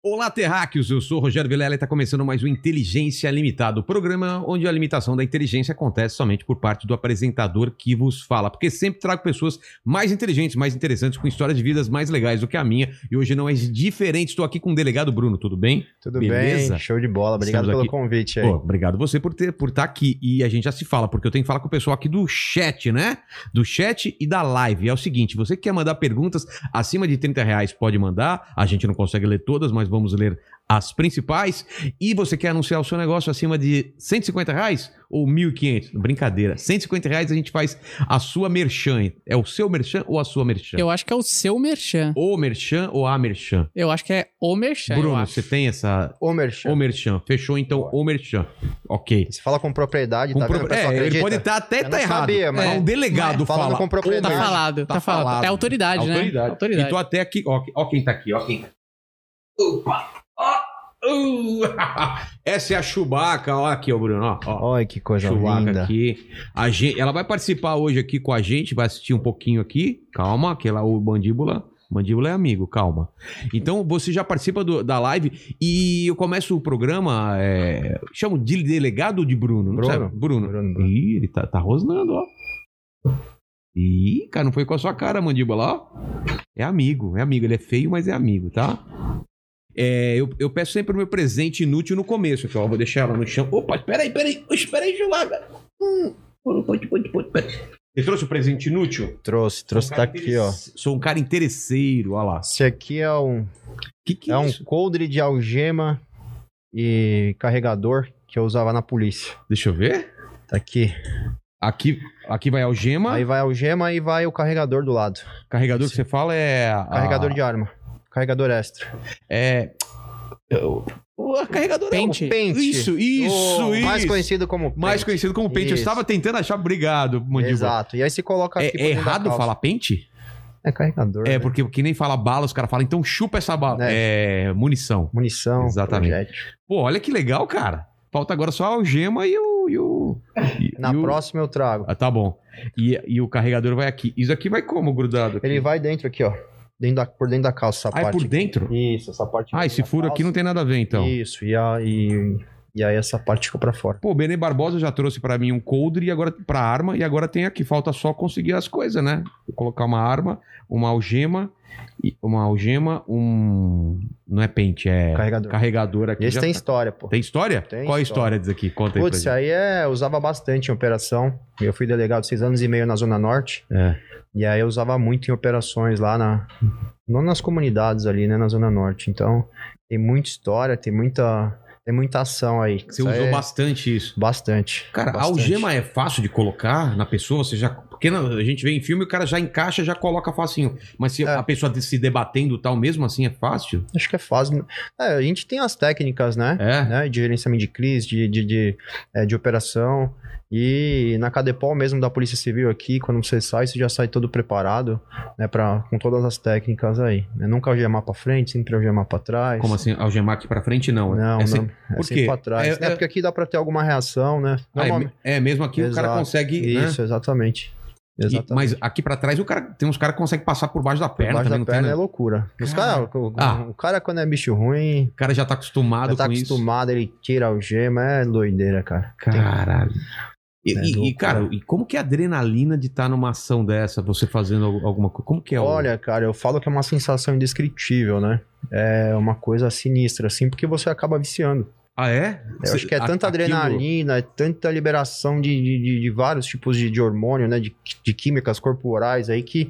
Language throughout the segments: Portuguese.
Olá, terráqueos! Eu sou o Rogério Vilela e está começando mais um Inteligência Limitada, o programa onde a limitação da inteligência acontece somente por parte do apresentador que vos fala, porque sempre trago pessoas mais inteligentes, mais interessantes, com histórias de vidas mais legais do que a minha, e hoje não é diferente. Estou aqui com o delegado Bruno, tudo bem? Tudo Beleza? bem, show de bola. Obrigado Estamos pelo aqui. convite aí. Pô, obrigado você por ter por estar aqui. E a gente já se fala, porque eu tenho que falar com o pessoal aqui do chat, né? Do chat e da live. É o seguinte: você que quer mandar perguntas acima de 30 reais, pode mandar. A gente não consegue ler todas, mas vamos ler as principais. E você quer anunciar o seu negócio acima de 150 reais ou 1.500? Brincadeira. 150 reais a gente faz a sua merchan. É o seu merchan ou a sua merchan? Eu acho que é o seu merchan. Ou merchan ou a merchan? Eu acho que é o merchan. eu Bruno, acho. você tem essa. Ô, Merchan, O merchan. Fechou então o merchan. Ok. você fala com propriedade, Com tá pro- vendo? O pessoal É, ele acredita. pode estar até Eu tá não errado. sabia, mas- mas um delegado Falando fala. com propriedade. Ô, Tá meu, falado, Tá tá, falado. falado. Então É autoridade, né? E tô até aqui, ó, ó quem tá aqui, ó quem tá. Opa! Ó! Uh! Essa é a Chewbacca, ó aqui, ó Bruno, ó. ó. Olha que coisa Chewbacca linda. aqui. A gente, ela vai participar hoje aqui com a gente, vai assistir um pouquinho aqui. Calma, que lá o mandíbula. Mandíbula é amigo, calma. Então você já participa do- da live e eu começo o programa. É, chamo de delegado ou de Bruno? Não Bruno. sabe? Bruno. Bruno, Bruno. Ih, ele tá, tá rosnando, ó. Ih, cara, não foi com a sua cara, mandíbula, ó. É amigo, é amigo. Ele é feio, mas é amigo, tá? É, eu, eu peço sempre o meu presente inútil no começo, aqui, ó. Vou deixar ela no chão. Opa, peraí, peraí. Oxe, Peraí, Joada. Hum, pode, pode, pode, peraí. Você trouxe o presente inútil? Um Trouxe, trouxe, tá aqui, ó. Sou um cara interesseiro, olha lá. Esse aqui é um, Que que é, é um isso? coldre de algema e carregador que eu usava na polícia. Deixa eu ver. Tá aqui. Aqui, aqui vai a algema. Aí vai a algema e vai o carregador do lado. Carregador que você fala é... a- Carregador de arma. Carregador extra. É... Eu- Pô, carregador é um- Pente. Pente. Isso, isso, O isso. oh, Mais conhecido como Mais pente. conhecido como pente. Eu Isso. estava tentando achar... Obrigado, mandíbula. Exato. E aí você coloca É- aqui. por é dentro da errado calça. falar pente? É carregador. É, né? porque que nem fala bala, os caras falam, então chupa essa bala. É, munição. Munição. Exatamente. projétil. Pô, olha que legal, cara. Falta agora só a algema e o. E o e- Na e o- próxima eu trago. Ah, tá bom. E, e o carregador vai aqui. Isso aqui vai como, grudado? aqui? Ele vai dentro aqui, ó. Dentro da- por dentro da calça, essa Ah, é parte. por dentro? Isso, essa parte. Ah, esse furo aqui não tem nada a ver, então. Isso, e, a, e, e aí essa parte ficou pra fora. Pô, o Benê Barbosa já trouxe pra mim um coldre e agora pra arma, e agora tem aqui. Falta só conseguir as coisas, né? Vou colocar uma arma, uma algema, e- uma algema, um. Não é pente, é. Carregador. Carregador aqui. E esse já tem tá- história, pô. Tem história? Tem Qual a história. história disso aqui? Conta aí Putz, pra aí é, eu usava bastante em operação. Eu fui delegado seis anos e meio na Zona Norte. É. E aí eu usava muito em operações lá na. Não nas comunidades ali, né? Na Zona Norte. Então, tem muita história, tem muita. Tem muita ação aí. gente. Você Isso usou aí é bastante isso. bastante. Cara, a bastante. algema é fácil de colocar na pessoa, você já. Porque na- a gente vê em filme o cara já encaixa, já coloca facinho. Mas se É. a pessoa de- se debatendo e tal, mesmo assim é fácil? Acho que é fácil. É, a gente tem as técnicas, né? É. né, de gerenciamento de crise, de, de, de, eh, de operação. E na Cadepol mesmo da Polícia Civil aqui, quando você sai, você já sai todo preparado, né, pra, com todas as técnicas aí. né? Nunca algemar pra frente, sempre algemar pra trás. Como assim? Algemar aqui pra frente não. Não, é não. É sempre- sempre, por quê? pra trás. É- É, é- porque aqui dá pra ter alguma reação, né? Ah, é, Normalmente- me- é, mesmo aqui o cara Exato. consegue. né? Isso, exatamente. E- Exatamente. mas aqui pra trás o cara tem uns caras que conseguem passar por baixo da Por perna. baixo também da não perna é tem, né? loucura. Os Cara. cara, o, Ah. o cara, quando é bicho ruim, O cara já tá acostumado já tá com isso. acostumado, ele tira a algema, é doideira, cara. Caralho. E, É e- e, louco, cara, e como que é a adrenalina de estar numa ação dessa, você fazendo al- alguma coisa? Como que é o- Olha, cara, eu falo que é uma sensação indescritível, né? É uma coisa sinistra, assim, porque você acaba viciando. Ah, é? Eu acho que é A- tanta aquilo- adrenalina, é tanta liberação de, de, de- de vários tipos de, de hormônio, né? De, de químicas corporais aí que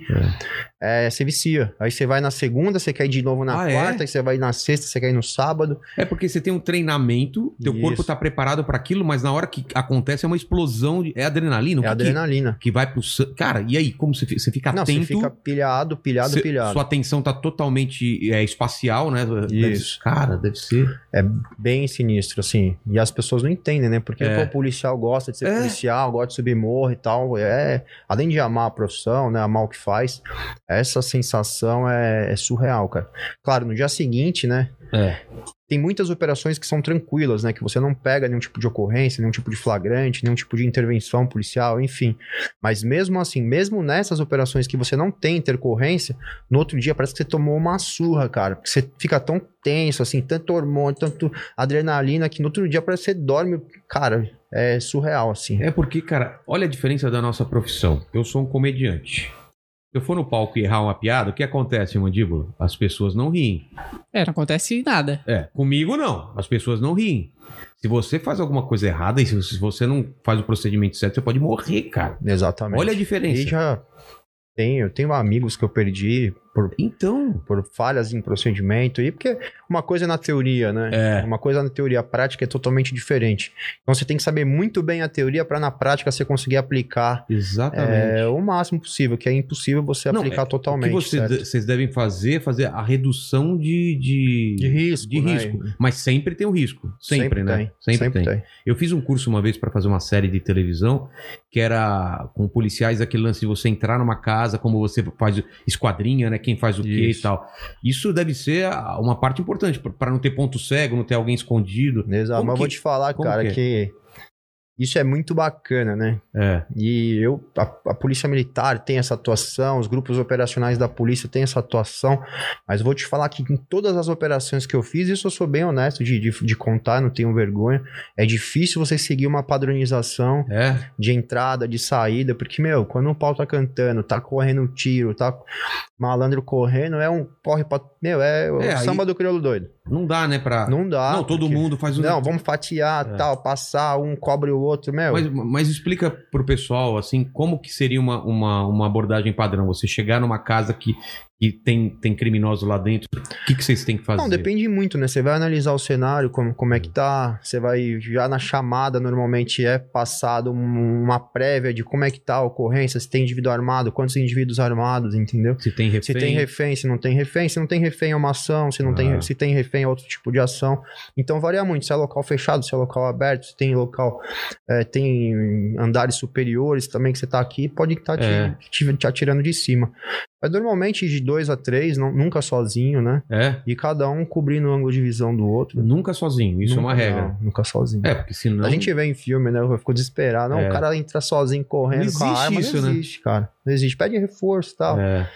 é, você vicia. Aí você vai na segunda, você quer ir de novo na Ah, é? quarta, aí você vai na sexta, você quer ir no sábado. É porque você tem um treinamento, teu Isso. corpo tá preparado pra aquilo, mas na hora que acontece é uma explosão, de... é adrenalina? O é que que- adrenalina. Que vai pro sangue. Cara, e aí? Como você fica, você fica Não, atento? você fica pilhado, pilhado, Cê- pilhado. Sua atenção tá totalmente é, espacial, né? Deve- Isso. Cara, deve ser. bem sinistro, assim. E as pessoas não entendem, né? Porque É. pô, o policial gosta de ser É. policial, gosta de subir morro e tal. É, além de amar a profissão, né? Amar o que faz, Essa sensação é, é surreal, cara. Claro, no dia seguinte, né? É. Tem muitas operações que são tranquilas, né? Que você não pega nenhum tipo de ocorrência, nenhum tipo de flagrante, nenhum tipo de intervenção policial, enfim. Mas mesmo assim, mesmo nessas operações que você não tem intercorrência, no outro dia parece que você tomou uma surra, cara. Porque você fica tão tenso, assim, tanto hormônio, tanto adrenalina, que no outro dia parece que você dorme. Cara, é surreal, assim. É porque, cara, olha a diferença da nossa profissão. Eu sou um comediante. Se eu for no palco e errar uma piada, o que acontece, mandíbula? As pessoas não riem. É, não acontece nada. É, comigo não. As pessoas não riem. Se você faz alguma coisa errada e se se você não faz o procedimento certo, você pode morrer, cara. Exatamente. Olha a E diferença. já tenho, eu tenho amigos que eu perdi por, Então, por falhas em procedimento. E porque uma coisa é na teoria, né? é. Uma coisa na teoria, a prática é totalmente diferente. Então você tem que saber muito bem a teoria para na prática você conseguir aplicar Exatamente. é, o máximo possível, que é impossível você Não, é, aplicar o que totalmente. você certo? de- vocês devem fazer é fazer a redução de, de, de risco. de né? risco. Mas sempre tem o risco. Sempre, né? tem, Sempre, tem. Eu fiz um curso uma vez para fazer uma série de televisão que era com policiais aquele lance de você entrar numa casa, como você faz esquadrinha, né? Quem faz o quê e Isso. tal. Isso deve ser a- uma parte importante para não ter ponto cego, não ter alguém escondido. Exato. Como Mas eu vou que- te falar, como cara, que é? que isso é muito bacana, né? É, E eu, a, a polícia militar tem essa atuação, os grupos operacionais da polícia têm essa atuação, mas vou te falar que em todas as operações que eu fiz, isso eu sou bem honesto de, de, de contar, não tenho vergonha. É difícil você seguir uma padronização é. de entrada, de saída, porque, meu, quando um pau tá cantando, tá correndo um tiro, tá malandro correndo, é um corre pra. Meu, é, o É, aí- samba do crioulo doido. Não dá, né? Pra... Não dá. Não, todo porque- mundo faz um o. Não, vamos fatiar, É. tal, passar, um cobre o outro, meu. Mas, mas explica pro pessoal, assim, como que seria uma, uma, uma abordagem padrão? Você chegar numa casa que, que tem, tem criminoso lá dentro, o que, que vocês têm que fazer? Não, depende muito, né? Você vai analisar o cenário, como, como é que tá. Você vai já na chamada, normalmente é passado um- uma prévia de como é que tá a ocorrência, se tem indivíduo armado, quantos indivíduos armados, entendeu? Se tem refém. Se tem refém, se não tem refém, se não tem refém é uma ação, se não Ah. tem, se tem refém é outro tipo de ação. Então varia muito, se é local fechado, se é local aberto, se tem local, eh, tem andares superiores também que você tá aqui, pode estar É. te, te, te atirando de cima. Mas normalmente de dois a três, não- nunca sozinho, né? É, E cada um cobrindo o ângulo de visão do outro. nunca sozinho, isso é uma Nunca- regra. não, nunca sozinho. É, porque senão. A gente vê em filme, né? Eu fico desesperado. Não, É. o cara entra sozinho correndo Não com a existe arma. isso, não né? existe, cara. Não existe. Pede reforço e tal. É.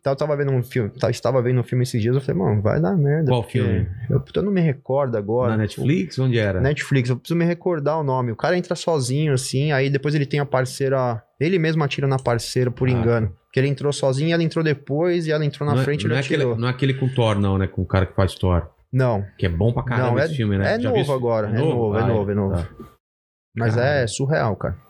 Então, eu tava vendo um filme. tá- Estava vendo um filme esses dias. Eu falei, mano, vai dar merda. Qual porque filme? Eu, puta, eu não me recordo agora. Na Netflix? Onde era? Netflix, eu preciso me recordar o nome. O cara entra sozinho, assim, aí depois ele tem a parceira. Ele mesmo atira na parceira, por Ah. engano. Porque ele entrou sozinho, ela entrou depois, e ela entrou na não é- frente e não ele é atirou. aquele, não é aquele com Thor, não, né? Com o cara que faz Thor. Não, Que é bom pra caramba Não, é- esse filme, né? é Já viu novo esse- agora, é novo, é Ah, novo, é novo. tá. mas Caralho. é surreal, cara.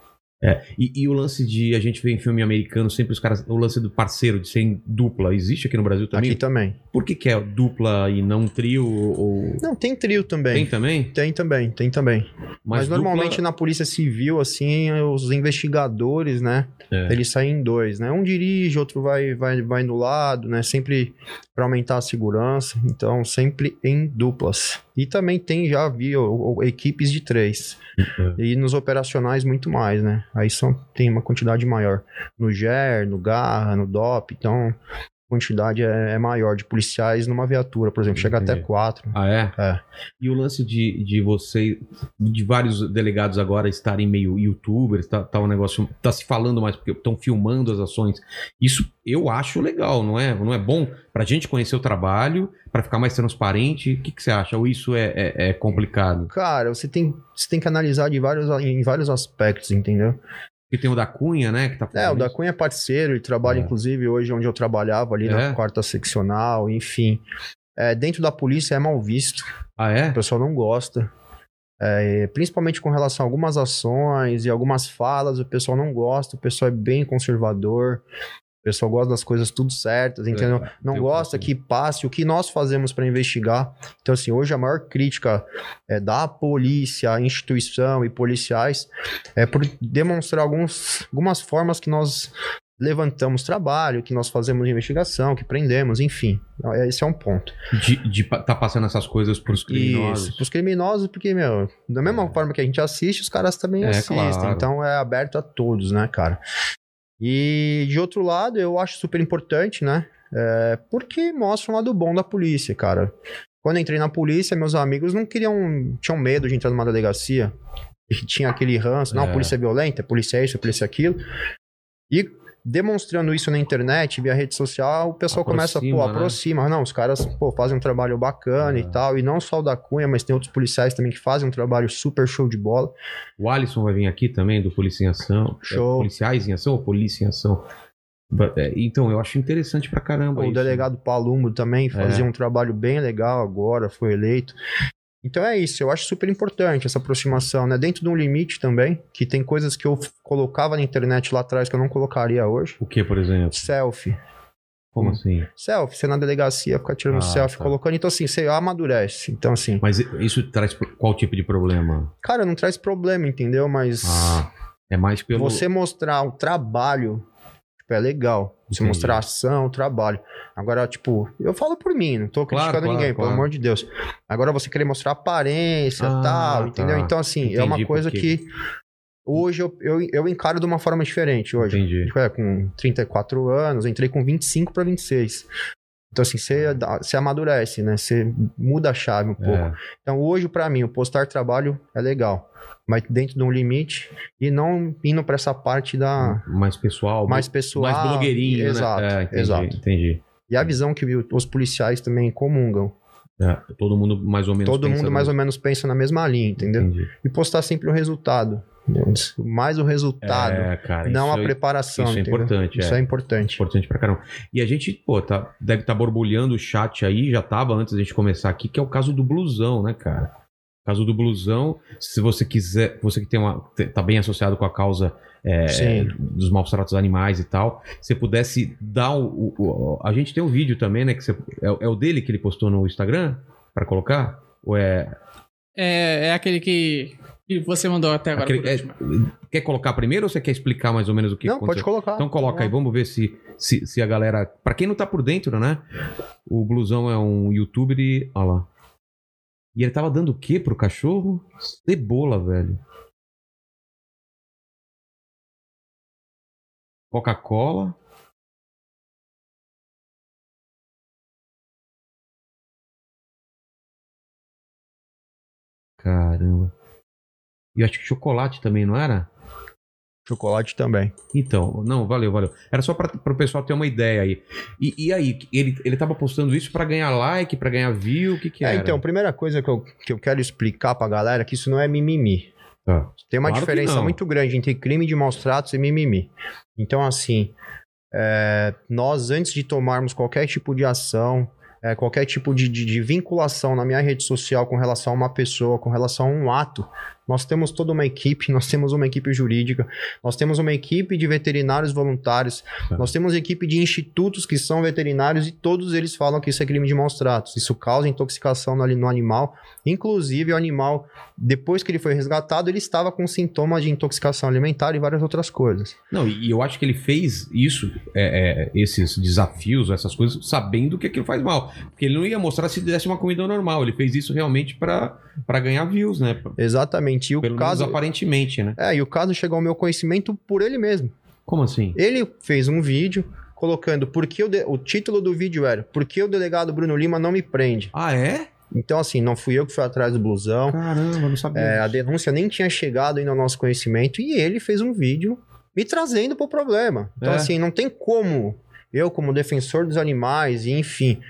E, É, e o lance de. A gente vê em filme americano sempre os caras. O lance do parceiro, de ser em dupla. Existe aqui no Brasil também? Aqui também. Por que, que é dupla e não trio? Ou... Não, tem trio Tem também. também? Tem também, tem também. Mas, dupla- normalmente na polícia civil, assim, os investigadores, né? É. Eles saem em dois, né? Um dirige, outro vai, vai, vai no lado, né? Sempre para aumentar a segurança. Então, sempre em duplas. E também tem, já vi, o- o- equipes de três. É. E nos operacionais, muito mais, né? Aí são, tem uma quantidade maior. No GER, no Garra, no DOP. Então, a quantidade é, é maior de policiais numa viatura, por exemplo. Chega até Entendi. quatro. Ah, é? É. E o lance de, de você, de vários delegados agora estarem meio youtubers, tá, tá um negócio, tá se falando mais, porque estão filmando as ações. Isso eu acho legal, não é? Não é bom pra gente conhecer o trabalho, pra ficar mais transparente. O que, que você acha? Ou isso é, é- é complicado? Cara, você tem, você tem que analisar de vários, em vários aspectos, entendeu? Porque tem o da Cunha, né? Que tá É, o da isso. Cunha é parceiro, ele trabalha, É. inclusive, hoje onde eu trabalhava, ali É? na quarta seccional, enfim. É, dentro da polícia é mal visto, Ah, é? o pessoal não gosta. É, principalmente com relação a algumas ações e algumas falas, o pessoal não gosta, o pessoal é bem conservador, o pessoal gosta das coisas tudo certas, então entendeu? É, não tem um gosta pouquinho. que passe o que nós fazemos para investigar. Então, assim, hoje a maior crítica é da polícia, à instituição e policiais é por demonstrar alguns, algumas formas que nós levantamos trabalho, que nós fazemos investigação, que prendemos, enfim. É, Esse é um ponto. De, de pa- tá passando essas coisas pros criminosos. Isso. Os criminosos, porque, meu, da mesma É. forma que a gente assiste, os caras também É, assistem. claro. Então, é aberto a todos, né, cara? E de outro lado, eu acho super importante, né? É, porque mostra um lado bom da polícia, cara. Quando eu entrei na polícia, meus amigos não queriam. tinham medo de entrar numa delegacia. E tinha aquele ranço, não, É. a polícia é violenta, a polícia é isso, a polícia é aquilo. E demonstrando isso na internet, via rede social, o pessoal começa, pô, Aproxima, né? aproxima. Não, os caras, pô, fazem um trabalho bacana É. e tal. E não só o da Cunha, mas tem outros policiais também que fazem um trabalho super show de bola. O Alisson vai vir aqui também, do Polícia em Ação. Show. É, policiais em Ação ou Polícia em Ação? Ba- é, Então, eu acho interessante pra caramba O isso. né? delegado Palumbo também fazia É. um trabalho bem legal agora, foi eleito. Então é isso, eu acho super importante essa aproximação, né? Dentro de um limite também, que tem coisas que eu f- colocava na internet lá atrás que eu não colocaria hoje. O que, por exemplo? Selfie. Como Hum. assim? Selfie, você na delegacia fica tirando Ah, selfie, tá. colocando. Então, assim, você amadurece. Então, assim, Mas isso traz pro- qual tipo de problema? cara, não traz problema, entendeu? Mas Ah, é mais pelo... você mostrar o trabalho, tipo, é legal. Você Entendi. mostrar a ação, o trabalho. Agora, tipo, eu falo por mim, não tô Claro, criticando claro, ninguém, claro. pelo amor de Deus. Agora você querer mostrar aparência Ah, tal, tá. entendeu? Então, assim, é Entendi uma por coisa quê. que hoje eu, eu, eu encaro de uma forma diferente hoje. Entendi. Tipo, é, com 34 anos, eu entrei com 25 para 26. Então, assim, você dá- você amadurece, né? Você muda a chave um pouco. É. Então, hoje, pra mim, o postar trabalho é legal, mas dentro de um limite e não indo pra essa parte da Mais pessoal, Ah. mais pessoal. mais blogueirinho, exato, né? É, entendi, exato. Entendi. E a visão que o- os policiais também comungam. É, todo mundo mais ou menos Todo mundo mais ou menos pensa na mesma linha, entendeu? Entendi. E postar sempre o resultado. entendeu? Mais o resultado, É, cara, não isso a é- preparação. Isso é entendeu? importante, Isso é importante. Importante pra caramba. E a gente, pô, tá, deve estar borbulhando o chat aí, já tava antes da gente começar aqui, que é o caso do blusão, né, cara? Caso do blusão, se você quiser, você que tem uma, te- tá bem associado com a causa é, Sim. dos maus tratos animais e tal, se pudesse dar o, o- o- a gente tem um vídeo também, né, que você, é, o- é o dele que ele postou no Instagram pra colocar? Ou é, É, é aquele que, que você mandou até agora aquele- por é- último. quer colocar primeiro ou você quer explicar mais ou menos o que não, aconteceu? pode colocar. Então coloca aí, vamos ver se, se, se a galera. Pra quem não tá por dentro, né? O Blusão é um youtuber e. Olha lá. E ele tava dando o quê pro cachorro? Cebola, velho. Coca-Cola. Caramba. E eu acho que chocolate também, não era? Chocolate também. Então, não, valeu, valeu. Era só para o pessoal ter uma ideia aí. E, e aí, ele, ele tava postando isso pra ganhar like, pra ganhar view, o que que É, era? então, primeira coisa que eu, que eu quero explicar pra galera é que isso não é mimimi. Tá. Tem uma Claro que diferença não. muito grande entre crime de maus tratos e mimimi. Então, assim, é, nós antes de tomarmos qualquer tipo de ação, é, qualquer tipo de, de- de vinculação na minha rede social com relação a uma pessoa, com relação a um ato, nós temos toda uma equipe, nós temos uma equipe jurídica, nós temos uma equipe de veterinários voluntários, Tá. nós temos equipe de institutos que são veterinários e todos eles falam que isso é crime de maus tratos. Isso causa intoxicação no, no animal. Inclusive, o animal, depois que ele foi resgatado, ele estava com sintomas de intoxicação alimentar e várias outras coisas. Não, e e eu acho que ele fez isso, é, é, esses desafios, essas coisas, sabendo que aquilo faz mal. Porque ele não ia mostrar se desse uma comida normal. Ele fez isso realmente pra pra ganhar views, né? P- Exatamente. E o Pelo caso. menos aparentemente, né? É, e o caso chegou ao meu conhecimento por ele mesmo. Como assim? Ele fez um vídeo colocando por que o, de- o título do vídeo era Por que o delegado Bruno Lima não me prende? Ah, é? Então, assim, não fui eu que fui atrás do blusão. Caramba, não sabia. É, a denúncia nem tinha chegado ainda ao nosso conhecimento e ele fez um vídeo me trazendo pro problema. Então, É. assim, não tem como eu, como defensor dos animais, e enfim,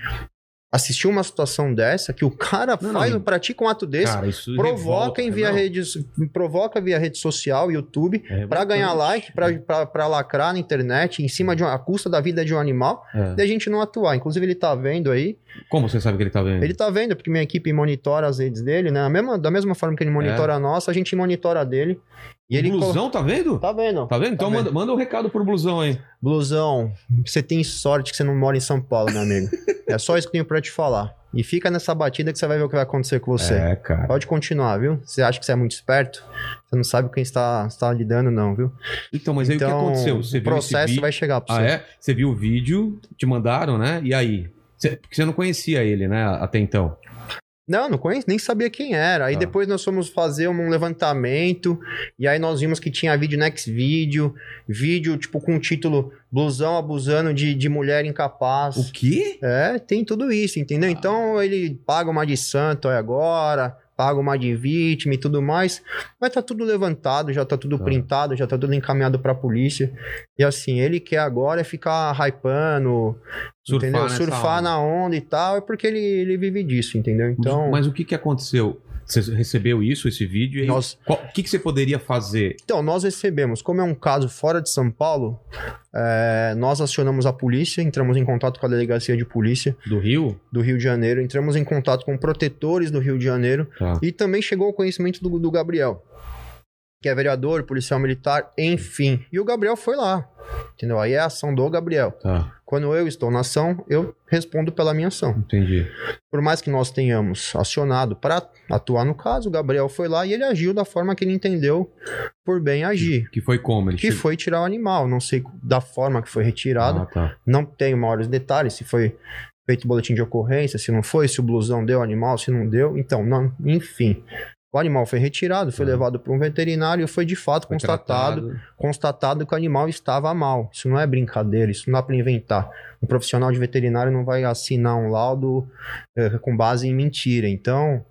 assistir uma situação dessa que o cara Não, faz, não, e- pratica um ato desse, Cara, isso provoca, em via revolta, rede, provoca via rede social, YouTube, não. É pra ganhar revoltante. like, pra- pra pra lacrar na internet, em cima de uma, à custa da vida de um animal, É. e a gente não atuar. Inclusive, ele tá vendo aí. Como você sabe que ele tá vendo? Ele tá vendo, porque minha equipe monitora as redes dele, né? A mesma- da mesma forma que ele monitora a nossa, a gente monitora a dele. E ele. o colo- blusão tá vendo? Tá vendo? Tá vendo? Então vendo? Manda, manda um recado pro blusão aí. Blusão, você tem sorte que você não mora em São Paulo, meu amigo. é só isso que eu tenho pra te falar. E fica nessa batida que você vai ver o que vai acontecer com você. É, cara. Pode continuar, viu? Você acha que você é muito esperto? Você não sabe com quem está, está lidando, não, viu? Então, mas aí o que aconteceu? Você viu o esse processo vídeo? vai chegar pra Ah, você. é? Você viu o vídeo, te mandaram, né? E aí? Você- porque você não conhecia ele, né? Até então. Não, não conheço, nem sabia quem era. Aí Tá. depois nós fomos fazer um levantamento, e aí nós vimos que tinha vídeo next vídeo, vídeo tipo com o título Blusão abusando de, de mulher incapaz. O quê? É, tem tudo isso, entendeu? Ah. Então ele paga uma de santo aí agora, paga uma de vítima e tudo mais, mas tá tudo levantado, já tá tudo Tá. printado, já tá tudo encaminhado pra polícia. E assim, ele quer agora é ficar hypando, Surfar entendeu? nessa Surfar onda. na onda e tal, é porque ele, ele vive disso, entendeu? Então, Mas o que, que aconteceu? Você recebeu isso, esse vídeo? E aí, nós, qual- o que, que você poderia fazer? então, nós recebemos, como é um caso fora de São Paulo, é, nós acionamos a polícia, entramos em contato com a delegacia de polícia Do Rio? do Rio de Janeiro, entramos em contato com protetores do Rio de Janeiro. Tá. E também chegou ao conhecimento do, do Gabriel, que é vereador, policial militar, enfim. E o Gabriel foi lá. Entendeu? Aí é a ação do Gabriel. Tá, Quando eu estou na ação, eu respondo pela minha ação. entendi. Por mais que nós tenhamos acionado para atuar no caso, o Gabriel foi lá e ele agiu da forma que ele entendeu por bem agir. Que foi como? Ele Que chegou- foi tirar o animal, não sei da forma que foi retirado. Ah, tá. Não tenho maiores detalhes se foi feito boletim de ocorrência, se não foi, se o blusão deu ao animal, se não deu. Então, não, enfim. O animal foi retirado, foi Tá. levado para um veterinário e foi de fato Foi constatado, tratado. constatado que o animal estava mal. Isso não é brincadeira, isso não dá para inventar. Um profissional de veterinário não vai assinar um laudo eh, com base em mentira. Então,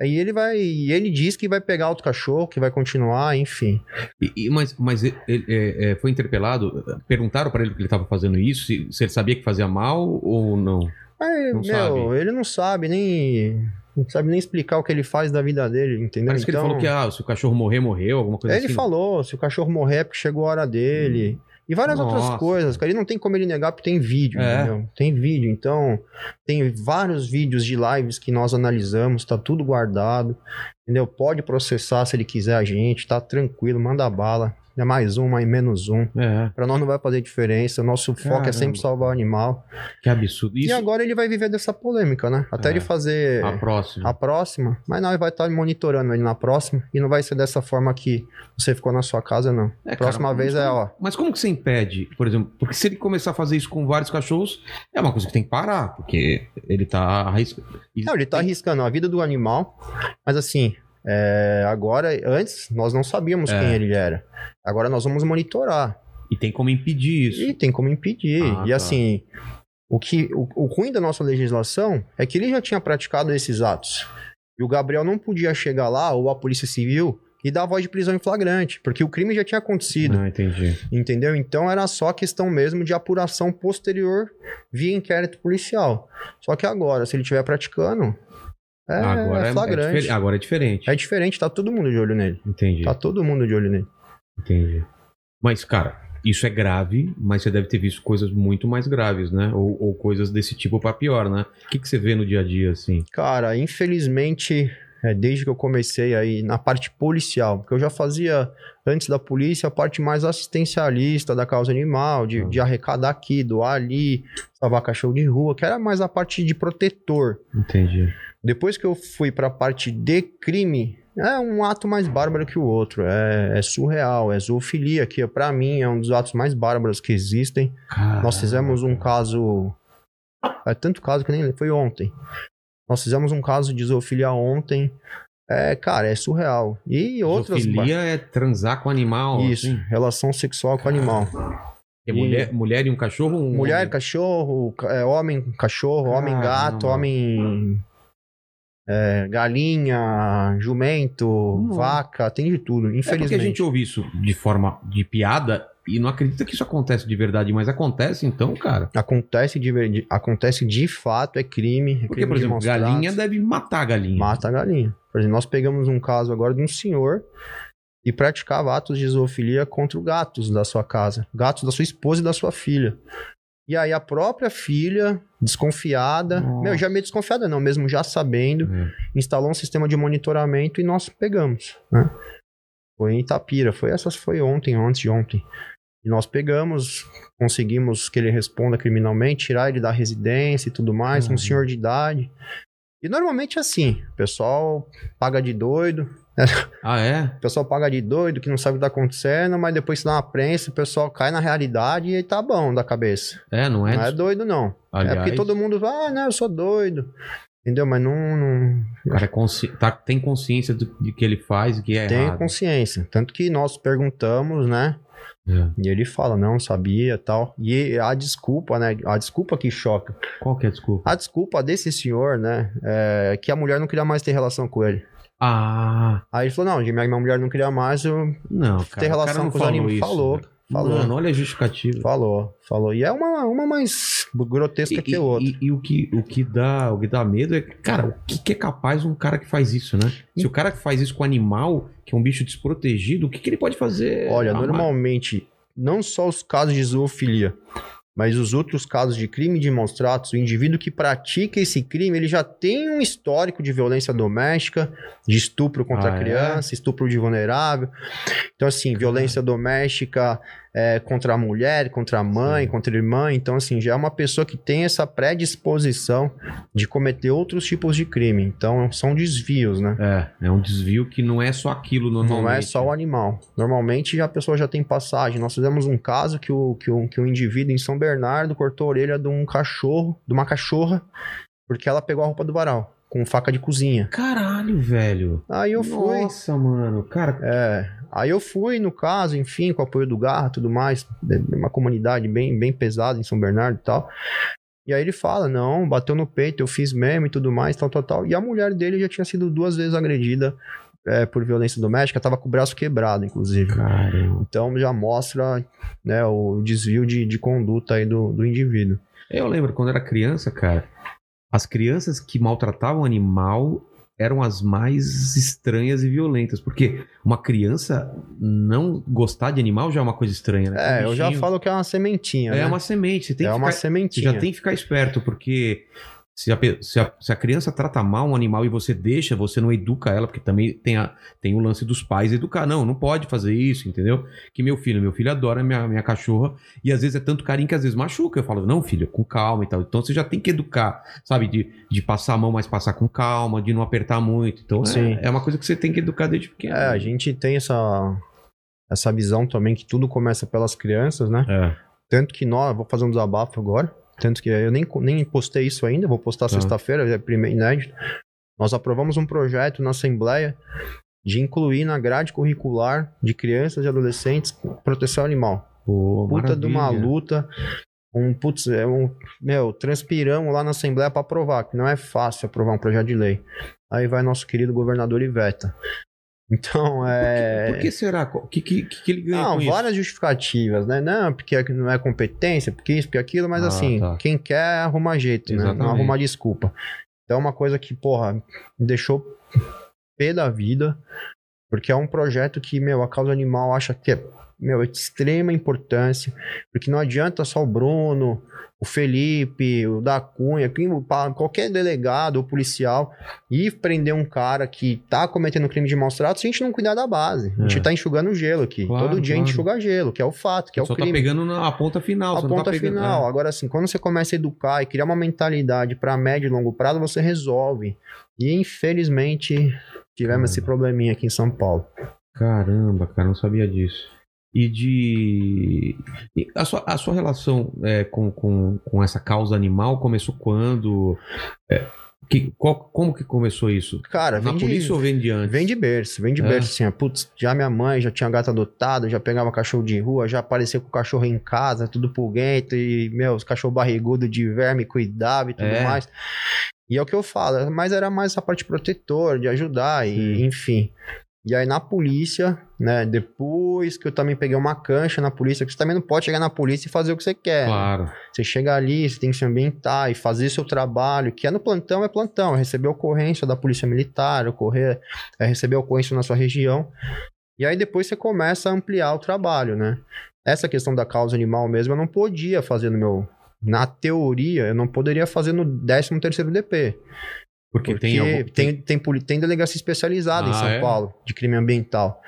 aí ele vai, e ele diz que vai pegar outro cachorro, que vai continuar, enfim. E- e- mas mas ele, ele- é, é, foi interpelado? Perguntaram pra ele que ele tava fazendo isso? Se, se ele sabia que fazia mal ou não? Mas, Não meu, sabe. ele não sabe nem. Não sabe nem explicar o que ele faz da vida dele, entendeu? Então, é, Parece que ele falou que ah, se o cachorro morrer, morreu, alguma coisa Ele assim. falou, se o cachorro morrer é porque chegou a hora dele. E várias Nossa. outras coisas, cara. E não tem como ele negar porque tem vídeo, É. entendeu? Tem vídeo. Então, tem vários vídeos de lives que nós analisamos, tá tudo guardado, entendeu? Pode processar se ele quiser a gente, tá tranquilo, manda bala. É mais um, mais menos um. É, Pra nós não vai fazer diferença. Nosso foco Caramba. é sempre salvar o animal. que absurdo. Isso, E agora ele vai viver dessa polêmica, né? Até É. ele fazer a próxima. a próxima, mas nós vai estar monitorando ele na próxima e não vai ser dessa forma que você ficou na sua casa, não. É, cara, próxima mas vez é, como- ó. Mas como que você impede, por exemplo? Porque se ele começar a fazer isso com vários cachorros, é uma coisa que tem que parar, porque ele tá arriscando. Não, ele tá arriscando a vida do animal, mas assim, é, agora, antes, nós não sabíamos É. quem ele era. Agora nós vamos monitorar. E tem como impedir isso. E tem como impedir. Ah, e tá. assim, o, que, o, o ruim da nossa legislação é que ele já tinha praticado esses atos. E o Gabriel não podia chegar lá, ou a Polícia Civil, e dar voz de prisão em flagrante, porque o crime já tinha acontecido. Não, Ah, entendi. Entendeu? Então era só questão mesmo de apuração posterior via inquérito policial. Só que agora, se ele estiver praticando, é, agora, é- é é flagrante. diferente- agora é diferente. É diferente, tá todo mundo de olho nele. Entendi. Tá todo mundo de olho nele. Entendi. Mas, cara, isso é grave, mas você deve ter visto coisas muito mais graves, né? Ou, ou coisas desse tipo pra pior, né? O que, que você vê no dia a dia, assim? Cara, infelizmente, é, desde que eu comecei aí na parte policial, porque eu já fazia antes da polícia a parte mais assistencialista da causa animal, de, Hum. de arrecadar aqui, doar ali, salvar cachorro de rua, que era mais a parte de protetor. Entendi. Depois que eu fui pra parte de crime, é um ato mais bárbaro que o outro. É, é surreal, é zoofilia, que pra mim é um dos atos mais bárbaros que existem. Nós fizemos um caso. É tanto caso que nem foi ontem. Nós fizemos um caso de zoofilia ontem. É, cara, é surreal. E outras. Zoofilia é transar com animal. Isso, assim? relação sexual com animal. É mulher, mulher e um cachorro? Um Mulher, homem? cachorro, ca- é, homem, cachorro, homem, gato, Caramba. homem. é, galinha, jumento, Nossa. vaca, tem de tudo, Hum. É porque infelizmente. a gente ouve isso de forma de piada e não acredita que isso acontece de verdade, mas acontece então, cara. Acontece, de, ver- de- acontece de fato, é crime. É Porque, crime por de exemplo, maus tratos. galinha deve matar a galinha. Mata a galinha. Por exemplo, nós pegamos um caso agora de um senhor que praticava atos de zoofilia contra gatos da sua casa, gatos da sua esposa e da sua filha. E aí a própria filha, desconfiada, Nossa. meu, já meio desconfiada não, mesmo já sabendo, É. instalou um sistema de monitoramento e nós pegamos, né? Foi em Itapira, foi essas foi ontem, antes de ontem. E nós pegamos, conseguimos que ele responda criminalmente, tirar ele da residência e tudo mais, um Uhum. senhor de idade. E normalmente é assim, o pessoal paga de doido, Ah, é? o pessoal paga de doido, que não sabe o que tá acontecendo, mas depois se dá uma prensa, o pessoal cai na realidade e tá bom da cabeça. É, não é? Não é doido não. Aliás, É porque todo mundo vai, ah, não, eu sou doido. Entendeu? Mas não. não- O cara é consci- tá- tem consciência do, de que ele faz e que é tem errado. consciência. Tanto que nós perguntamos, né? É. E ele fala, não sabia tal. E a desculpa, né? A desculpa que choca. Qual que é a desculpa? A desculpa desse senhor, né? É que a mulher não queria mais ter relação com ele. Ah, Aí ele falou, não, minha minha mulher não queria mais, eu não, cara. ter o cara relação não com os falou animais. isso, Falou, velho. falou. Mano, olha a justificativa. falou, falou. E é uma, uma mais grotesca E, que a outra. e- e o, que, o, que dá, o que dá medo é, cara, o que, que é capaz um cara que faz isso, né? Se o cara que faz isso com animal, que é um bicho desprotegido, o que, que ele pode fazer? Olha, Ah, normalmente, não só os casos de zoofilia, mas os outros casos de crime de maus tratos, o indivíduo que pratica esse crime, ele já tem um histórico de violência doméstica, de estupro contra Ah, é? a criança, estupro de vulnerável. Então, assim, violência doméstica é, contra a mulher, contra a mãe, Sim. contra a irmã. Então, assim, já é uma pessoa que tem essa predisposição de cometer outros tipos de crime. Então, são desvios, né? É, é um desvio que não é só aquilo normalmente. Não é só o animal. Normalmente já a pessoa já tem passagem. Nós fizemos um caso que o, que o, que o indivíduo em São Bernardo cortou a orelha de um cachorro, de uma cachorra, porque ela pegou a roupa do varal com faca de cozinha. Caralho, velho. Aí eu fui. Nossa, mano. Cara, É, aí eu fui, no caso, enfim, com o apoio do Garra e tudo mais, de- uma comunidade bem, bem pesada em São Bernardo e tal. E aí ele fala, não, bateu no peito, eu fiz meme e tudo mais, tal, tal, tal. E a mulher dele já tinha sido duas vezes agredida é, por violência doméstica, tava com o braço quebrado, inclusive. caramba. Então já mostra né, o desvio de, de conduta aí do, do indivíduo. Eu lembro quando era criança, cara, as crianças que maltratavam animal eram as mais estranhas e violentas, porque uma criança não gostar de animal já é uma coisa estranha, né? É, Um eu já bichinho- falo que é uma sementinha, É né? uma semente, você tem é que uma ficar- Você sementinha. já tem que ficar esperto, porque se a, pe- se a- se a criança trata mal um animal e você deixa, você não educa ela, porque também tem, a- tem o lance dos pais educar. Não, não pode fazer isso, entendeu? Que meu filho, meu filho adora minha, minha cachorra, e às vezes é tanto carinho que às vezes machuca. Eu falo, não, filho, com calma e tal. Então você já tem que educar, sabe? De, de passar a mão, mas passar com calma, de não apertar muito. Então é- Sim. é, uma coisa que você tem que educar desde pequeno. É, a gente tem essa, essa visão também que tudo começa pelas crianças, né? É. Tanto que nós, vou fazer um desabafo agora, tanto que eu nem, co- nem postei isso ainda, vou postar Tá. sexta-feira, é primeiro inédito. Nós aprovamos um projeto na Assembleia de incluir na grade curricular de crianças e adolescentes proteção animal. Pô, puta de uma maravilha. luta. Um putz, é um. Meu, transpiramos lá na Assembleia para aprovar, que não é fácil aprovar um projeto de lei. Aí vai nosso querido governador e veta. Então, é. Por que será? O que, que, que ele ganha Não, com várias justificativas, né? Não, porque aqui não é competência, porque isso, porque aquilo, mas Ah, assim, tá. quem quer arruma jeito, né? Exatamente. Não arruma desculpa. Então é uma coisa que, porra, me deixou pé da vida, porque é um projeto que, meu, a causa animal acha que é, meu, é de extrema importância, porque não adianta só o Bruno, o Felipe, o da Cunha, quem- o pa- qualquer delegado ou policial ir prender um cara que tá cometendo crime de maus tratos se a gente não cuidar da base. A gente É. tá enxugando gelo aqui. Claro, Todo dia a gente claro. enxuga gelo, que é o fato, que é o só tá crime. pegando na a ponta final. a só não tá ponta pegando- final. Agora, assim, quando você começa a educar e criar uma mentalidade para médio e longo prazo, você resolve. E infelizmente tivemos Caramba. esse probleminha aqui em São Paulo. Caramba, cara, não sabia disso. E de. e a, sua, a sua relação é, com, com, com essa causa animal começou quando? É, que, qual- como que começou isso? Cara, Na vem polícia ou de, vem de antes? vem de berço, vem de É. berço, assim, ó, putz, já minha mãe já tinha gato adotado, já pegava cachorro de rua, já apareceu com o cachorro em casa, tudo pulguento, e, meu, os cachorro barrigudo de verme cuidava e tudo É. mais. E é o que eu falo, mas era mais a parte protetora, de ajudar, e, Sim. enfim. E aí na polícia, né, depois que eu também peguei uma cancha na polícia, que você também não pode chegar na polícia e fazer o que você quer. né? Claro. Você chega ali, você tem que se ambientar e fazer seu trabalho, que é no plantão, é plantão, é receber ocorrência da polícia militar, ocorrer, é receber ocorrência na sua região. E aí depois você começa a ampliar o trabalho, né? Essa questão da causa animal mesmo, eu não podia fazer no meu. Na teoria, eu não poderia fazer no 13 terceiro DP. Porque, Porque tem tem, algum. tem, poli- tem delegacia especializada Ah, em São é? Paulo de crime ambiental.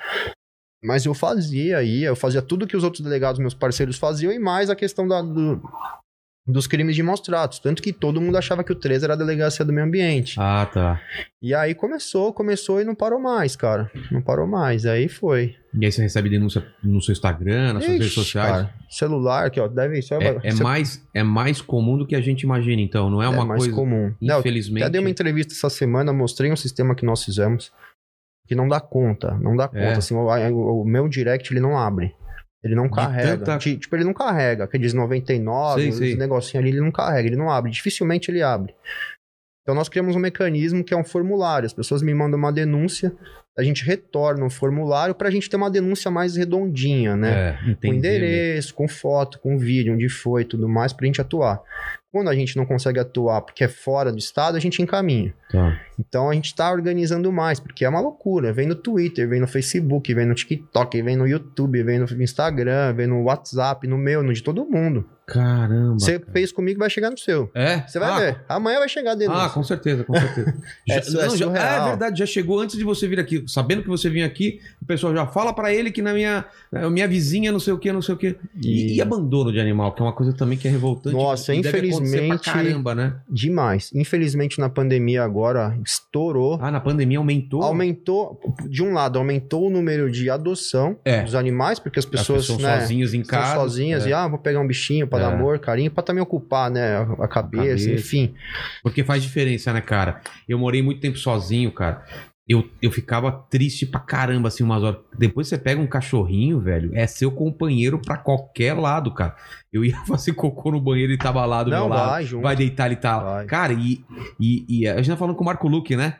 Mas eu fazia aí, eu fazia tudo que os outros delegados, meus parceiros, faziam, e mais a questão da, do, dos crimes de maus tratos. Tanto que todo mundo achava que o 13 era a delegacia do meio ambiente. Ah, tá. E aí começou, começou e não parou mais, cara. Não parou mais. Aí foi. E aí você recebe denúncia no seu Instagram, nas suas redes Ixi, sociais. cara, celular aqui, ó. Deve isso. É, é mais, é mais comum do que a gente imagina, então. Não é uma mais coisa. comum. Não, Infelizmente. até dei uma entrevista essa semana, mostrei um sistema que nós fizemos que não dá conta, não dá É. conta. Assim, o, o- o meu direct ele não abre. Ele não carrega. tanta- Ti- Tipo, ele não carrega. Que diz 99, Sei, esse sei. negocinho ali, ele não carrega, ele não abre. Dificilmente ele abre. Então nós criamos um mecanismo que é um formulário. As pessoas me mandam uma denúncia, a gente retorna um formulário pra gente ter uma denúncia mais redondinha, né? É, com entendi. endereço, com foto, com vídeo, onde foi, tudo mais, pra gente atuar. Quando a gente não consegue atuar porque é fora do estado, a gente encaminha. Tá. Então a gente tá organizando mais, porque é uma loucura. Vem no Twitter, vem no Facebook, vem no TikTok, vem no YouTube, vem no Instagram, vem no WhatsApp, no meu, no de todo mundo. Caramba. Você cara. fez comigo, vai chegar no seu. É? Você vai Ah, ver. Amanhã vai chegar a denúncia. Ah, com certeza, com certeza. É Já- su- é não, já- surreal. é verdade, já chegou antes de você vir aqui. Sabendo que você vinha aqui, o pessoal já fala pra ele que na minha, na minha vizinha não sei o que, não sei o que. E, e abandono de animal, que é uma coisa também que é revoltante. Nossa, e deve acontecer pra infelizmente- caramba, né? Demais. Infelizmente, na pandemia agora, estourou. Ah, na pandemia aumentou. Aumentou, de um lado, aumentou o número de adoção É. dos animais, porque as As pessoas, pessoas são né, sozinhas em estão casa. sozinhas é. e, ah, vou pegar um bichinho pra dar É. amor, carinho, pra também ocupar, né, a cabeça, cabeça. enfim. Porque faz diferença, né, cara? Eu morei muito tempo sozinho, cara. Eu, eu ficava triste pra caramba, assim, umas horas. Depois você pega um cachorrinho, velho, é seu companheiro pra qualquer lado, cara. Eu ia fazer cocô no banheiro e tava lá do Não, meu lado. vai junto. Vai deitar, ele tá lá. Vai. Cara, e, e, e a gente tá falando com o Marco Luque, né?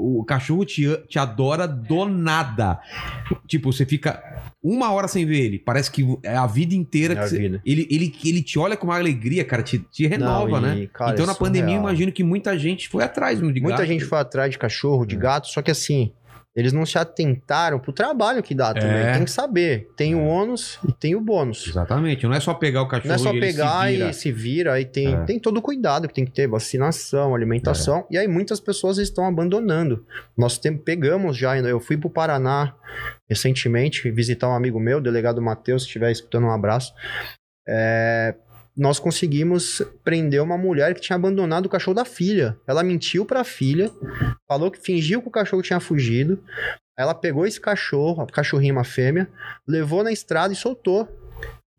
O cachorro te, a- te adora do nada. Tipo, você fica uma hora sem ver ele. Parece que é a vida inteira É que a você- vida. Ele, ele, ele te olha com uma alegria, cara. Te, te renova, Não, né? e, cara, então, é na pandemia, eu surreal. imagino que muita gente foi atrás de Muita gato. né? gente foi atrás de cachorro, de É. gato, só que assim, eles não se atentaram pro trabalho que dá É. também. Tem que saber. Tem o ônus e tem o bônus. Exatamente. Não é só pegar o cachorro Não é só e ele se pegar vira. e se vira, aí tem, É. tem todo o cuidado que tem que ter, vacinação, alimentação, e aí muitas pessoas estão abandonando. Nós tem- pegamos já, ainda. eu fui pro Paraná recentemente visitar um amigo meu, o delegado Matheus, se estiver escutando um abraço. É, nós conseguimos prender uma mulher que tinha abandonado o cachorro da filha. Ela mentiu pra filha, falou que fingiu que o cachorro tinha fugido. Ela pegou esse cachorro, a cachorrinha uma fêmea, levou na estrada e soltou.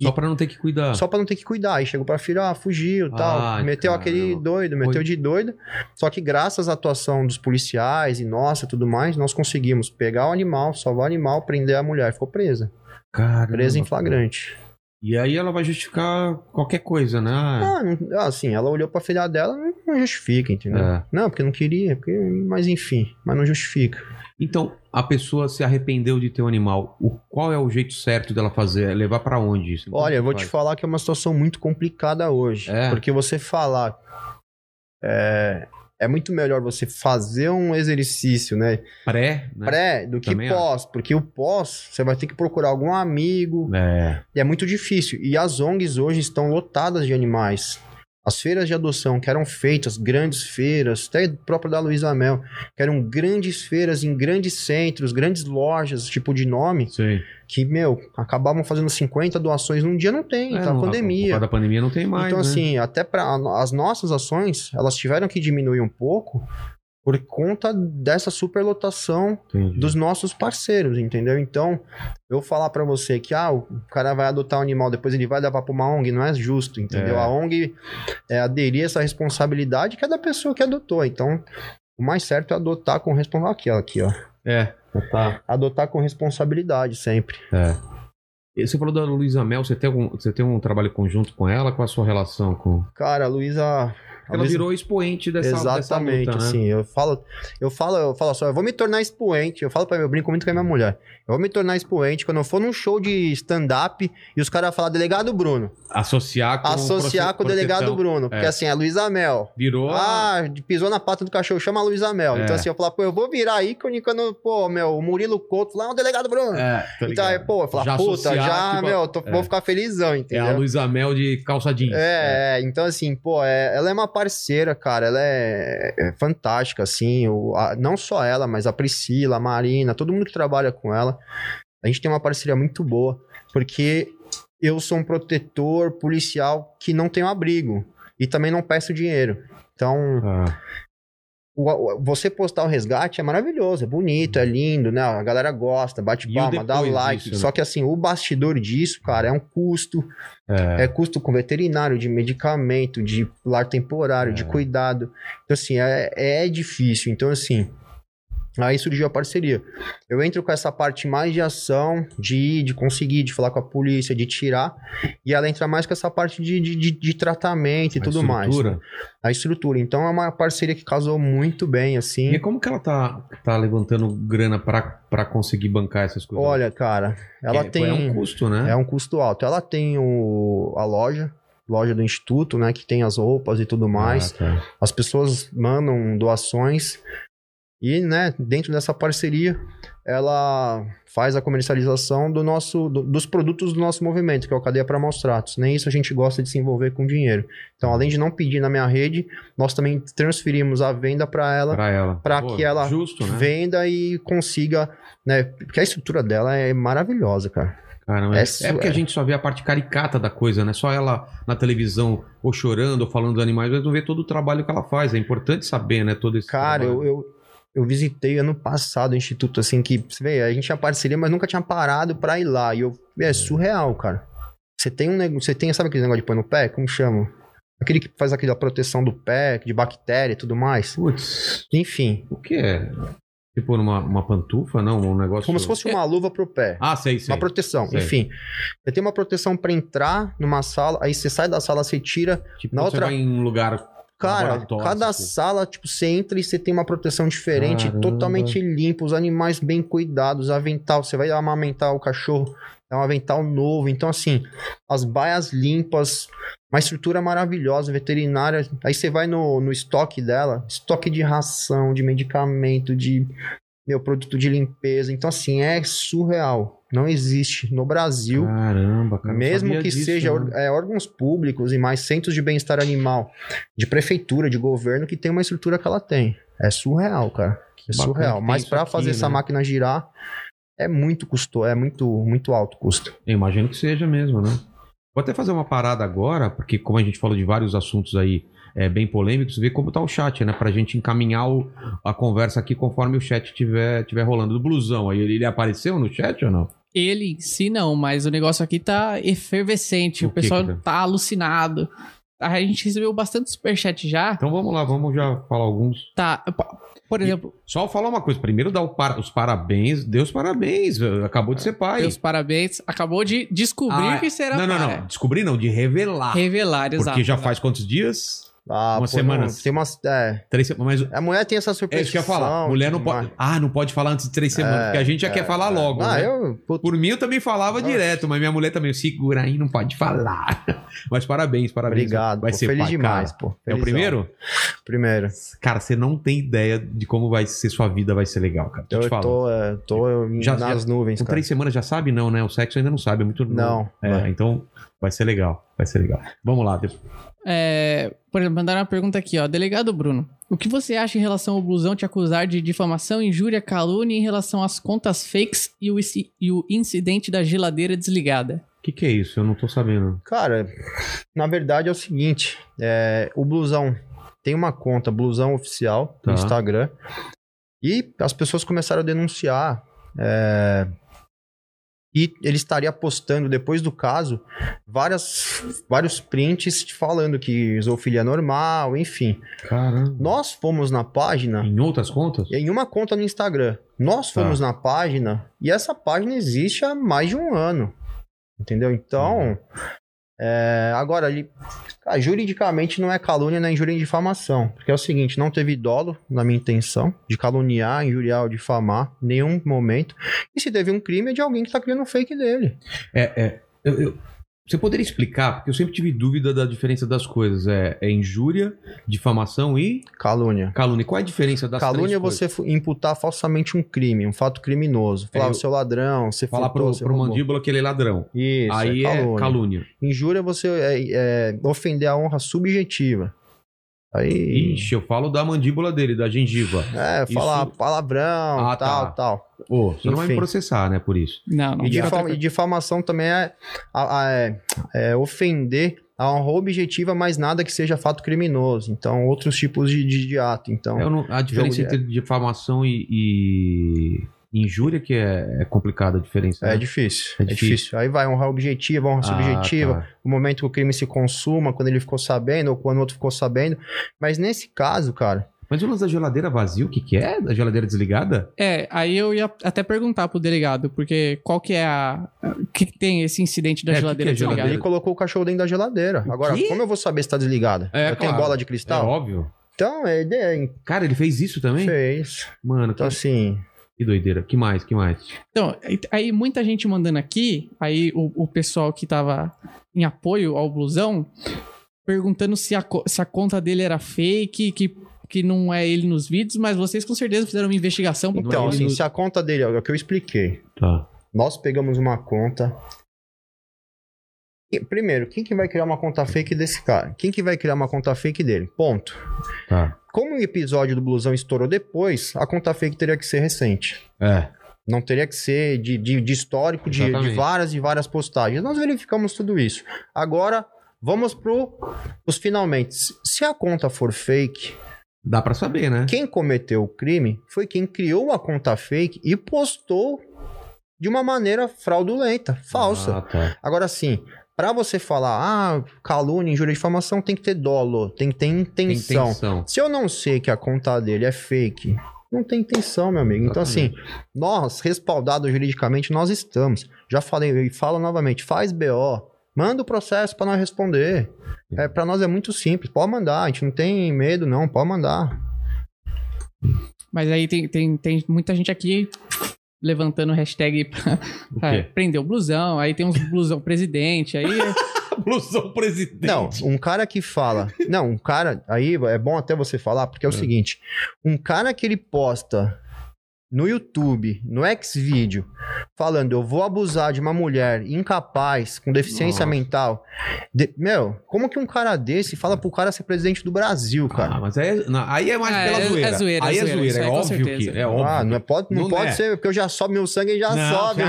Só pra não ter que cuidar. Só pra não ter que cuidar. Aí chegou pra filha, ah, fugiu e Ai, tal. Meteu caramba. aquele doido, meteu Foi. de doido. Só que graças à atuação dos policiais e nossa tudo mais, nós conseguimos pegar o animal, salvar o animal, prender a mulher. Ficou presa. Caramba, Presa em cara. flagrante. E aí ela vai justificar qualquer coisa, né? Ah, não- ah, assim, ela olhou pra filha dela, não, não justifica, entendeu? É. Não, porque não queria, porque, mas enfim, mas não justifica. Então, a pessoa se arrependeu de ter um animal. O, qual é o jeito certo dela fazer? É Levar pra onde isso? Olha, eu vou te Faz. falar que é uma situação muito complicada hoje. É. Porque você falar. É, é muito melhor você fazer um exercício, né? Pré, né? pré do que Também pós, porque o pós você vai ter que procurar algum amigo, É. e é muito difícil. E as ONGs hoje estão lotadas de animais. As feiras de adoção que eram feitas, grandes feiras, até próprio da Luísa Mel, que eram grandes feiras em grandes centros, grandes lojas, tipo de nome, Sim. que, meu, acabavam fazendo 50 doações num dia, não tem, É, tá não, a Por pandemia. causa da pandemia não tem mais. Então, né? assim, até para as nossas ações, elas tiveram que diminuir um pouco por conta dessa superlotação Entendi. dos nossos parceiros, entendeu? Então, eu falar pra você que ah, o cara vai adotar um animal, depois ele vai levar pra uma ONG, não é justo, entendeu? É. A ONG é, aderir a essa responsabilidade que é da pessoa que adotou. Então, o mais certo é adotar com responsabilidade. Aqui, ó. É. Tá. Adotar com responsabilidade sempre. é. E Você falou da Luísa Mel, você tem, algum, você tem um trabalho conjunto com ela? Qual a sua relação com. Cara, a Luísa. a Ela Luísa- virou expoente dessa Exatamente, dessa luta, né? assim, eu falo, eu falo, eu falo só, eu vou me tornar expoente, eu falo para eu brinco muito com a minha mulher. Eu vou me tornar expoente quando eu for num show de stand up e os caras falar delegado Bruno. Associar com associar prote- com o delegado proteção. Bruno. Porque É. assim, a Luísa Mel. Virou. a- Ah, pisou na pata do cachorro, chama a Luísa Mel. É. Então assim, eu falo, pô, eu vou virar ícone quando, pô, meu, o Murilo Couto lá é o delegado Bruno. é, tá então aí, ligado. pô, eu falo, Já puta, associar, já, tipo, meu, tô- é. vou ficar felizão, É a entendeu? Luísa Mel de calça jeans. É, é, então assim, pô, é- ela é uma parceira, cara, ela é, é fantástica, assim, o- a- não só ela, mas a Priscila, a Marina, todo mundo que trabalha com ela, a gente tem uma parceria muito boa, porque eu sou um protetor policial que não tenho abrigo e também não peço dinheiro. Então, Ah, o- o- você postar o resgate é maravilhoso, é bonito, é lindo, né? A galera gosta, bate E o palma, dá depois like. disso, né? Só que assim, o bastidor disso, cara, é um custo. é. É custo com veterinário, de medicamento, de lar temporário, É. de cuidado. Então, assim, é, é difícil. Então, assim, aí surgiu a parceria. Eu entro com essa parte mais de ação, de ir, de conseguir, de falar com a polícia, de tirar. E ela entra mais com essa parte de, de, de- de tratamento e A tudo mais. estrutura. A estrutura. Então, é uma parceria que casou muito bem, assim. E como que ela tá, tá levantando grana pra, pra conseguir bancar essas coisas? Olha, cara, ela É, tem. É um custo, né? É um custo alto. Ela tem o, a loja, loja do Instituto, né? Que tem as roupas e tudo mais. Ah, tá. As pessoas mandam doações. E, né, dentro dessa parceria, ela faz a comercialização do nosso, do- dos produtos do nosso movimento, que é o Cadeia para Maus Tratos. Nem isso a gente gosta de se envolver com dinheiro. Então, além de não pedir na minha rede, nós também transferimos a venda para ela Pra ela. pra que ela Justo, né? venda e consiga, né? Porque a estrutura dela é maravilhosa, cara. Caramba, é, É é su- porque a gente só vê a parte caricata da coisa, né? Só ela na televisão ou chorando ou falando dos animais, mas não vê todo o trabalho que ela faz. É importante saber, né? Todo esse Cara, eu, eu, eu visitei ano passado o instituto, assim, que você vê, a gente tinha parceria, mas nunca tinha parado pra ir lá. E eu, é surreal, cara. Você tem um negócio, você tem, sabe aquele negócio de pôr no pé? Como chama? Aquele que faz aquela proteção do pé, de bactéria e tudo mais. Putz, Enfim, o que é? Tipo, numa uma pantufa, não? Um negócio. como se fosse uma luva pro pé. Ah, sei, sei. Uma proteção, Sei. enfim. Você tem uma proteção pra entrar numa sala, aí você sai da sala, você tira, Tipo, na você outra- vai em um lugar. Cara, Laboratório, cada essas sala, tipo, você entra e você tem uma proteção diferente, Caramba. totalmente limpa, os animais bem cuidados, avental, você vai amamentar o cachorro, é um avental novo. Então, assim, as baias limpas, uma estrutura maravilhosa, veterinária. Aí você vai no, no estoque dela, estoque de ração, de medicamento, de meu produto de limpeza. Então, assim, é surreal. Não existe no Brasil. Caramba, cara. eu Mesmo sabia que disso, seja né? or- é, órgãos públicos e mais centros de bem-estar animal, de prefeitura, de governo, que tem uma estrutura que ela tem. É surreal, cara. É bacana que surreal. tem Mas isso pra aqui, fazer essa né? máquina girar, é muito custo, é muito, muito alto o custo. Eu imagino que seja mesmo, né? Vou até fazer uma parada agora, porque como a gente falou de vários assuntos aí é, bem polêmicos, ver como tá o chat, né? Pra gente encaminhar o- a conversa aqui conforme o chat tiver, tiver rolando. Do blusão aí, ele, ele apareceu no chat ou não? Ele em si não, mas o negócio aqui tá efervescente. O O, que pessoal que tá? tá alucinado. A gente recebeu bastante superchat já. Então vamos lá, vamos já falar alguns. Tá, por exemplo, Só falar uma coisa, primeiro dar o par- os parabéns, Deus parabéns, acabou É. de ser pai. meus parabéns. Acabou de descobrir Ah, que será não, não, pai. não, descobri não, de revelar. Revelar, exato. né? porque já faz quantos dias? Ah, Umas pô, não, semanas. Tem umas, é, Três semanas, mas a mulher tem essa é surpresa. isso que eu ia falar. Mulher não pode. Ah, não pode falar antes de três semanas, É, porque a gente já quer falar logo. Ah, né? eu. puta, Por mim, eu também falava Nossa. direto, mas minha mulher também, segura aí, não pode falar. Mas parabéns, parabéns. obrigado. Vai pô, ser feliz pai, demais, cara. pô. É o felizão. primeiro? Primeiro. Cara, você não tem ideia de como vai ser sua vida, vai ser legal, cara. Tô Eu te falando. tô, é, tô Já- nas nuvens, Com cara. três semanas já sabe? Não, né? O sexo ainda não sabe, é muito novo. Não. É, não. então vai ser legal, vai ser legal. Vamos lá. depois- É, por exemplo, mandaram uma pergunta aqui, ó. Delegado Bruno, o que você acha em relação ao blusão te acusar de difamação, injúria, calúnia em relação às contas fakes e o, inci- e o incidente da geladeira desligada? O que, que é isso? Eu não tô sabendo. Cara, na verdade é o seguinte: é, o Blusão tem uma conta, Blusão Oficial, Tá. no Instagram. E as pessoas começaram a denunciar. é, e ele estaria postando, depois do caso, várias, vários prints falando que zoofilia é normal, enfim. Caramba. Nós fomos na página Em outras contas? em uma conta no Instagram. Nós Tá. fomos na página e essa página existe há mais de um ano. Entendeu? Hum. Então, é, agora, ali, cara, juridicamente não é calúnia nem injúria e difamação. Porque é o seguinte, não teve dolo na minha intenção de caluniar, injuriar ou difamar em nenhum momento. E se teve um crime é de alguém que tá criando um fake dele. É, é. Eu- eu- você poderia explicar? Porque eu sempre tive dúvida da diferença das coisas. É, é injúria, difamação e Calúnia. calúnia. Qual é a diferença das calúnia é três coisas? você fu- imputar falsamente um crime, um fato criminoso. Falar, É, eu- o seu ladrão, você Falar furtou, pro, você pro roubou." mandíbula que ele é ladrão. Isso, Aí é calúnia. Injúria é você é, é, ofender a honra subjetiva. Aí. Ixi, eu falo da mandíbula dele, da gengiva. É, falar isso- palavrão, Ah, tal, tá. tal. Pô, você não vai me Enfim. processar, né, por isso. Não, não. E, já difama- outra e difamação também é, a- a- é- é ofender a honra objetiva, mas nada que seja fato criminoso. Então, outros tipos de, de, de ato. Então, Eu não- a diferença de- entre difamação e, e injúria que é, é complicada a diferença. é né? difícil. É É, difícil. difícil. Aí vai honra objetiva, honra subjetiva. Ah, tá. o momento que o crime se consuma, quando ele ficou sabendo, ou quando o outro ficou sabendo. Mas nesse caso, cara, Mas o lance da geladeira vazia, o que que é? Da geladeira desligada? É, aí eu ia até perguntar pro delegado, porque qual que é a. O que, que tem esse incidente da É, o que geladeira que é desligada? geladeira? ele colocou o cachorro dentro da geladeira. Agora, quê? como eu vou saber se tá desligada? É, eu tenho claro. bola de É cristal? óbvio. é? então, é, é, Cara, ele fez isso também? fez. Mano, que, Então, assim, que doideira. Que mais, que mais? Então, aí- aí muita gente mandando aqui, aí o, o pessoal que tava em apoio ao blusão, perguntando se a, co- se a conta dele era fake, que, que não é ele nos vídeos, mas vocês com certeza fizeram uma investigação pra então é provar assim, minuto. se a conta dele, é o que eu expliquei. Tá. Nós pegamos uma conta. E, primeiro, quem que vai criar uma conta fake desse cara? Quem que vai criar uma conta fake dele? Ponto. Tá. Como o episódio do blusão estourou depois, a conta fake teria que ser recente. É. Não teria que ser de, de, de histórico, de, Exatamente. de várias e várias postagens. Nós verificamos tudo isso. Agora, vamos pro os finalmente. Se a conta for fake, Dá pra saber, né? quem cometeu o crime foi quem criou a conta fake e postou de uma maneira fraudulenta, falsa. Ah, tá. Agora sim, para você falar, ah, calúnia, injúria, difamação, tem que ter dolo, tem que ter Tem intenção. tensão. Se eu não sei que a conta dele é fake, não tem intenção, meu amigo. Então, assim, nós, respaldados juridicamente, nós estamos. Já falei e falo novamente, faz BO. Manda o processo para nós responder. É, para nós é muito simples. Pode mandar, a gente não tem medo, não. Pode mandar. Mas aí tem, tem, tem muita gente aqui levantando hashtag pra, O é, quê? prender o blusão, aí tem uns blusão presidente, aí Blusão presidente. Não, um cara que fala. Não, um cara. Aí é bom até você falar, porque é o É. seguinte: um cara que ele posta no YouTube, no Xvideo, falando eu vou abusar de uma mulher incapaz, com deficiência Nossa. mental. de- meu, como que um cara desse fala pro cara ser presidente do Brasil, cara? Ah, mas aí, é- não, aí é mais Ah, pela é- é zoeira. zoeira, Aí é é zoeira, zoeira, isso é aí com óbvio certeza. que. É óbvio. Ah, não é- pode, não Não pode é. ser, porque eu já sobe, meu sangue já Não, sobe.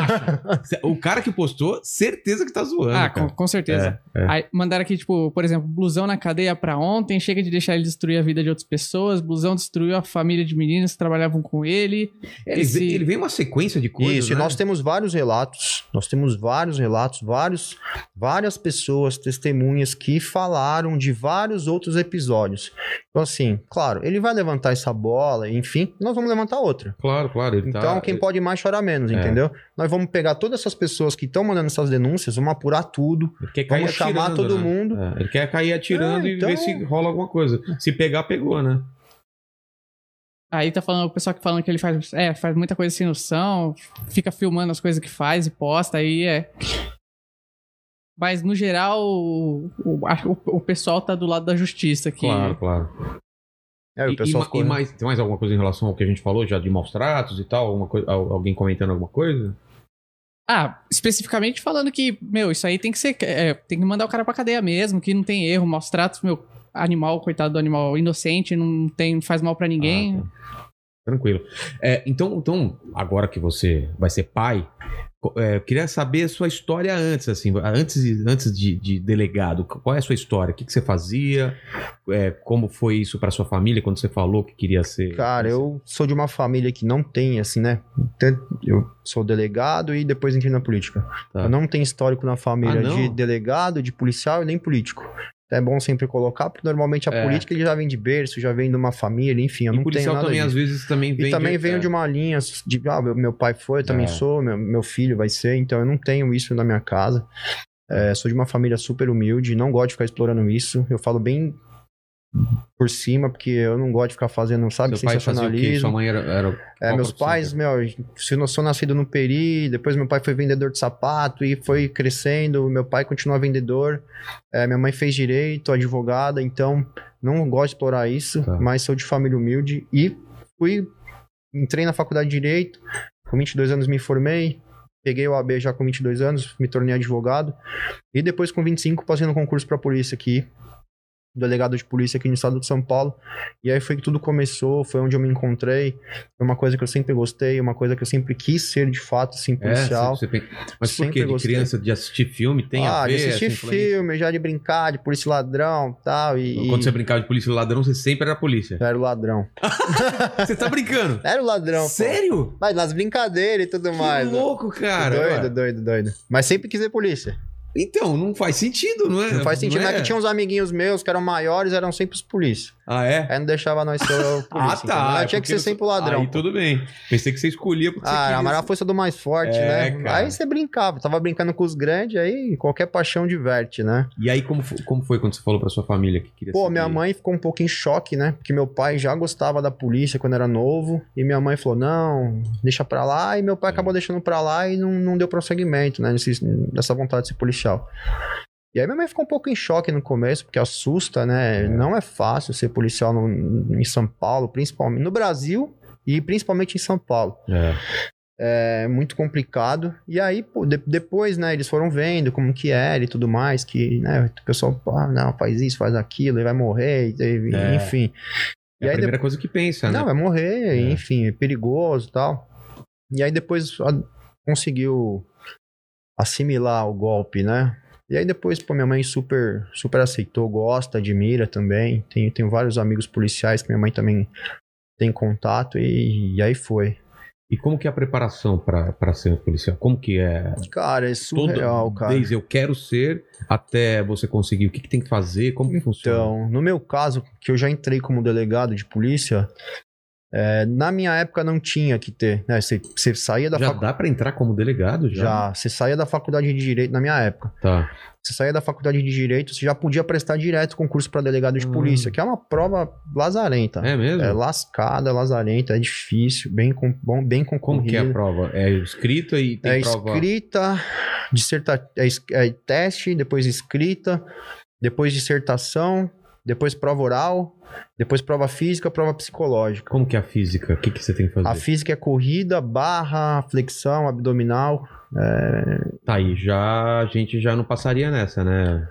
você acha? o cara que postou, certeza que tá zoando. Ah, com, cara. com certeza. Aí mandaram aqui, tipo, por exemplo, blusão na cadeia pra ontem, chega de deixar ele destruir a vida de outras pessoas, blusão destruiu a família de meninas que trabalhavam com ele. É. Ele, Esse- vem, ele vem uma sequência de coisas. Isso, e né? nós temos vários relatos, nós temos vários relatos, vários, várias pessoas, testemunhas que falaram de vários outros episódios. Então, assim, claro, ele vai levantar essa bola, enfim, nós vamos levantar outra. Claro, claro. Ele Então, tá- quem pode mais chora menos, É. entendeu? Nós vamos pegar todas essas pessoas que estão mandando essas denúncias, vamos apurar tudo. Ele quer Vamos chamar todo mundo. É, ele quer cair atirando É, e então- ver se rola alguma coisa. Se pegar, pegou, né? Aí tá falando, o pessoal que falando que ele faz, é, faz muita coisa sem noção, fica filmando as coisas que faz e posta, aí é. Mas no geral, o, o, a- o- o pessoal tá do lado da justiça aqui. Claro, claro. É, E, o pessoal e ma- ficou- e mais, tem mais alguma coisa em relação ao que a gente falou já de maus tratos e tal? Alguma coisa- al- alguém comentando alguma coisa? Ah, especificamente falando que, meu, isso aí tem que ser. é, tem que mandar o cara pra cadeia mesmo, que não tem erro, maus tratos, meu. Animal, coitado do animal inocente, não tem, não faz mal pra ninguém. Ah, tá. Tranquilo. É, então, então, agora que você vai ser pai, co- é, eu queria saber a sua história antes, assim, antes, de- antes de, de delegado. Qual é a sua história? O que, que você fazia? É, como foi isso pra sua família quando você falou que queria ser. Cara, eu sou de uma família que não tem, assim, né? Tanto- Eu sou delegado e depois entrei na política. Tá. Eu não tenho histórico na Ah, família não? de delegado, de policial e nem político. É bom sempre colocar, porque normalmente a É. política ele já vem de berço, já vem de uma família, enfim, eu E não tenho policial nada também, às disso. vezes, também vem E também venho é. de uma linha de, ah, meu, meu pai foi, eu também É. sou, meu, meu filho vai ser, então eu não tenho isso na minha casa. É, sou de uma família super humilde, não gosto de ficar explorando isso. Eu falo bem por cima, porque eu não gosto de ficar fazendo, sabe, Seu pai fazia o quê? sensacionalismo. Sua mãe era. era- É, Qual meus profissão pais, meu, se eu sou nascido no Peri, depois meu pai foi vendedor de sapato e foi crescendo, meu pai continua vendedor, é, minha mãe fez direito, advogada, então não gosto de explorar isso, Tá. mas sou de família humilde e fui, entrei na faculdade de direito, com 22 anos me formei, peguei o AB já com 22 anos, me tornei advogado e depois com 25 passei no concurso para polícia aqui delegado de polícia aqui no estado de São Paulo. E aí foi que tudo começou, foi onde eu me encontrei. Foi uma coisa que eu sempre gostei, uma coisa que eu sempre quis ser de fato, É, assim, policial. você- você tem- Mas por Sempre que de gostei. criança de assistir filme tem ah, a ver? assim, de assistir essa influência? filme, já de brincar, de polícia e ladrão tal, e Quando você e- brincava de polícia e ladrão, você sempre era polícia. era o ladrão. Você tá brincando? Era o ladrão, pô. Sério? Mas nas brincadeiras e tudo mais. que né? louco, cara. doido, Olha. doido, doido. Mas sempre quis ser polícia. Então, não faz sentido, não é? Não faz sentido, mas é? que tinha um uns amiguinhos meus que eram maiores, eram sempre os polícia. Ah, é? Aí não deixava nós ser o polícia. Ah, entendeu? tá. Aí tinha que ser sempre o ladrão. Aí pô. tudo bem. Pensei que você escolhia porque Ah, você era- queria. mas era a força do mais forte, É, né? cara. Aí você brincava, tava brincando com os grandes, aí qualquer paixão diverte, né? E aí, como, fo- como foi quando você falou pra sua família que queria Pô, ser minha gay? mãe ficou um pouco em choque, né? Porque meu pai já gostava da polícia quando era novo. E minha mãe falou: não, deixa pra lá. E meu pai É. acabou deixando pra lá e não, não deu prosseguimento, né? Nesse, nessa vontade de ser policial. E aí minha mãe ficou um pouco em choque no começo, porque assusta, né? É. Não é fácil ser policial no- em São Paulo, principalmente. No Brasil e principalmente em São Paulo. É. É muito complicado. E aí, pô, de- depois, né, eles foram vendo como que era e tudo mais, que, né, o pessoal, pá, não, faz isso, faz aquilo, ele vai morrer, e- e- É. enfim. É E a aí primeira coisa que pensa, né? Não, vai morrer, É. enfim, é perigoso e tal. E aí depois a- conseguiu assimilar o golpe, né? E aí depois, pô, minha mãe super, super aceitou, gosta, admira também. Tenho, tenho vários amigos policiais que minha mãe também tem contato e- e aí foi. E como que é a preparação pra pra ser um policial? Como que é? Cara, é surreal, Todo- cara. Desde eu quero ser até você conseguir. O que, que tem que fazer? Como que funciona? Então, no meu caso, que eu já entrei como delegado de polícia, é, na minha época não tinha que ter, né? Você você saía da já faculdade. dá pra entrar como delegado? Já. Já, você saía da faculdade de direito, na minha época. Tá. Você saía da faculdade de direito, você já podia prestar direto concurso pra delegado de Hum. polícia, que é uma prova lazarenta. É mesmo? É lascada, lazarenta, é difícil, bem, com, bom, bem Como que é a concorrida. prova? É escrita e tem É prova. escrita, disserta, é, es- é teste, depois escrita, depois dissertação, depois prova oral, depois prova física, prova psicológica. Como que é a física? O que, que você tem que A fazer? física é corrida, barra, flexão, abdominal. é, Tá aí, já a gente já não passaria nessa, né?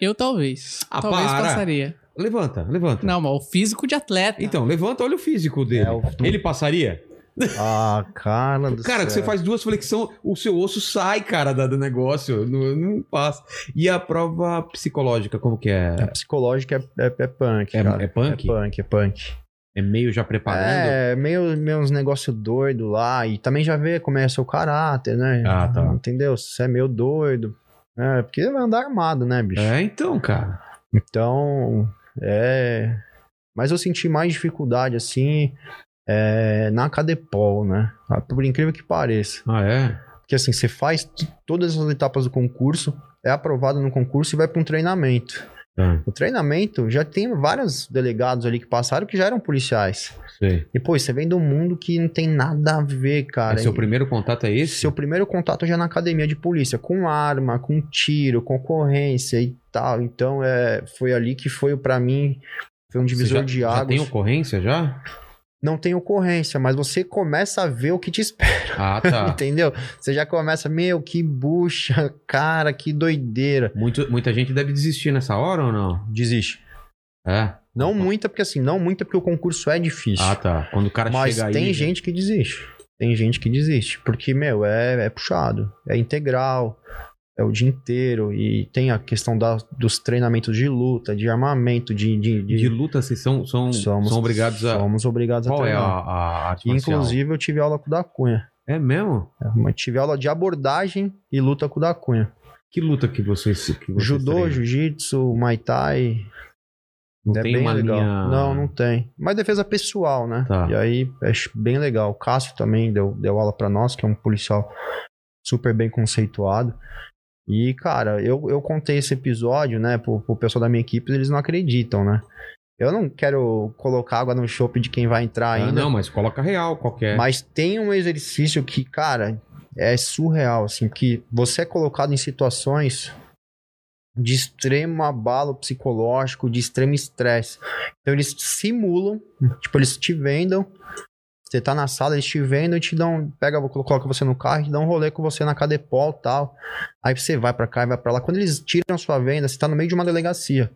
Eu talvez. Ah, talvez para. passaria. Levanta, levanta. Não, mas o físico de atleta. Então, levanta, olha o físico dele. É, o- é. Ele passaria? Ah, cara do Cara, que você céu. faz duas flexões, o seu osso sai, cara, da- do negócio. Não, não passa. E a prova psicológica, como que é? A psicológica é, é, é punk, É, cara. é punk? É punk, é punk. É meio já preparando? É, meio, meio uns negócio doido lá. E também já vê como é seu caráter, né? Ah, tá. Entendeu? Se você é meio doido. É, porque vai andar armado, né, bicho? É, então, cara. Então, é. Mas eu senti mais dificuldade, assim, é, na Cadepol, né? Ah, Por incrível que pareça. Ah, é? Porque, assim, você faz t- todas as etapas do concurso, é aprovado no concurso e vai para um treinamento. Ah, O treinamento já tem vários delegados ali que passaram que já eram policiais. sei. E, pô, você vem de um mundo que não tem nada a ver, cara. É seu E primeiro contato é esse? seu primeiro contato já é na academia de polícia, com arma, com tiro, concorrência e tal. Então, é, foi ali que foi, pra mim, foi um Você divisor já, de já águas. tem ocorrência já? Não tem ocorrência, mas você começa a ver o que te espera, Ah, tá. entendeu? Você já começa, meu, que bucha, cara, que doideira. Muito, muita gente deve desistir nessa hora ou não? Desiste. É. Não muita, porque assim, não muita, porque o concurso é difícil. Ah, tá. Quando o cara Mas chega aí. tem já- gente que desiste. Tem gente que desiste. Porque, meu, é, é puxado. É integral. É o dia inteiro. E tem a questão da, dos treinamentos de luta, de armamento, de. de, de- De luta, vocês são, são, são obrigados a. Somos obrigados a Qual é a, treinar. a arte E, marcial? Inclusive, eu tive aula com o da Cunha. É mesmo? Eu tive aula de abordagem e luta com o da Cunha. Que luta que vocês. Que vocês Judô, treinam? jiu-jitsu, muay thai. Não é tem bem uma legal. linha. Não, tá não tem. Mas defesa pessoal, né? Tá. E aí é ch- bem legal. O Cássio também deu, deu aula pra nós, que é um policial super bem conceituado. E, cara, eu, eu contei esse episódio, né, pro, pro pessoal da minha equipe, eles não acreditam, né? Eu não quero colocar água no chope de quem vai entrar Ah, ainda. não, mas coloca real qualquer. Mas tem um exercício que, cara, é surreal, assim, que você é colocado em situações de extremo abalo psicológico, de extremo estresse. Então eles simulam, tipo, eles te vendam. Você tá na sala, eles te vendam e te dão. Pega, coloca você no carro e dá um rolê com você na Cadepol e tal. Aí você vai pra cá e vai pra lá. Quando eles tiram sua venda, você tá no meio de uma delegacia.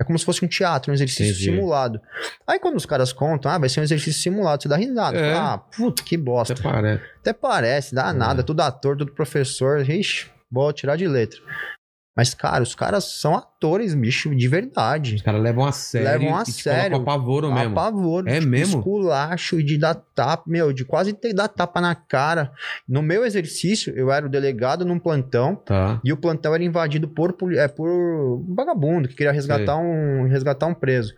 É como se fosse um teatro, um exercício Entendi. simulado. Aí quando os caras contam, ah, vai ser um exercício simulado, você dá risada. É. Fala, ah, puta, que bosta. Até parece. Até parece, dá É. nada. Tudo ator, tudo professor. Ixi, vou tirar de letra. Mas, cara, os caras são atores, bicho, de verdade. Os caras levam a sério. Levam a e te sério. colocam apavoro mesmo. Apavoro, É mesmo? esculacho e de dar tapa, meu, de quase ter dar tapa na cara. No meu exercício, eu era o delegado num plantão Tá. e o plantão era invadido por, poli- é, por vagabundo que queria resgatar um, resgatar um preso.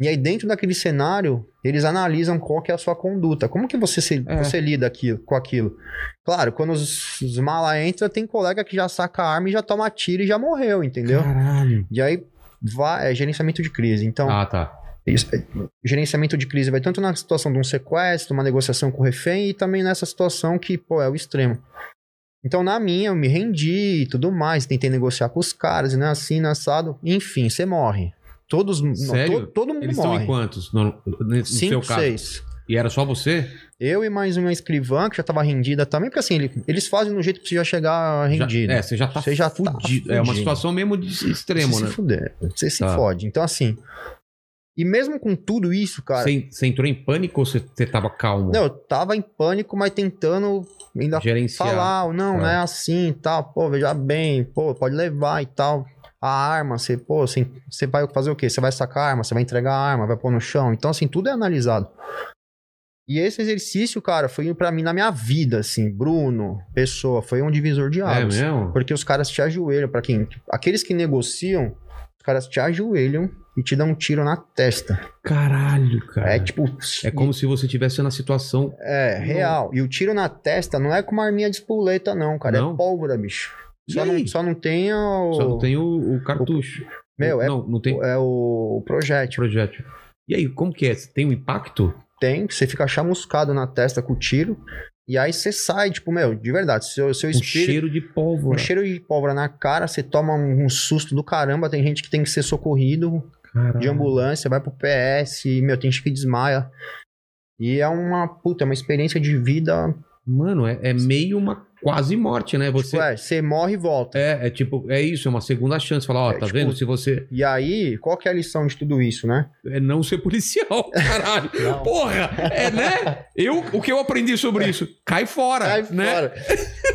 E aí, dentro daquele cenário, eles analisam qual que é a sua conduta. Como que você, se, É. você lida aquilo, com aquilo? Claro, quando os, os mala entram, tem colega que já saca a arma e já toma tiro e já morreu, entendeu? Caralho. E aí, vai, é gerenciamento de crise. Então, Ah, tá. isso, é, gerenciamento de crise vai tanto na situação de um sequestro, uma negociação com o refém, e também nessa situação que, pô, é o extremo. Então, na minha, eu me rendi e tudo mais, tentei negociar com os caras, e não é assim, não é assado. Enfim, você morre. Todos, não, Sério? to- todo mundo Eles estão em morre. quantos? No, no seu Cinco, caso. seis. E era só você? Eu e mais uma escrivã, que já tava rendida também, porque assim, ele- eles fazem no jeito pra você já chegar Já- rendido. é, você já tá Você já tá fudido. É uma fudido. situação mesmo de extremo, você né? se fuder, você se Tá. fode. Então, assim... E mesmo com tudo isso, cara... Você, você entrou em pânico ou você, você tava calmo? Não, eu tava em pânico, mas tentando ainda Gerenciar. falar, não, Tá. não é assim e tal, pô, veja bem, pô, pode levar e tal. A arma, você, pô, você, você vai fazer o quê? Você vai sacar a arma, você vai entregar a arma, vai pôr no chão. Então, assim, tudo é analisado. E esse exercício, cara, foi pra mim na minha vida, assim, Bruno, pessoa, foi um divisor de É águas. mesmo? porque os caras te ajoelham, pra quem. Aqueles que negociam, os caras te ajoelham e te dão um tiro na testa. Caralho, cara. É tipo. É como se você estivesse na situação. É, Não. real. E o tiro na testa não é com uma arminha de espoleta, não, cara. Não? É pólvora, bicho. E Só aí? não, só não tem o. Só não tem o, o cartucho. Meu, é, Não, não tem é o projétil. projétil. E aí, como que é? Tem um impacto? Tem, você fica chamuscado na testa com o tiro. E aí você sai, tipo, meu, de verdade. Seu, seu Um espírito. cheiro de Um pólvora. cheiro de pólvora na cara, você toma um susto do caramba. Tem gente que tem que ser socorrido Caralho. de ambulância, vai pro PS, e, meu, tem gente que desmaia. E é uma puta, é uma experiência de vida. Mano, é, é meio uma quase morte, né? Você. Tipo, é, você morre e volta. é, é tipo, é isso, é uma segunda chance. Falar, ó, É, tá tipo- vendo? Se você. E aí, qual que é a lição de tudo isso, né? É não ser policial, caralho. Não. Porra! É, né? Eu, o que eu aprendi sobre isso? Cai fora, Sai né? É. fora.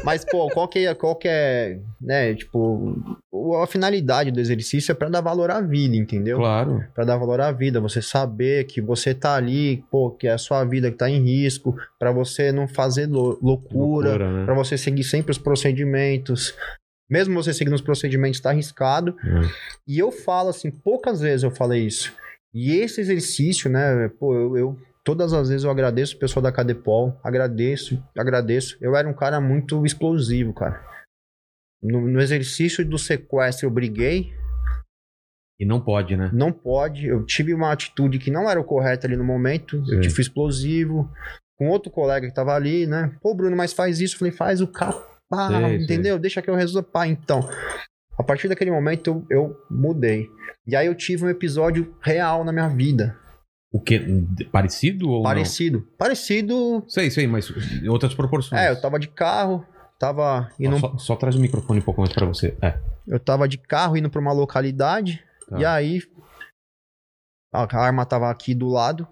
Mas, pô, qual que, é- qual que é, né, tipo, o- a finalidade do exercício é pra dar valor à vida, entendeu? Claro. Pra dar valor à vida, você saber que você tá ali, pô, que é a sua vida que tá em risco, pra você não fazer lou- loucura, Loucura, né? pra você seguir sempre os procedimentos. Mesmo você seguindo os procedimentos, tá arriscado. É. E eu falo assim, poucas vezes eu falei isso. E esse exercício, né, pô, eu, eu- todas as vezes eu agradeço o pessoal da Cadepol, agradeço, agradeço. Eu era um cara muito explosivo, cara. No, no exercício do sequestro eu briguei, E não pode, né? não pode, eu tive uma atitude que não era o correta ali no momento, eu Sim. fui explosivo, com outro colega que tava ali, né, pô Bruno, mas faz isso, eu falei, faz o capá, Sei, sei. entendeu? Deixa que eu resolva, pá, então. A partir daquele momento eu, eu mudei. E aí eu tive um episódio real na minha vida. O que? Parecido ou não? parecido. Parecido. Sei, sei, mas em outras proporções. É, eu tava de carro, tava Ó, indo. só, só traz o microfone um pouco mais pra você. É. Eu tava de carro indo pra uma localidade. Tá. E aí. A a arma tava aqui do lado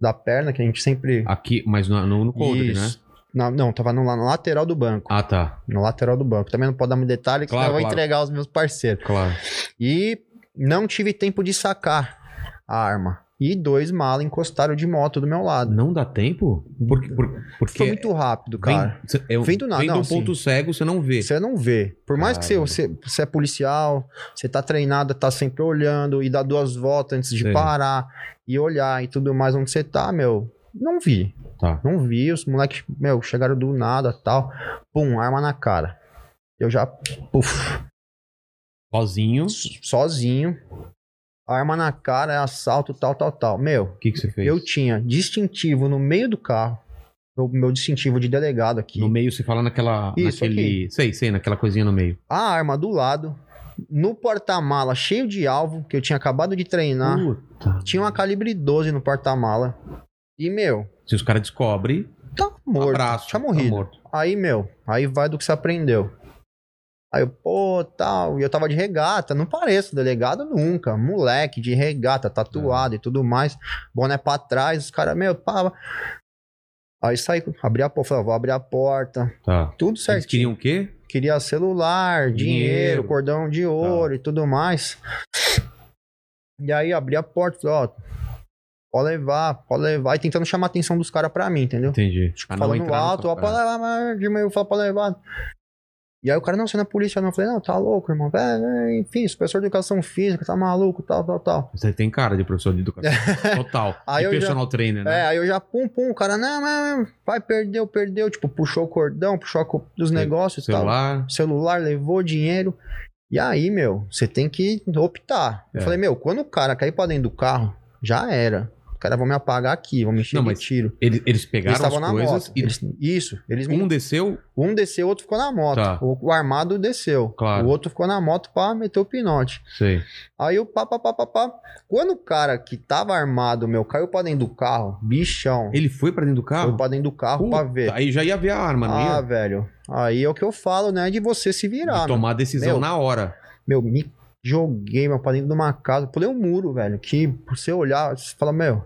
da perna, que a gente sempre. Aqui, mas no, no, no coldre, Isso. né? Na- não, tava no, la- na lateral do banco. Ah, tá. No lateral do banco. Também não pode dar muito detalhe, que Claro, senão eu vou claro. entregar aos meus parceiros. Claro. E não tive tempo de sacar a arma. E dois malas encostaram de moto do meu lado. Não dá tempo? Por, por, porque. Foi muito rápido, cara. Vem, cê- é, um- Vem do nada, Vem não, assim. do ponto cego, você não vê. Você não vê. Por mais que você, Caramba. você, você é policial, você tá treinado, tá sempre olhando e dá duas voltas antes de Sei. parar e olhar e tudo mais onde você tá, meu. Não vi. Tá. Não vi. Os moleques, meu, chegaram do nada tal. Pum, arma na cara. Eu já, puf, Sozinho. sozinho. Arma na cara, assalto, tal, tal, tal. Meu, O que, que você fez? eu tinha distintivo no meio do carro. Meu, meu distintivo de delegado aqui. No meio você fala naquela. Isso, naquele. Sei, sei, naquela coisinha no meio. a arma do lado, no porta-mala cheio de alvo, que eu tinha acabado de treinar. Puta. Tinha uma calibre 12 no porta-mala. E, meu, Se os caras descobrem, tá um morto. abraço. tinha Tá morrido. morto. Aí, meu, aí vai do que você aprendeu. Aí eu, pô, tal. E eu tava de regata, não pareço delegado nunca. Moleque de regata, tatuado e tudo mais. Boné pra trás, os caras, meu, pá. Aí saí, abri a porta, falei, ó, vou abrir a porta, Tá. tudo Eles certinho. queriam o quê? Queria celular, dinheiro, Dinheiro. Tá. cordão de ouro e tudo mais. E aí abri a porta, falei, ó, pode levar, pode levar. E tentando chamar a atenção dos caras pra mim, entendeu? Entendi. Ah, não falando entrar no é. alto, ó, papel. pode levar, mas de meio fala, pode levar. E aí o cara, não, você não é polícia, não. Eu falei, não, tá louco, irmão. É, é, enfim, esse professor de educação física, tá maluco, tal, tal, tal. Você tem cara de professor de educação. Total. Aí e eu já- personal trainer, né? É, aí eu já pum, pum, o cara, não, não, não, vai, perdeu, perdeu. Tipo, puxou o cordão, puxou a cu- dos Sei- negócios e tal. Celular. celular, levou dinheiro. E aí, meu, você tem que optar. Eu É. falei, meu, quando o cara cair pra dentro do carro, já era. Os caras vão me apagar aqui, vão me encher Não, de mas tiro. Eles, eles Eles pegaram estavam as na coisas moto. e Eles- isso, eles me- um desceu. um desceu, o outro ficou na moto. Tá. O, o armado desceu. Claro. O outro ficou na moto pra meter o pinote. Sei. Aí o pá, pá, pá, pá, pá. Quando o cara que tava armado, meu, caiu pra dentro do carro, bichão. Ele foi pra dentro do Foi carro? pra dentro do carro Puta, pra ver. Aí já ia ver a arma, não Ah, ia? velho. Aí é o que eu falo, né? De você se virar. De meu. tomar a decisão Meu. na hora. Meu, me joguei, meu, pra dentro de uma casa. Pulei um muro, velho. Que por você olhar, você fala, meu.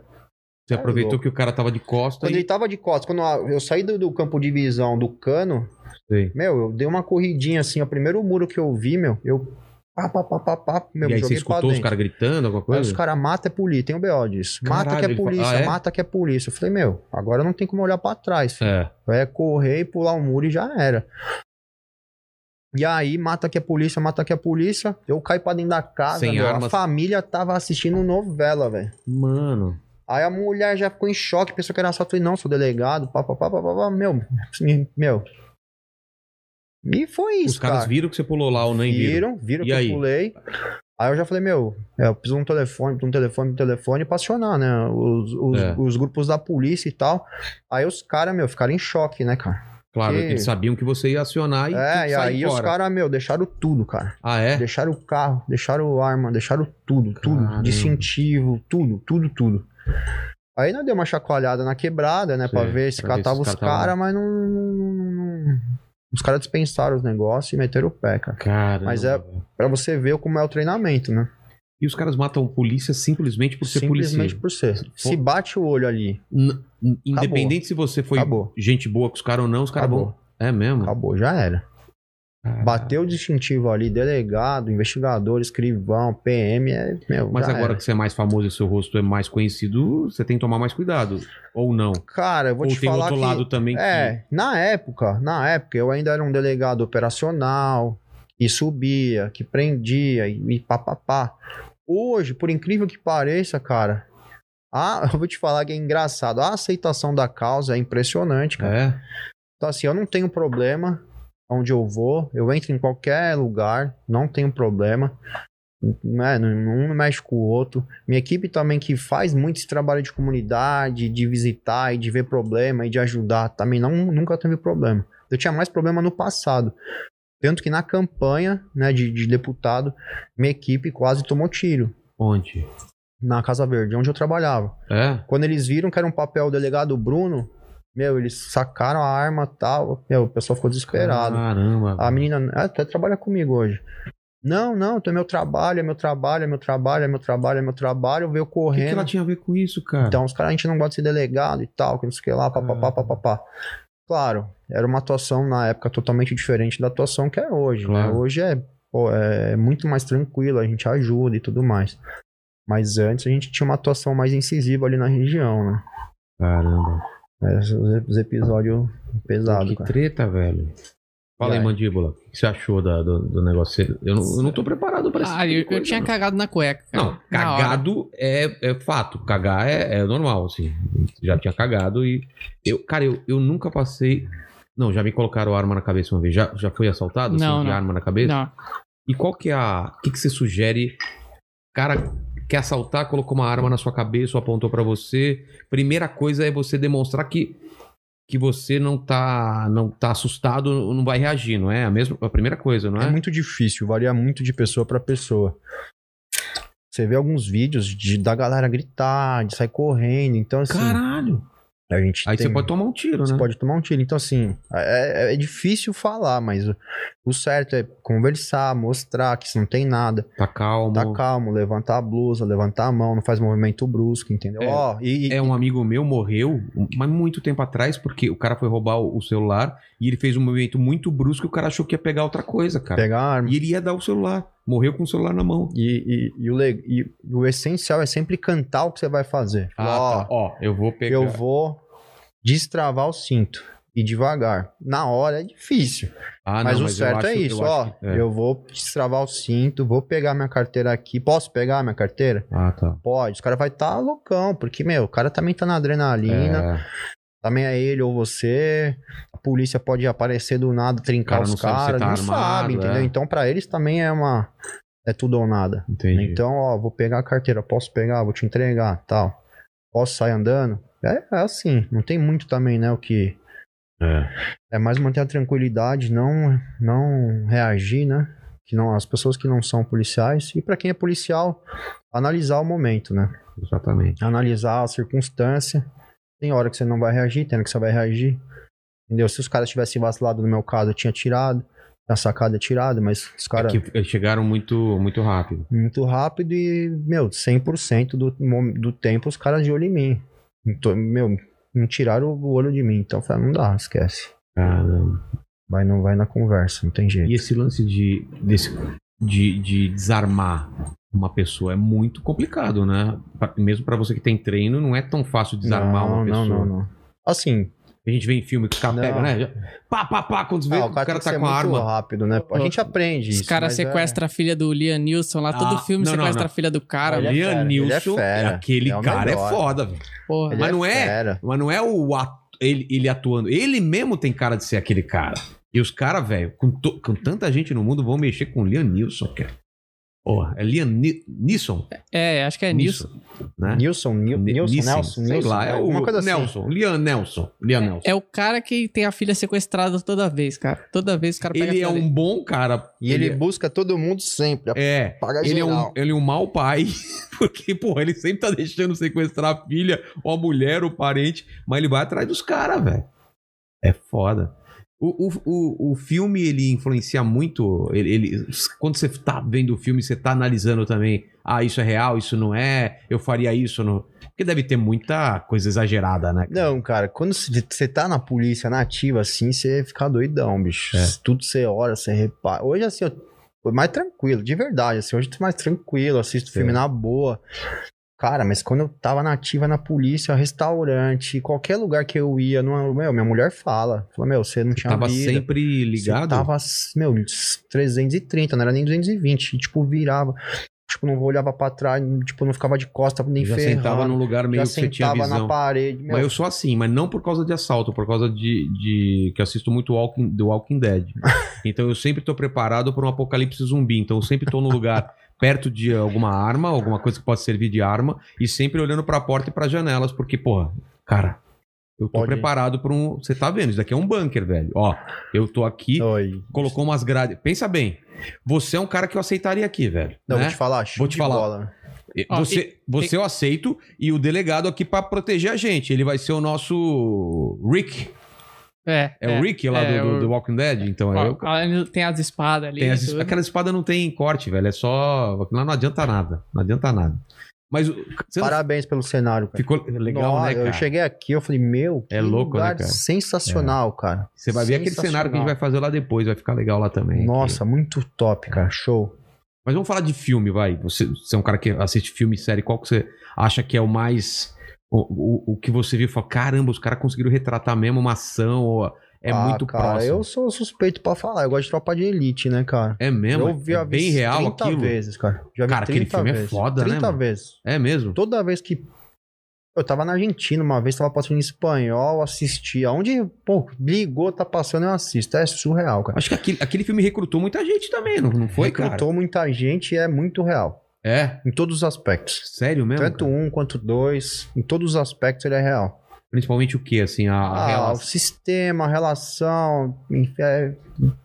Você É aproveitou louco. que o cara tava de costa Quando ele e... tava de costas, quando eu saí do, do campo de visão do cano, Sei. meu, eu dei uma corridinha assim, ó. Primeiro muro que eu vi, meu, eu. Pá, pá, pá, pá, pá, meu, e me aí você joguei pra escutou os dentro. caras gritando, alguma Aí coisa? os caras mata é polícia, tem o BO disso. mata Caralho, que é ele fala- polícia, Ah, é? mata que é polícia. Eu falei, meu, agora não tem como olhar pra trás. filho. É. É correr e pular o muro e já era. E aí, mata que a polícia, mata que a polícia. Eu caí pra dentro da casa, Sem meu. armas. A família tava assistindo novela, velho. Mano. Aí a mulher já ficou em choque, pensou que era assalto. Falei, não, sou delegado, pá, pá, pá, pá, pá, pá. Meu, assim, meu. E foi isso, os caras cara. viram que você pulou lá ou nem viram. Viram, viram E que aí? eu pulei. Aí eu já falei, meu, é, eu preciso de um telefone, de um telefone, de um telefone pra acionar, né? Os, os- É. os grupos da polícia e tal. Aí os caras, meu, ficaram em choque, né, cara? Claro, Que- eles sabiam que você ia acionar e É, e sair aí os fora. caras, meu, deixaram tudo, cara. Ah, é? Deixaram o carro, deixaram arma, deixaram tudo, tudo. Caramba. Distintivo, tudo, tudo, tudo. Aí nós deu uma chacoalhada na quebrada, né? pra Sei, ver se pra ver se catava os um. os caras caras, mas não, não- não- Os caras dispensaram os negócios e meteram o pé, cara. Cara. Mas é- Pra você ver como é o treinamento, né? E os caras matam polícia simplesmente por ser Simplesmente polícia. por ser. Se bate o olho ali, N- n- Independente se você foi acabou. gente boa com os caras ou não, os caras vão. Acabou. É mesmo? Acabou, já era. Caralho. Bateu o distintivo ali, delegado, investigador, escrivão, PM, é, meu, Mas já agora era. que você é mais famoso e seu rosto é mais conhecido, você tem que tomar mais cuidado. Ou não. Cara, eu vou ou te tem falar outro que... lado também que. É, na época, na época eu ainda era um delegado operacional, que subia, que prendia e, e papapá. Hoje, por incrível que pareça, cara, a, eu vou te falar que é engraçado, a aceitação da causa é impressionante, cara. É. Então assim, eu não tenho problema onde eu vou, eu entro em qualquer lugar, não tenho problema. Né, não- Um mexe com o outro. Minha equipe também, que faz muito esse trabalho de comunidade, de visitar e de ver problema e de ajudar, também não, nunca teve problema. Eu tinha mais problema no passado. Tanto que na campanha né, de, de deputado, minha equipe quase tomou tiro Onde? na Casa Verde, onde eu trabalhava. É? Quando eles viram que era um papel do delegado Bruno, meu, eles sacaram a arma e tal. Meu, o pessoal ficou desesperado. Caramba. A menina "Ah, até trabalha comigo hoje. Não, não, é meu trabalho, é meu trabalho, é meu trabalho, é meu trabalho, é meu trabalho. Veio O que, correndo. que ela tinha a ver com isso, cara? Então, os caras, a gente não gosta de ser delegado e tal, que não sei o que lá, papapá, Cara. papapá. Claro, era uma atuação na época totalmente diferente da atuação que é hoje. né? Claro. Hoje é, pô, é muito mais tranquilo, a gente ajuda e tudo mais. Mas antes a gente tinha uma atuação mais incisiva ali na região, né? Caramba. É, os- os episódios pesados, que cara. treta, velho. Fala aí, E aí? mandíbula. O que você achou da- do, do negócio? Eu não, eu não tô preparado pra isso. Ah, eu, eu tinha cagado na cueca. cara. Não, Na hora. cagado é, é fato. Cagar é, é normal, assim. Já tinha cagado e. Eu, cara, eu, eu nunca passei. Não, já me colocaram arma na cabeça uma vez. Já, já foi assaltado? assim, Não, de não. arma na cabeça? Não. E qual que é a. O que, que você sugere? Cara, quer assaltar, colocou uma arma na sua cabeça ou apontou pra você. Primeira coisa é você demonstrar que. Que você não tá, não tá assustado, não vai reagir, não é? A, mesma, a primeira coisa, não É é? muito difícil, varia muito de pessoa pra pessoa. Você vê alguns vídeos de, da galera gritar, de sair correndo, então assim. Caralho! A gente Aí tem- você pode tomar um tiro, você né? pode tomar um tiro. Então, assim, é, é difícil falar, mas o, o certo é conversar, mostrar que você não tem nada, Tá calmo. tá calmo, levantar a blusa, levantar a mão, não faz movimento brusco, entendeu? É. Ó, e, e- É, um amigo meu morreu, mas muito tempo atrás, porque o cara foi roubar o o celular e ele fez um movimento muito brusco e o cara achou que ia pegar outra coisa, cara. pegar a arma. E ele ia dar o celular. Morreu com o celular na mão. E, e- e o, le- e o essencial é sempre cantar o que você vai fazer. Ó, tá. Ó, eu vou pegar. eu vou destravar o cinto. E devagar. Na hora é difícil. Ah, mas não, o certo eu é acho- eu isso, acho ó. que- é. Eu vou destravar o cinto, vou pegar minha carteira aqui. Posso pegar minha carteira? Ah, tá. Pode. Os cara vai estar loucão, porque, meu, o cara também tá na adrenalina. É, Também é ele ou você. A polícia pode aparecer do nada, trincar cara não os sabe se caras. tá não armado, sabe, entendeu? é. Então, pra eles também é uma. É tudo ou nada. entendi. Então, ó, vou pegar a carteira, posso pegar, vou te entregar, tal. Posso sair andando? É, é assim, não tem muito também, né, o que... É. É mais manter a tranquilidade, não, não reagir, né? Que não, as pessoas que não são policiais. E pra quem é policial, analisar o momento, né? Exatamente. Analisar a circunstância. Tem hora que você não vai reagir, tem hora que você vai reagir. Entendeu? Se os caras tivessem vacilado no meu caso, eu tinha tirado. A sacada é tirada, mas os caras... É que eles chegaram muito, muito rápido. muito rápido e, meu, 100% do, mom- do tempo os caras de olho em mim. Então, meu, não tiraram o olho de mim. Então, eu falei, não dá, esquece. Caramba. Vai, não vai na conversa, não tem jeito. E esse lance de, desse, de, de desarmar uma pessoa é muito complicado, né? Pra- mesmo pra você que tem treino, não é tão fácil desarmar não, uma pessoa. Não, não, não. Assim, A gente vê em filme que os caras Não. pegam, né? Já- Pá, pá, pá, quando vê ah, que o cara, tem que tá ser com a muito arma. rápido, né? A gente aprende Os isso, caras mas é- sequestram a filha do Liam Nilson lá, todo Ah, filme não, não, sequestra não. a filha do cara. Ele é Liam fera, ele é Neeson, fera, aquele é o cara melhor. é foda, velho. Porra. Ele Mas não é- fera. Mas não é o ato, ele, ele atuando. Ele mesmo tem cara de ser aquele cara. E os caras, velho, com, to- com tanta gente no mundo, vão mexer com o Liam Neeson, cara. Porra, é Liam Ni- Neeson? É, acho que é Nilson. Né? Nilson, Nil- Ne- Nilson, Nissen, Nelson, sei Nilson, lá, é alguma o coisa assim. Nelson, Liam Nelson, Liam Nelson. É o cara que tem a filha sequestrada toda vez, cara. Toda vez o cara pega ele a é filha um bom cara. E ele busca todo mundo sempre. é, Paga ele é, um, Tá geral. ele é um mau pai, porque, porra, ele sempre tá deixando sequestrar a filha, ou a mulher, ou o parente, mas ele vai atrás dos caras, velho. É foda. O, o, o, o filme, ele influencia muito. Ele, ele- quando você tá vendo o filme, você tá analisando também. Ah, isso é real, isso não é, eu faria isso. Não... Porque deve ter muita coisa exagerada, né? Não, cara, quando você tá na polícia nativa, assim, você fica doidão, bicho. É. Tudo você ora, você repara. Hoje, assim, eu tô mais tranquilo, de verdade, assim, hoje eu tô mais tranquilo, assisto filme na boa. Cara, mas quando eu tava nativa na polícia, restaurante, qualquer lugar que eu ia, não, meu, minha mulher fala. Fala, meu, você não tinha Tava vida. sempre Você ligado. Tava, meu, 330, não era nem 220. E, tipo, virava. Tipo, não olhava pra trás, tipo, não ficava de costa nem já ferrando. sentava num lugar meio já que você tinha sentava na visão. parede. Meu, Mas eu sou assim, mas não por causa de assalto, por causa de, de que eu assisto muito Walking, do Walking Dead. Então eu sempre tô preparado para um apocalipse zumbi. Então eu sempre tô num lugar perto de alguma arma, alguma coisa que pode servir de arma, e sempre olhando pra porta e para janelas, porque porra, cara, eu tô Pode ir. preparado para um, você tá vendo, isso daqui é um bunker, velho. Ó, eu tô aqui, Oi. colocou umas grades. Pensa bem. Você é um cara que eu aceitaria aqui, velho, Não, né? vou te falar, show Vou te de falar. bola. E- Ó, Você, você eu aceito e o delegado aqui pra proteger a gente. Ele vai ser o nosso Rick. É, É, o Rick lá é, do, do- o- do Walking Dead? Então é Ó, eu. olha, Tem as espadas ali. é- Tem as- tudo. aquela espada não tem corte, velho. É só. Lá não adianta nada. Não adianta nada. Mas o- você não- Parabéns pelo cenário, cara. ficou legal, Nossa, né, cara? Eu cheguei aqui, eu falei, meu, É louco, né, lugar cara? É. sensacional, cara. Você vai ver aquele cenário que a gente vai fazer lá depois. Vai ficar legal lá também. Nossa, muito top, cara. Show. Mas vamos falar de filme, vai. Você, você é um cara que assiste filme e série. Qual que você acha que é o mais. O, o, o que você viu e fala: caramba, os caras conseguiram retratar mesmo uma ação. Ou é Ah, muito cara, próximo. Eu sou suspeito pra falar. Eu gosto de tropa de elite, né, cara? É mesmo? eu vi é a bem vez real 30 aquilo. vezes, cara. Já vi Cara, aquele 30 filme é vezes. foda, né, 30 mano? vezes. É mesmo? Toda vez que. Eu tava na Argentina uma vez, tava passando em espanhol, assisti. Aonde, pô, ligou, tá passando, eu assisto. É surreal, cara. Acho que aquele, aquele filme recrutou muita gente também, não, não foi, Recrutou cara? muita gente e é muito real. É. Em todos os aspectos. Sério mesmo? Tanto cara? um quanto dois, em todos os aspectos ele é real. Principalmente o que, assim, a, a Ah, o relação. sistema, a relação enfim, é,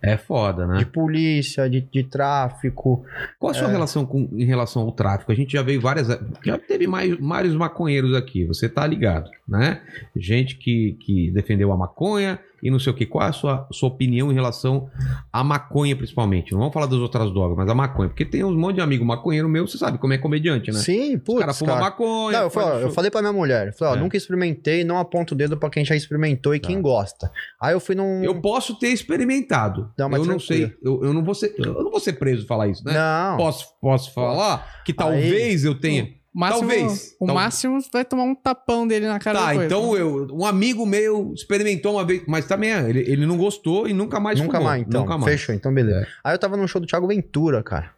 É foda, né? de polícia, de, de tráfico. Qual a É. sua relação com, em relação ao tráfico? A gente já veio várias. Já teve mais, vários maconheiros aqui, você tá ligado, né? Gente que, que defendeu a maconha e não sei o que. Qual a sua, sua opinião em relação à maconha, principalmente? Não vamos falar das outras drogas, mas a maconha. Porque tem uns monte de amigo maconheiro meu, você sabe como é comediante, né? Sim, Os putz, caras fumam cara. maconha. Não, eu, faz falo- eu show. falei pra minha mulher, eu falei, ó, É. nunca experimentei, não aponto o dedo pra quem já experimentou e quem gosta. Aí eu fui num. Eu posso ter experimentado. Não, mas eu não tranquilo. sei. Eu, eu não vou ser, eu não vou ser preso falar isso, né? Não. Posso, posso falar que talvez eu tenha. O máximo, Talvez, O talvez. máximo vai tomar um tapão dele na cara tá, depois. né? então eu, um amigo meu experimentou uma vez, mas também é, ele, ele não gostou e nunca mais nunca fumou. mais, então. Nunca mais. É. Fechou, então beleza. Aí eu tava num show do Thiago Ventura, cara.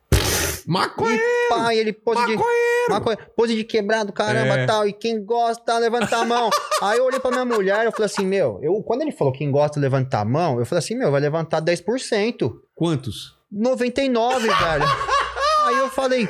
Maconha, Pai, ele pose de. maconha. Maconha, pose de quebrado, caramba, É. tal. E quem gosta, levanta a mão. Aí eu olhei pra minha mulher, eu falei assim, meu, eu, quando ele falou quem gosta, levantar a mão, eu falei assim, meu, vai levantar 10%. Quantos? 99, velho. Aí eu falei,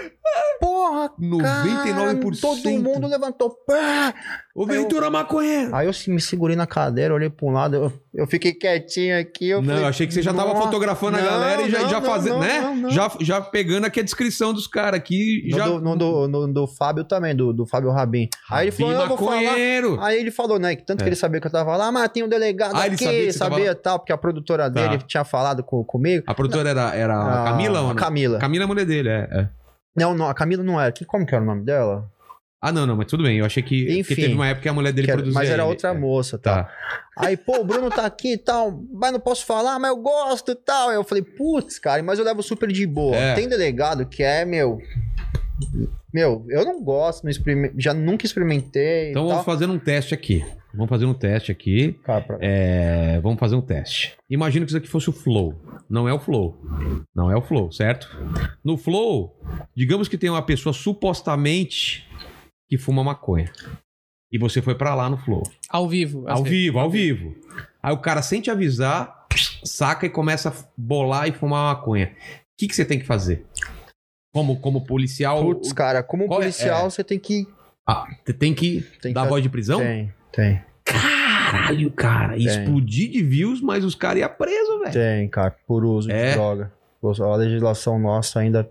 porra, cara, 99%. todo mundo levantou. Pá! Ô, Ventura Maconheiro. Aí eu se- me segurei na cadeira, olhei pra um lado, eu, eu fiquei quietinho aqui. Eu não, falei, eu achei que você já tava "Nossa, fotografando a não, galera e já, não, já não, fazendo, não, né? não, não. Já, já pegando aqui a descrição dos caras aqui. No, já... do, no do- no do Fábio também, do, do Fábio Rabin. Aí ele falou, Vi "Não, eu vou falar. maconheiro. Aí ele falou, né? que Tanto Tipo, É. que ele sabia que eu tava lá, mas tem um delegado Ah, ele aqui, sabia que sabia, você tava tal, porque a produtora Tá. dele tinha falado co- comigo. A produtora era, era a Ah, Camila ou não? Camila. Camila é a mulher dele, é. é. Não, não, a Camila não era. Que- Como que era o nome dela? Ah, não, não, mas tudo bem. Eu achei que, Enfim. que teve uma época que a mulher dele Que era- produzia. mas era ele. outra É. moça, tá? Tá. Aí, pô, o Bruno tá aqui e tal, mas não posso falar, mas eu gosto e tal. Aí eu falei, putz, cara, mas eu levo super de boa. É. Tem delegado que é, meu. Meu, eu não gosto, não experime- já nunca experimentei. Então e vamos tal. fazer um teste aqui. Vamos fazer um teste aqui. Cara, pra- É, vamos fazer um teste. Imagina que isso aqui fosse o Flow. Não é o Flow. Não é o Flow, certo? No Flow, digamos que tem uma pessoa supostamente que fuma maconha. E você foi pra lá no Flow. Ao vivo. às Ao vezes. vivo, ao vivo. Aí o cara, sem te avisar, saca e começa a bolar e fumar maconha. O que, que você tem que fazer? Como, como policial, Putz, cara, como Qual é- policial, você tem que. você tem que Tem que dar fazer- voz de prisão? Tem, tem. Caralho, cara. ia Tem. Explodir de views, mas os caras iam preso, velho. Tem, cara, por uso É. de droga. A legislação nossa ainda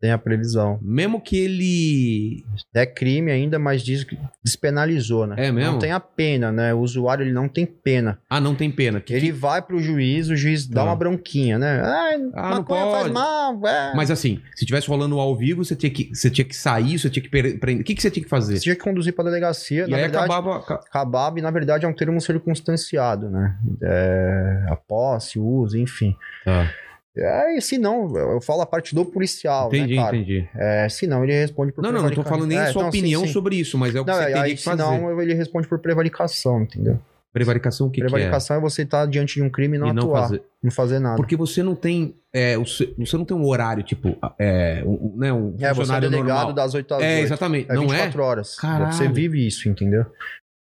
tem a previsão. Mesmo que ele. É crime ainda, mas diz que despenalizou, né? É mesmo? Não tem a pena, né? O usuário ele não tem pena. Ah, não tem pena. Que- Ele vai pro juiz, o juiz dá Tá. uma bronquinha, né? Ah, Ah, não maconha faz pode. mal, é. Mas assim, se tivesse rolando ao vivo, você tinha que, você tinha que sair, você tinha que pre- prender. O que, que você tinha que fazer? Você tinha que conduzir pra delegacia, E na aí verdade. acabava. aca- Acabava, e na verdade é um termo circunstanciado, né? É, a posse, o uso, enfim. Tá. É, e se não, eu eu falo a parte do policial, Entendi, né, cara? entendi. É, se não, ele responde por Não, não, não tô prevaricação. falando nem É, a sua não, sim, opinião sim. sobre isso, mas é o que Não, você aí, teria aí, que fazer. senão ele responde por prevaricação, entendeu? Prevaricação, o que, que prevaricação é? você estar diante de um crime e é? não, E não atuar, fazer. não fazer nada. Porque você não tem. é, o seu- você não tem um horário, tipo, é, um, um- né, um é, você é funcionário delegado normal. das 8 às 8. É, exatamente. É não é? 24 horas. Caralho. Você vive isso, entendeu?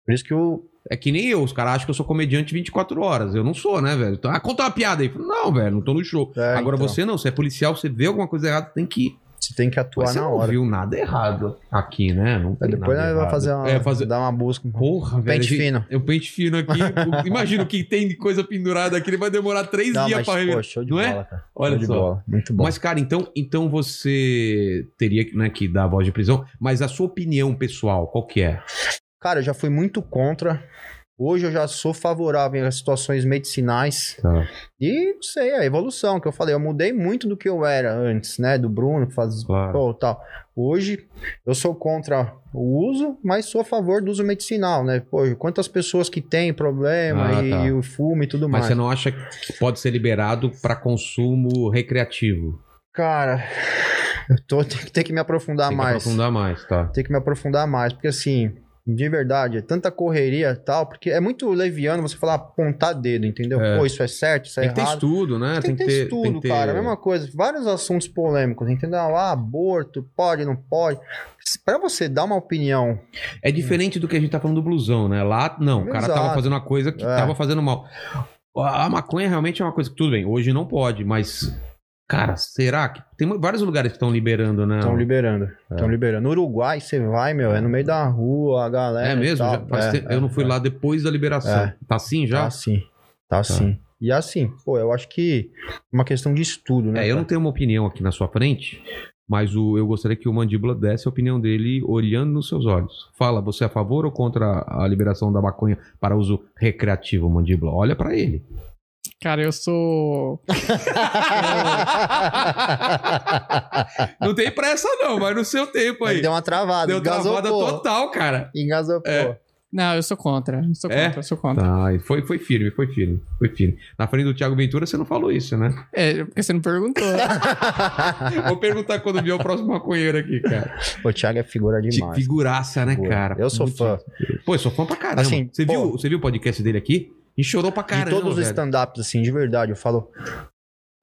Por isso que o. É que nem eu, os caras acham que eu sou comediante 24 horas. Eu não sou, né, velho? Então, ah, conta uma piada aí. Eu falo, Não, velho, não tô no show. é, Agora então, você não, você é policial, você vê alguma coisa errada, tem que. Você tem que Mas atuar você é na não hora. viu nada errado aqui, né? Não tem Aí Depois nada ela vai errado. fazer uma. É, fazer. Dar uma busca. Um Porra, velho. pente gente, fino. Eu pente fino aqui. Imagina o que tem de coisa pendurada aqui, ele vai demorar três Não, dias mas, pra pô, rever. show de Não é? bola, cara. Olha show de só. bola. Muito bom. Mas, cara, então, então você teria né, que dar a voz de prisão, mas a sua opinião pessoal, qual que é? Cara, eu já fui muito contra. Hoje eu já sou favorável às situações medicinais. Tá, E, não sei, a evolução que eu falei. Eu mudei muito do que eu era antes, né? Do Bruno, que faz, Claro. Pô, tal. Hoje eu sou contra o uso, mas sou a favor do uso medicinal, né? Pô, quantas pessoas que têm problema Ah, e, tá. e o fumo e tudo Mas mais. você não acha que pode ser liberado pra consumo recreativo? Cara, eu tô tem que, tem que me aprofundar Tem que mais. aprofundar mais, tá? Tem que me aprofundar mais, porque assim, de verdade, é tanta correria e tal, porque é muito leviano você falar apontar dedo, entendeu? É. Pô, isso é certo, isso é Tem que ter errado. estudo, né? Tem, que ter estudo, tem que ter- cara. é A mesma coisa. Vários assuntos polêmicos, entendeu? Ah, aborto, pode, não pode. Pra você dar uma opinião É diferente do que a gente tá falando do blusão, né? Lá, não, o cara Exato. tava fazendo uma coisa que É. tava fazendo mal. A a maconha realmente é uma coisa que, tudo bem, hoje não pode, mas Cara, será que. Tem vários lugares que estão liberando, né? Estão liberando. Estão liberando. No Uruguai, você vai, meu, é no meio da rua, a galera. É e mesmo? tal. Já faz É, tempo- é, eu não fui é. lá depois da liberação. É. Tá assim Tá já? assim. Tá assim. E assim, pô, eu acho que é uma questão de estudo, né? É, eu cara? não tenho uma opinião aqui na sua frente, mas o, eu gostaria que o Mandíbula desse a opinião dele olhando nos seus olhos. Fala, você é a favor ou contra a liberação da maconha para uso recreativo, Mandíbula? Olha pra ele. Cara, eu sou. Não tem pressa não, mas no seu tempo Ele aí. deu uma travada, Deu engasopou. travada total, cara. Engasopou. É. Não, eu sou contra. Eu sou É? contra, eu sou contra. Tá, e foi, foi firme, foi firme, foi firme. Na frente do Thiago Ventura você não falou isso, né? É, porque você não perguntou. né? Vou perguntar quando vier o próximo maconheiro aqui, cara. o Thiago é figura demais. figuraça, né, Pô, cara? Eu sou Putz, fã. Pô, eu sou fã pra caramba. Assim, você, pô. viu, você viu o podcast dele aqui? E chorou pra De caramba. todos os velho. stand-ups, assim, de verdade, eu falo.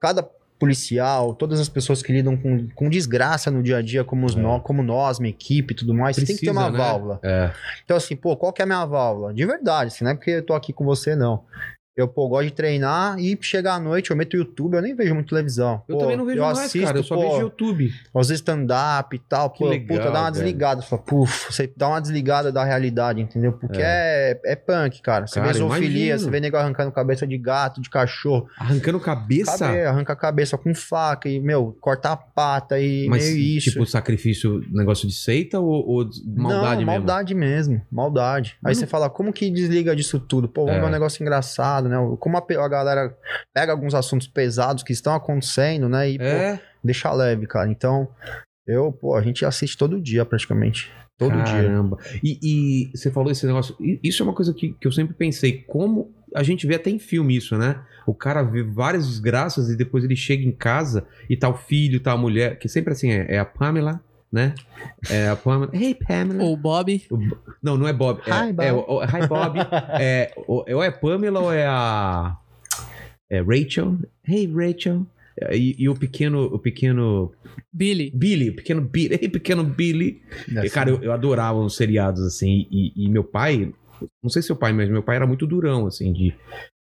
Cada policial, todas as pessoas que lidam com, com desgraça no dia a dia, como, os nó- como nós, minha equipe e tudo mais, você tem que ter É. Precisa, né? uma válvula. É. Então, assim, pô, qual que é a minha válvula? De verdade, assim, não é porque eu tô aqui com você, não. Eu, pô, gosto de treinar e chegar à noite, eu meto o YouTube, eu nem vejo muito televisão. Eu Pô, também não vejo mais, cara. Eu só pô, vejo YouTube. os stand-up e tal, pô, legal, puta, dá uma velho. desligada. Fala, puf, você dá uma desligada da realidade, entendeu? Porque é, é, punk, cara. Você Cara, vê zoofilia, imagino. você vê nego arrancando cabeça de gato, de cachorro. Arrancando cabeça. Cabe, arranca a cabeça com faca e, meu, corta a pata e Mas, meio isso. tipo, sacrifício, negócio de seita ou, ou maldade não, mesmo? maldade mesmo. Maldade. Aí Mas você fala, como que desliga disso tudo? Pô, vamos É. ver um negócio engraçado, né? Como a, pe- a galera pega alguns assuntos pesados que estão acontecendo, né? E, pô, É. deixa leve, cara. Então, eu, pô, a gente assiste todo dia praticamente. Todo dia. Caramba. E, e você falou esse negócio. e Isso é uma coisa que, que eu sempre pensei. Como a gente vê até em filme isso, né? O cara vê várias desgraças e depois ele chega em casa e tá o filho, tá a mulher. Que sempre assim é, é a Pamela, né? É a Pamela. Hey, Pamela. Ou o Bob. Não, não é Bob. É, Hi, Bob. é o- o- hi, Bob. é, o- ou é Pamela ou é a. É Rachel. Hey, Rachel. E, e o pequeno, o pequeno Billy. Billy, o pequeno Billy, Ei, pequeno Billy, É e, Cara, eu, eu adorava os seriados, assim, e, e meu pai, não sei seu pai, mas meu pai era muito durão, assim, de.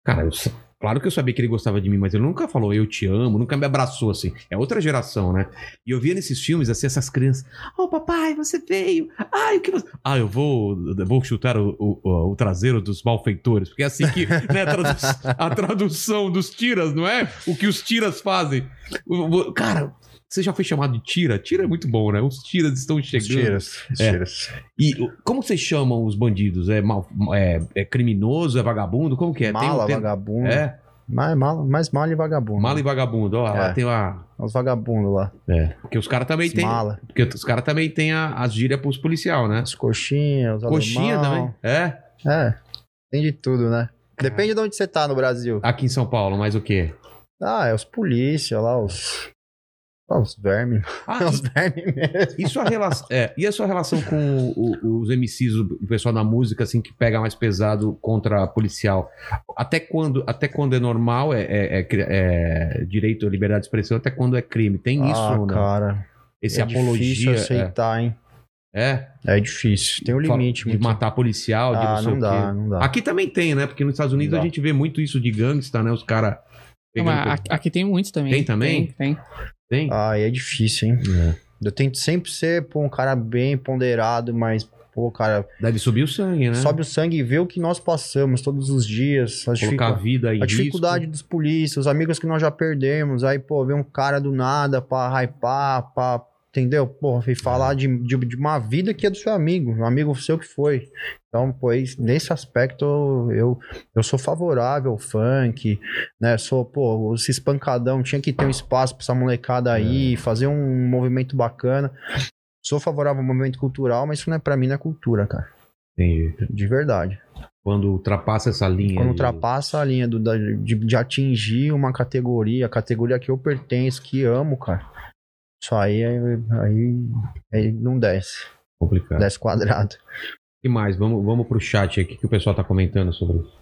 Cara, eu sa- claro que eu sabia que ele gostava de mim, mas ele nunca falou eu te amo, nunca me abraçou, assim. É outra geração, né? E eu via nesses filmes, assim, essas crianças. Oh, papai, você veio. Ai, o que você. Ah, eu vou, eu vou chutar o, o- o traseiro dos malfeitores. Porque é assim que. né, a, tradu- a tradução dos tiras, não é? O que os tiras fazem. O- o- Cara. Você já foi chamado de tira? Tira é muito bom, né? Os tiras estão chegando. Tiras, É. tiras. E o- como vocês chamam os bandidos? É, mal, é, é criminoso? É vagabundo? Como que é? Tem um- mala, tem- vagabundo. É, Mais mala, mais mala e vagabundo. mala e vagabundo. Ó, lá É. tem uma... Os vagabundos lá. É. Porque os caras também Os têm... mala, Porque os caras também têm a, as gírias pros policial, né? as coxinhas, os Coxinha alemão. também. É. É, tem de tudo, né? Depende de onde você tá no Brasil. Aqui em São Paulo, mas o quê? Ah, é os polícia lá, os. Ah, os vermes. Ah, os vermes mesmo. e, sua relação, é, e a sua relação com o- o- os MCs, o o pessoal da música, assim, que pega mais pesado contra policial? Até quando, até quando é normal, é, é- é cri- é direito à liberdade de expressão, até quando é crime? Tem isso ah, ou não? cara. Esse é apologia. difícil aceitar, hein? é, é. É difícil. Tem um limite. de muito. matar policial, de Ah, não sei não o dá, quê. não dá. Aqui também tem, né? Porque nos Estados Unidos Não a dá. gente vê muito isso de gangsta, né? Os caras. Não, mas aqui, aqui tem muitos também. Tem também? Tem, tem. Tem? Ah, é difícil, hein? É. Eu tento sempre ser pô, um cara bem ponderado, mas, pô, cara, Deve subir o sangue, né? sobe o sangue e vê o que nós passamos todos os dias. As Colocar a dificu- vida em A dificuldade dos polícias, os amigos que nós já perdemos, aí, pô, ver um cara do nada pra hypar, pra. Entendeu? Porra, e falar de, de, de uma vida que é do seu amigo, um amigo seu que foi. Então, pô, isso- nesse aspecto eu, eu sou favorável ao funk, né? Sou, pô, esse espancadão tinha que ter um espaço pra essa molecada aí, fazer um movimento bacana. Sou favorável ao movimento cultural, mas isso não é pra mim, não é cultura, cara. Entendi. De verdade. Quando ultrapassa essa linha. é Quando de- ultrapassa a linha do, da- de, de atingir uma categoria, a categoria que eu pertenço, que amo, cara. Isso aí, aí, aí- aí não desce. Complicado. Desce quadrado. E mais, vamos, vamos pro chat aqui que o pessoal tá comentando sobre isso.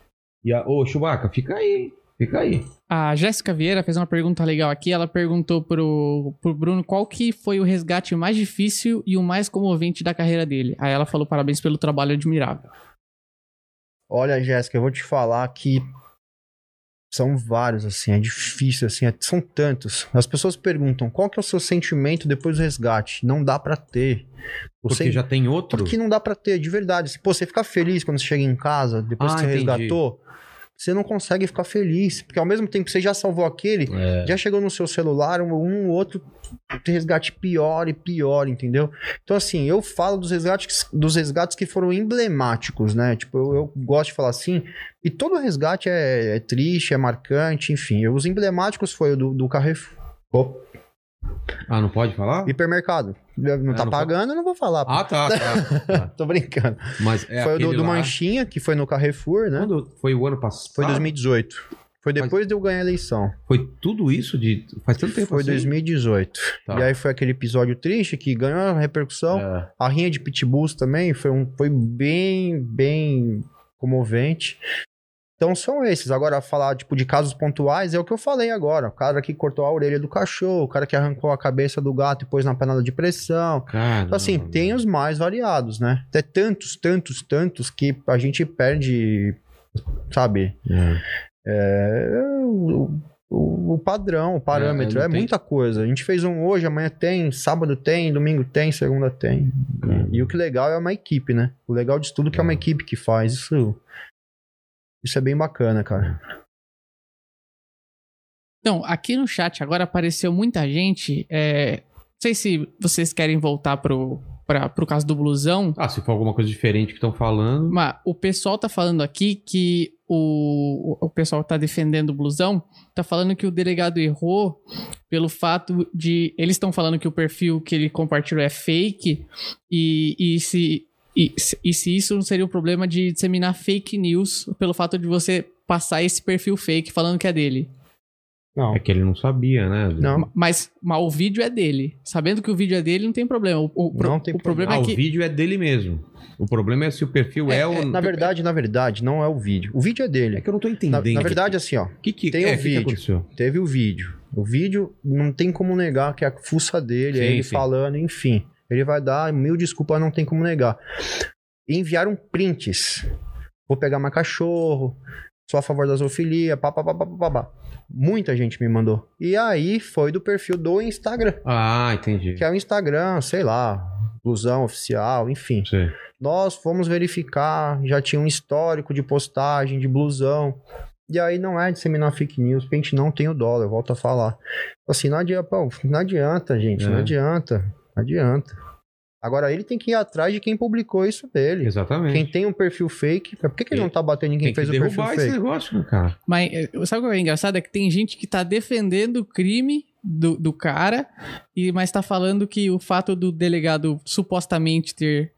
E a, ô, Chewbacca, fica aí, hein? Fica aí. A Jéssica Vieira fez uma pergunta legal aqui. Ela perguntou pro, pro Bruno qual que foi o resgate mais difícil e o mais comovente da carreira dele. Aí ela falou parabéns pelo trabalho admirável. Olha, Jéssica, eu vou te falar que São vários, assim, é difícil, assim, é- são tantos. As pessoas perguntam, qual que é o seu sentimento depois do resgate? Não dá pra ter. O Porque sen- já tem outro. Porque não dá pra ter, de verdade. Assim, Pô, você fica feliz quando você chega em casa, depois Ah, que você entendi. resgatou, você não consegue ficar feliz. Porque ao mesmo tempo que você já salvou aquele, É. já chegou no seu celular um, um outro resgate pior e pior, entendeu? Então, assim, eu falo dos resgates, dos resgates que foram emblemáticos, né? Tipo, eu, eu gosto de falar assim, e todo resgate é, é triste, é marcante, enfim. Os emblemáticos foi o do, do Carrefour. Opa, Ah, não pode falar? hipermercado. Não tá não pagando, eu não vou falar. pô. Ah, tá, tá. Tá. Tô brincando. Mas é foi o do, aquele do lá. Manchinha, que foi no Carrefour, né? Quando foi o ano passado? Foi Foi, 2018. Foi depois de eu ganhar a eleição. tudo isso de. Faz tanto tempo Foi assim? 2018. Tá. E aí foi aquele episódio triste que ganhou a repercussão. É. A rinha de pitbulls também foi, um, foi bem, bem comovente. Então são esses. Agora, falar tipo, de casos pontuais é o que eu falei agora. O cara que cortou a orelha do cachorro, o cara que arrancou a cabeça do gato e pôs na panela de pressão. Cara. Então, assim, tem os mais variados, né? Até tantos, tantos, tantos que a gente perde, sabe? É. É, o, o- o padrão, o parâmetro. É, É, não tem- muita coisa. A gente fez um hoje, amanhã tem, sábado tem, domingo tem, segunda tem. Cara. E o que legal é uma equipe, né? O legal de tudo é que é uma É. equipe que faz. Isso, isso é bem bacana, cara. Então, aqui no chat agora apareceu muita gente. é, Não sei se vocês querem voltar pro, pra, pro caso do blusão, Ah, se for alguma coisa diferente que estão falando. mas o pessoal tá falando aqui que o, o pessoal que tá defendendo o blusão tá falando que o delegado errou pelo fato de. Eles estão falando que o perfil que ele compartilhou é fake e, e se. E, se- e se isso não seria um problema de disseminar fake news pelo fato de você passar esse perfil fake falando que é dele. Não. É que ele não sabia, né? Não, Mas, mas o vídeo é dele. Sabendo que o vídeo é dele, não tem problema. O, o pro- Não tem o Ah, problema o é que. vídeo é dele mesmo. O problema é se o perfil é, É, o. na verdade, na verdade, não é o vídeo. O vídeo é É dele. que eu não tô Na, entendendo. na verdade, assim, ó. o que, que, tem é, o o que que vídeo. aconteceu? Teve o vídeo. O vídeo não tem como negar que é a fuça dele, é Sim, ele sim. falando, enfim. Ele vai dar mil desculpas, não tem como negar. Enviaram prints. Vou pegar meu cachorro, sou a favor da zoofilia, papapá. Muita gente me mandou. E aí foi do perfil do Instagram, Ah, entendi. que é o Instagram, sei lá, blusão oficial, enfim. Sei. Nós fomos verificar, já tinha um histórico de postagem, de blusão. E aí não é disseminar fake news, porque a gente não tem o dólar, eu volto a falar. Assim, não adianta, pô, não adianta, gente, não É. adianta, não adianta. Agora ele tem que ir atrás de quem publicou isso dele. Exatamente. Quem tem um perfil fake, por que, que ele não tá batendo em quem Tem fez que o perfil derrubar esse fake? negócio, né, cara. Mas eh, sabe o que é engraçado? É que tem gente que tá defendendo o crime do, do cara, e mas tá falando que o fato do delegado supostamente ter.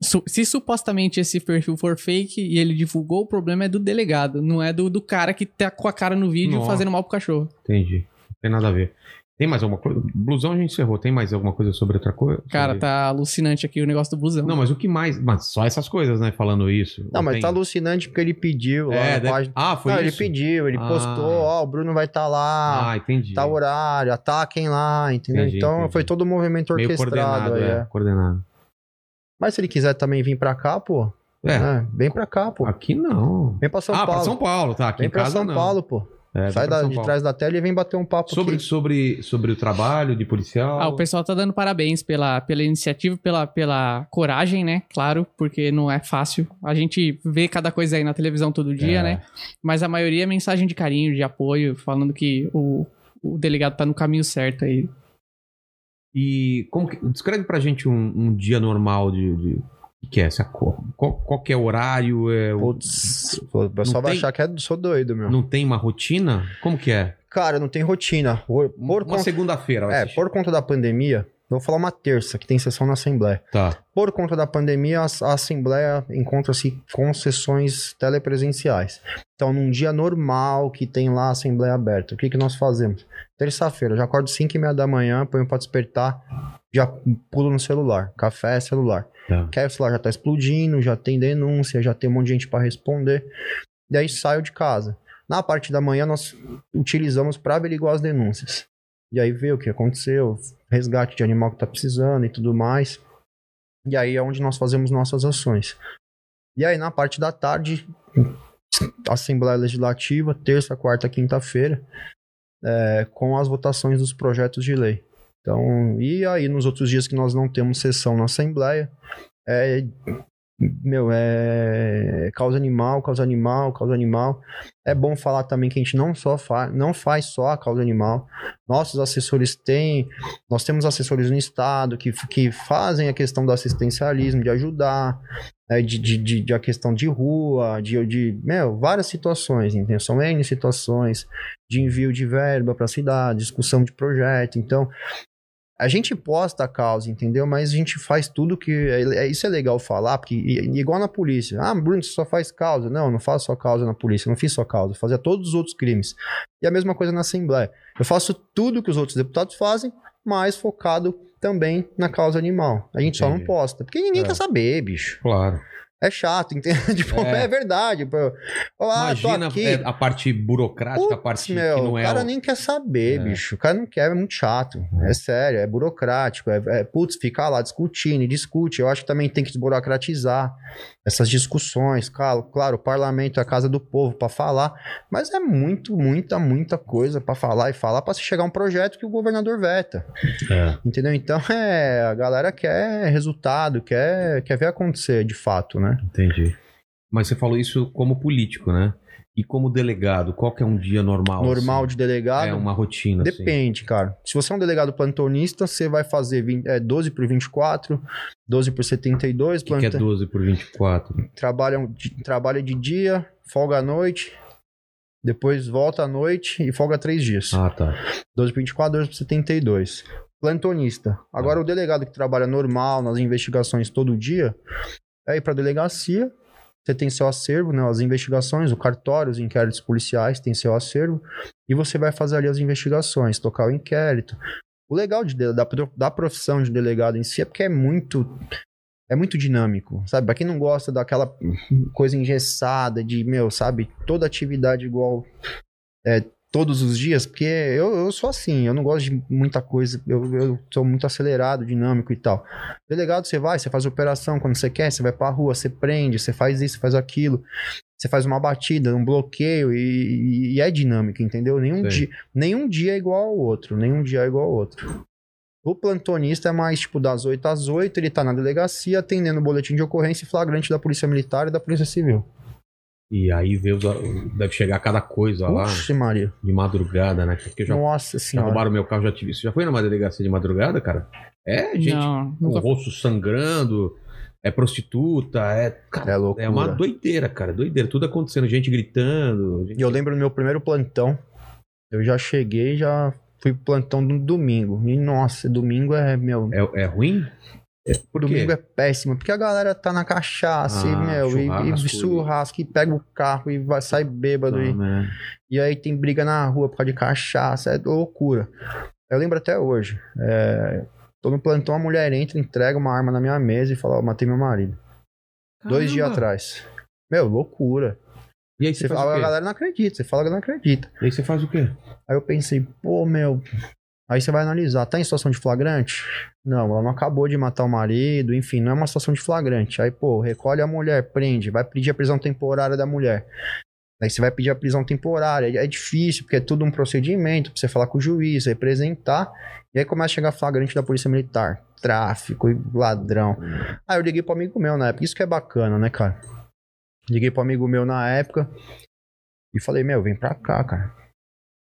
su- se supostamente esse perfil for fake e ele divulgou, o problema é do delegado, não é do, do cara que tá com a cara no vídeo Nossa. fazendo mal pro cachorro. Entendi. Não tem nada a ver. Tem mais alguma coisa? Blusão a gente encerrou. Tem mais alguma coisa sobre outra coisa? Cara, Sobre- tá alucinante aqui o negócio do blusão. Não, mas o que mais? Mas só essas coisas, né? Falando isso. Não, mas tem- tá alucinante porque ele pediu lá É, na deve- página. Ah, foi Não, ele isso? pediu, ele Ah. postou, ó, o Bruno vai estar lá. Ah, entendi. tal horário, ataquem lá, entendeu? Entendi, então entendi. foi todo um movimento Meio orquestrado coordenado, aí, é. é. Coordenado. Mas se ele quiser também vir pra cá, pô, É, né? vem pra cá, pô. aqui não. Vem pra São ah, Paulo. pra São Paulo, tá. Aqui Vem em pra casa São não. Paulo, pô. É, vem Sai pra da- São de Paulo. trás da tela e vem bater um papo Sobre, aqui. sobre, sobre o trabalho de policial. Ah, o pessoal tá dando parabéns pela, pela iniciativa, pela, pela coragem, né? Claro, porque não é fácil. A gente vê cada coisa aí na televisão todo dia, É. né? Mas a maioria é mensagem de carinho, de apoio, falando que o, o delegado tá no caminho certo aí. E como que- descreve pra gente um, um dia normal de. de- O que, que é essa cor? Qual, qual que é o horário? É, o- Putz, o pessoal Não vai tem- achar que é, sou doido, meu. Não tem uma rotina? Como que é? Cara, não tem rotina. Por, por uma conta, segunda-feira. vai é, assistir. por conta da pandemia, eu vou falar uma terça, que tem sessão na Assembleia. Tá. Por conta da pandemia, a, a Assembleia encontra-se com sessões telepresenciais. Então, num dia normal que tem lá a Assembleia aberta, o que, que nós fazemos? Terça-feira, eu já acordo 5 e meia da manhã, ponho pra despertar, já pulo no celular. Café, é celular. Tá. Que aí o celular já tá explodindo, já tem denúncia, já tem um monte de gente para responder. Daí saio de casa. Na parte da manhã, nós utilizamos para averiguar as denúncias. E aí ver o que aconteceu, resgate de animal que tá precisando e tudo mais. E aí é onde nós fazemos nossas ações. E aí, na parte da tarde, Assembleia Legislativa, terça, quarta, quinta-feira, é, com as votações dos projetos de lei. Então, e aí nos outros dias que nós não temos sessão na Assembleia, é, meu, é causa animal, causa animal, causa animal. É bom falar também que a gente não só faz, não faz só a causa animal. Nossos assessores têm, nós temos assessores no estado que, que fazem a questão do assistencialismo, de ajudar, né, de, de, de, de a questão de rua, de, de meu, várias situações, entendeu? São N situações de envio de verba para a cidade, discussão de projeto. Então, a gente posta a causa, entendeu? Mas a gente faz tudo que. É, isso é legal falar, porque igual na polícia. Ah, Bruno, você só faz causa. Não, eu não faço só causa na polícia, eu não fiz só causa, eu fazia todos os outros crimes. E a mesma coisa na Assembleia. Eu faço tudo que os outros deputados fazem, mas focado também na causa animal. A gente só não Entendi. posta. Porque ninguém É. quer saber, bicho. Claro. É chato, entende? Tipo, É. é. verdade. Pô, Ah, tô Imagina aqui. é, a parte burocrática, a Putz, parte Meu, que não o é. cara o- nem quer saber, É. bicho. O cara não quer, é muito chato. É sério, é burocrático. É, é, putz, ficar lá discutindo e discute. Eu acho que também tem que desburocratizar essas discussões. Claro, claro o parlamento é a casa do povo para falar, mas é muito, muita, muita coisa para falar e falar para se chegar a um projeto que o governador veta. É. Entendeu? Então, é, a galera quer resultado, quer, quer ver acontecer de fato, né? Entendi. Mas você falou isso como político, né? E como delegado, qual que é um dia normal? Normal assim? de delegado. É uma rotina. assim? Depende, cara. Se você é um delegado plantonista, você vai fazer 20, é, 12 por 24, 12 por 72, O que, que é planta, 12 por 24? trabalha, um di- trabalha de dia, folga à noite, depois volta à noite e folga três dias. Ah, tá. 12 por 24, 12 por 72. Plantonista. Agora, o delegado que trabalha normal, nas investigações todo dia, é ir pra delegacia. Você tem seu acervo, né? As investigações, o cartório, os inquéritos policiais tem seu acervo. E você vai fazer ali as investigações, tocar o inquérito. O legal de dele- da, pro- da profissão de delegado em si é porque é muito. É muito dinâmico, sabe? Pra quem não gosta daquela coisa engessada de, meu, sabe? Toda atividade igual todos os dias, porque eu, eu sou assim, eu não gosto de muita coisa, eu, eu sou muito acelerado, dinâmico e tal. Delegado, você vai, você faz operação quando você quer, você vai pra rua, você prende, você faz isso, você faz aquilo, você faz uma batida, um bloqueio e, e- e é dinâmico, entendeu? Nenhum Sei. dia, nenhum dia é igual ao outro, nenhum dia é igual ao outro. O plantonista é mais tipo das 8 às 8, ele tá na delegacia atendendo o boletim de ocorrência e flagrante da Polícia Militar e da Polícia Civil. E aí vê os... deve chegar cada coisa lá Puxa, Maria. de madrugada, né? Porque eu já, Nossa já senhora. roubaram meu carro, já tive isso. Já foi numa delegacia de madrugada, cara? É, gente. não, com o nunca rosto sangrando, é prostituta, é. Cara, É loucura. é uma doideira, cara, doideira. Tudo acontecendo, gente gritando. gente- E eu lembro do meu primeiro plantão. Eu já cheguei, já fui pro plantão no domingo. E nossa, domingo é meu. É, é ruim? É, por quê? domingo é péssimo, porque a galera tá na cachaça, e, Ah, meu, e, churrasco. e churrasco, e pega o carro e vai, sai bêbado. Não, e, né? e aí tem briga na rua por causa de cachaça, é loucura. Eu lembro até hoje. É, tô no plantão, a mulher entra, entrega uma arma na minha mesa e fala: Ó, matei meu marido. Dois Caramba. dias atrás. Meu, loucura. E aí você, Você faz fala, a o quê? galera não acredita, você fala que não acredita. E aí você faz o quê? Aí eu pensei, pô, meu. Aí você vai analisar, tá em situação de flagrante? Não, ela não acabou de matar o marido, enfim, não é uma situação de flagrante. Aí, pô, recolhe a mulher, prende, vai pedir a prisão temporária da mulher. Aí você vai pedir a prisão temporária. É difícil, porque é tudo um procedimento pra você falar com o juiz, representar. E aí começa a chegar flagrante da polícia militar. Tráfico e ladrão. Aí eu liguei pro amigo meu na época. Isso que é bacana, né, cara? Liguei pro amigo meu na época e falei, meu, vem pra cá, cara.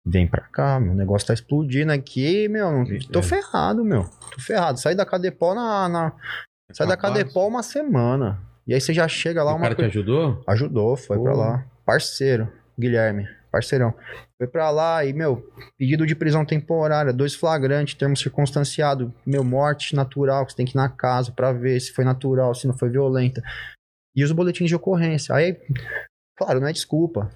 Vem pra cá, meu negócio tá explodindo aqui, meu. não- Tô É. ferrado, meu. Tô ferrado. Sai da Cadepol na. na- Sai da Capaz. Cadepol uma semana. E aí você já chega lá o uma cara te coisa- ajudou? Ajudou, foi Pô. pra lá. Parceiro, Guilherme, parceirão. Foi pra lá e, meu, pedido de prisão temporária, dois flagrantes, termo circunstanciado, meu, morte natural, que você tem que ir na casa pra ver se foi natural, se não foi violenta. E os boletins de ocorrência. Aí, claro, não é desculpa.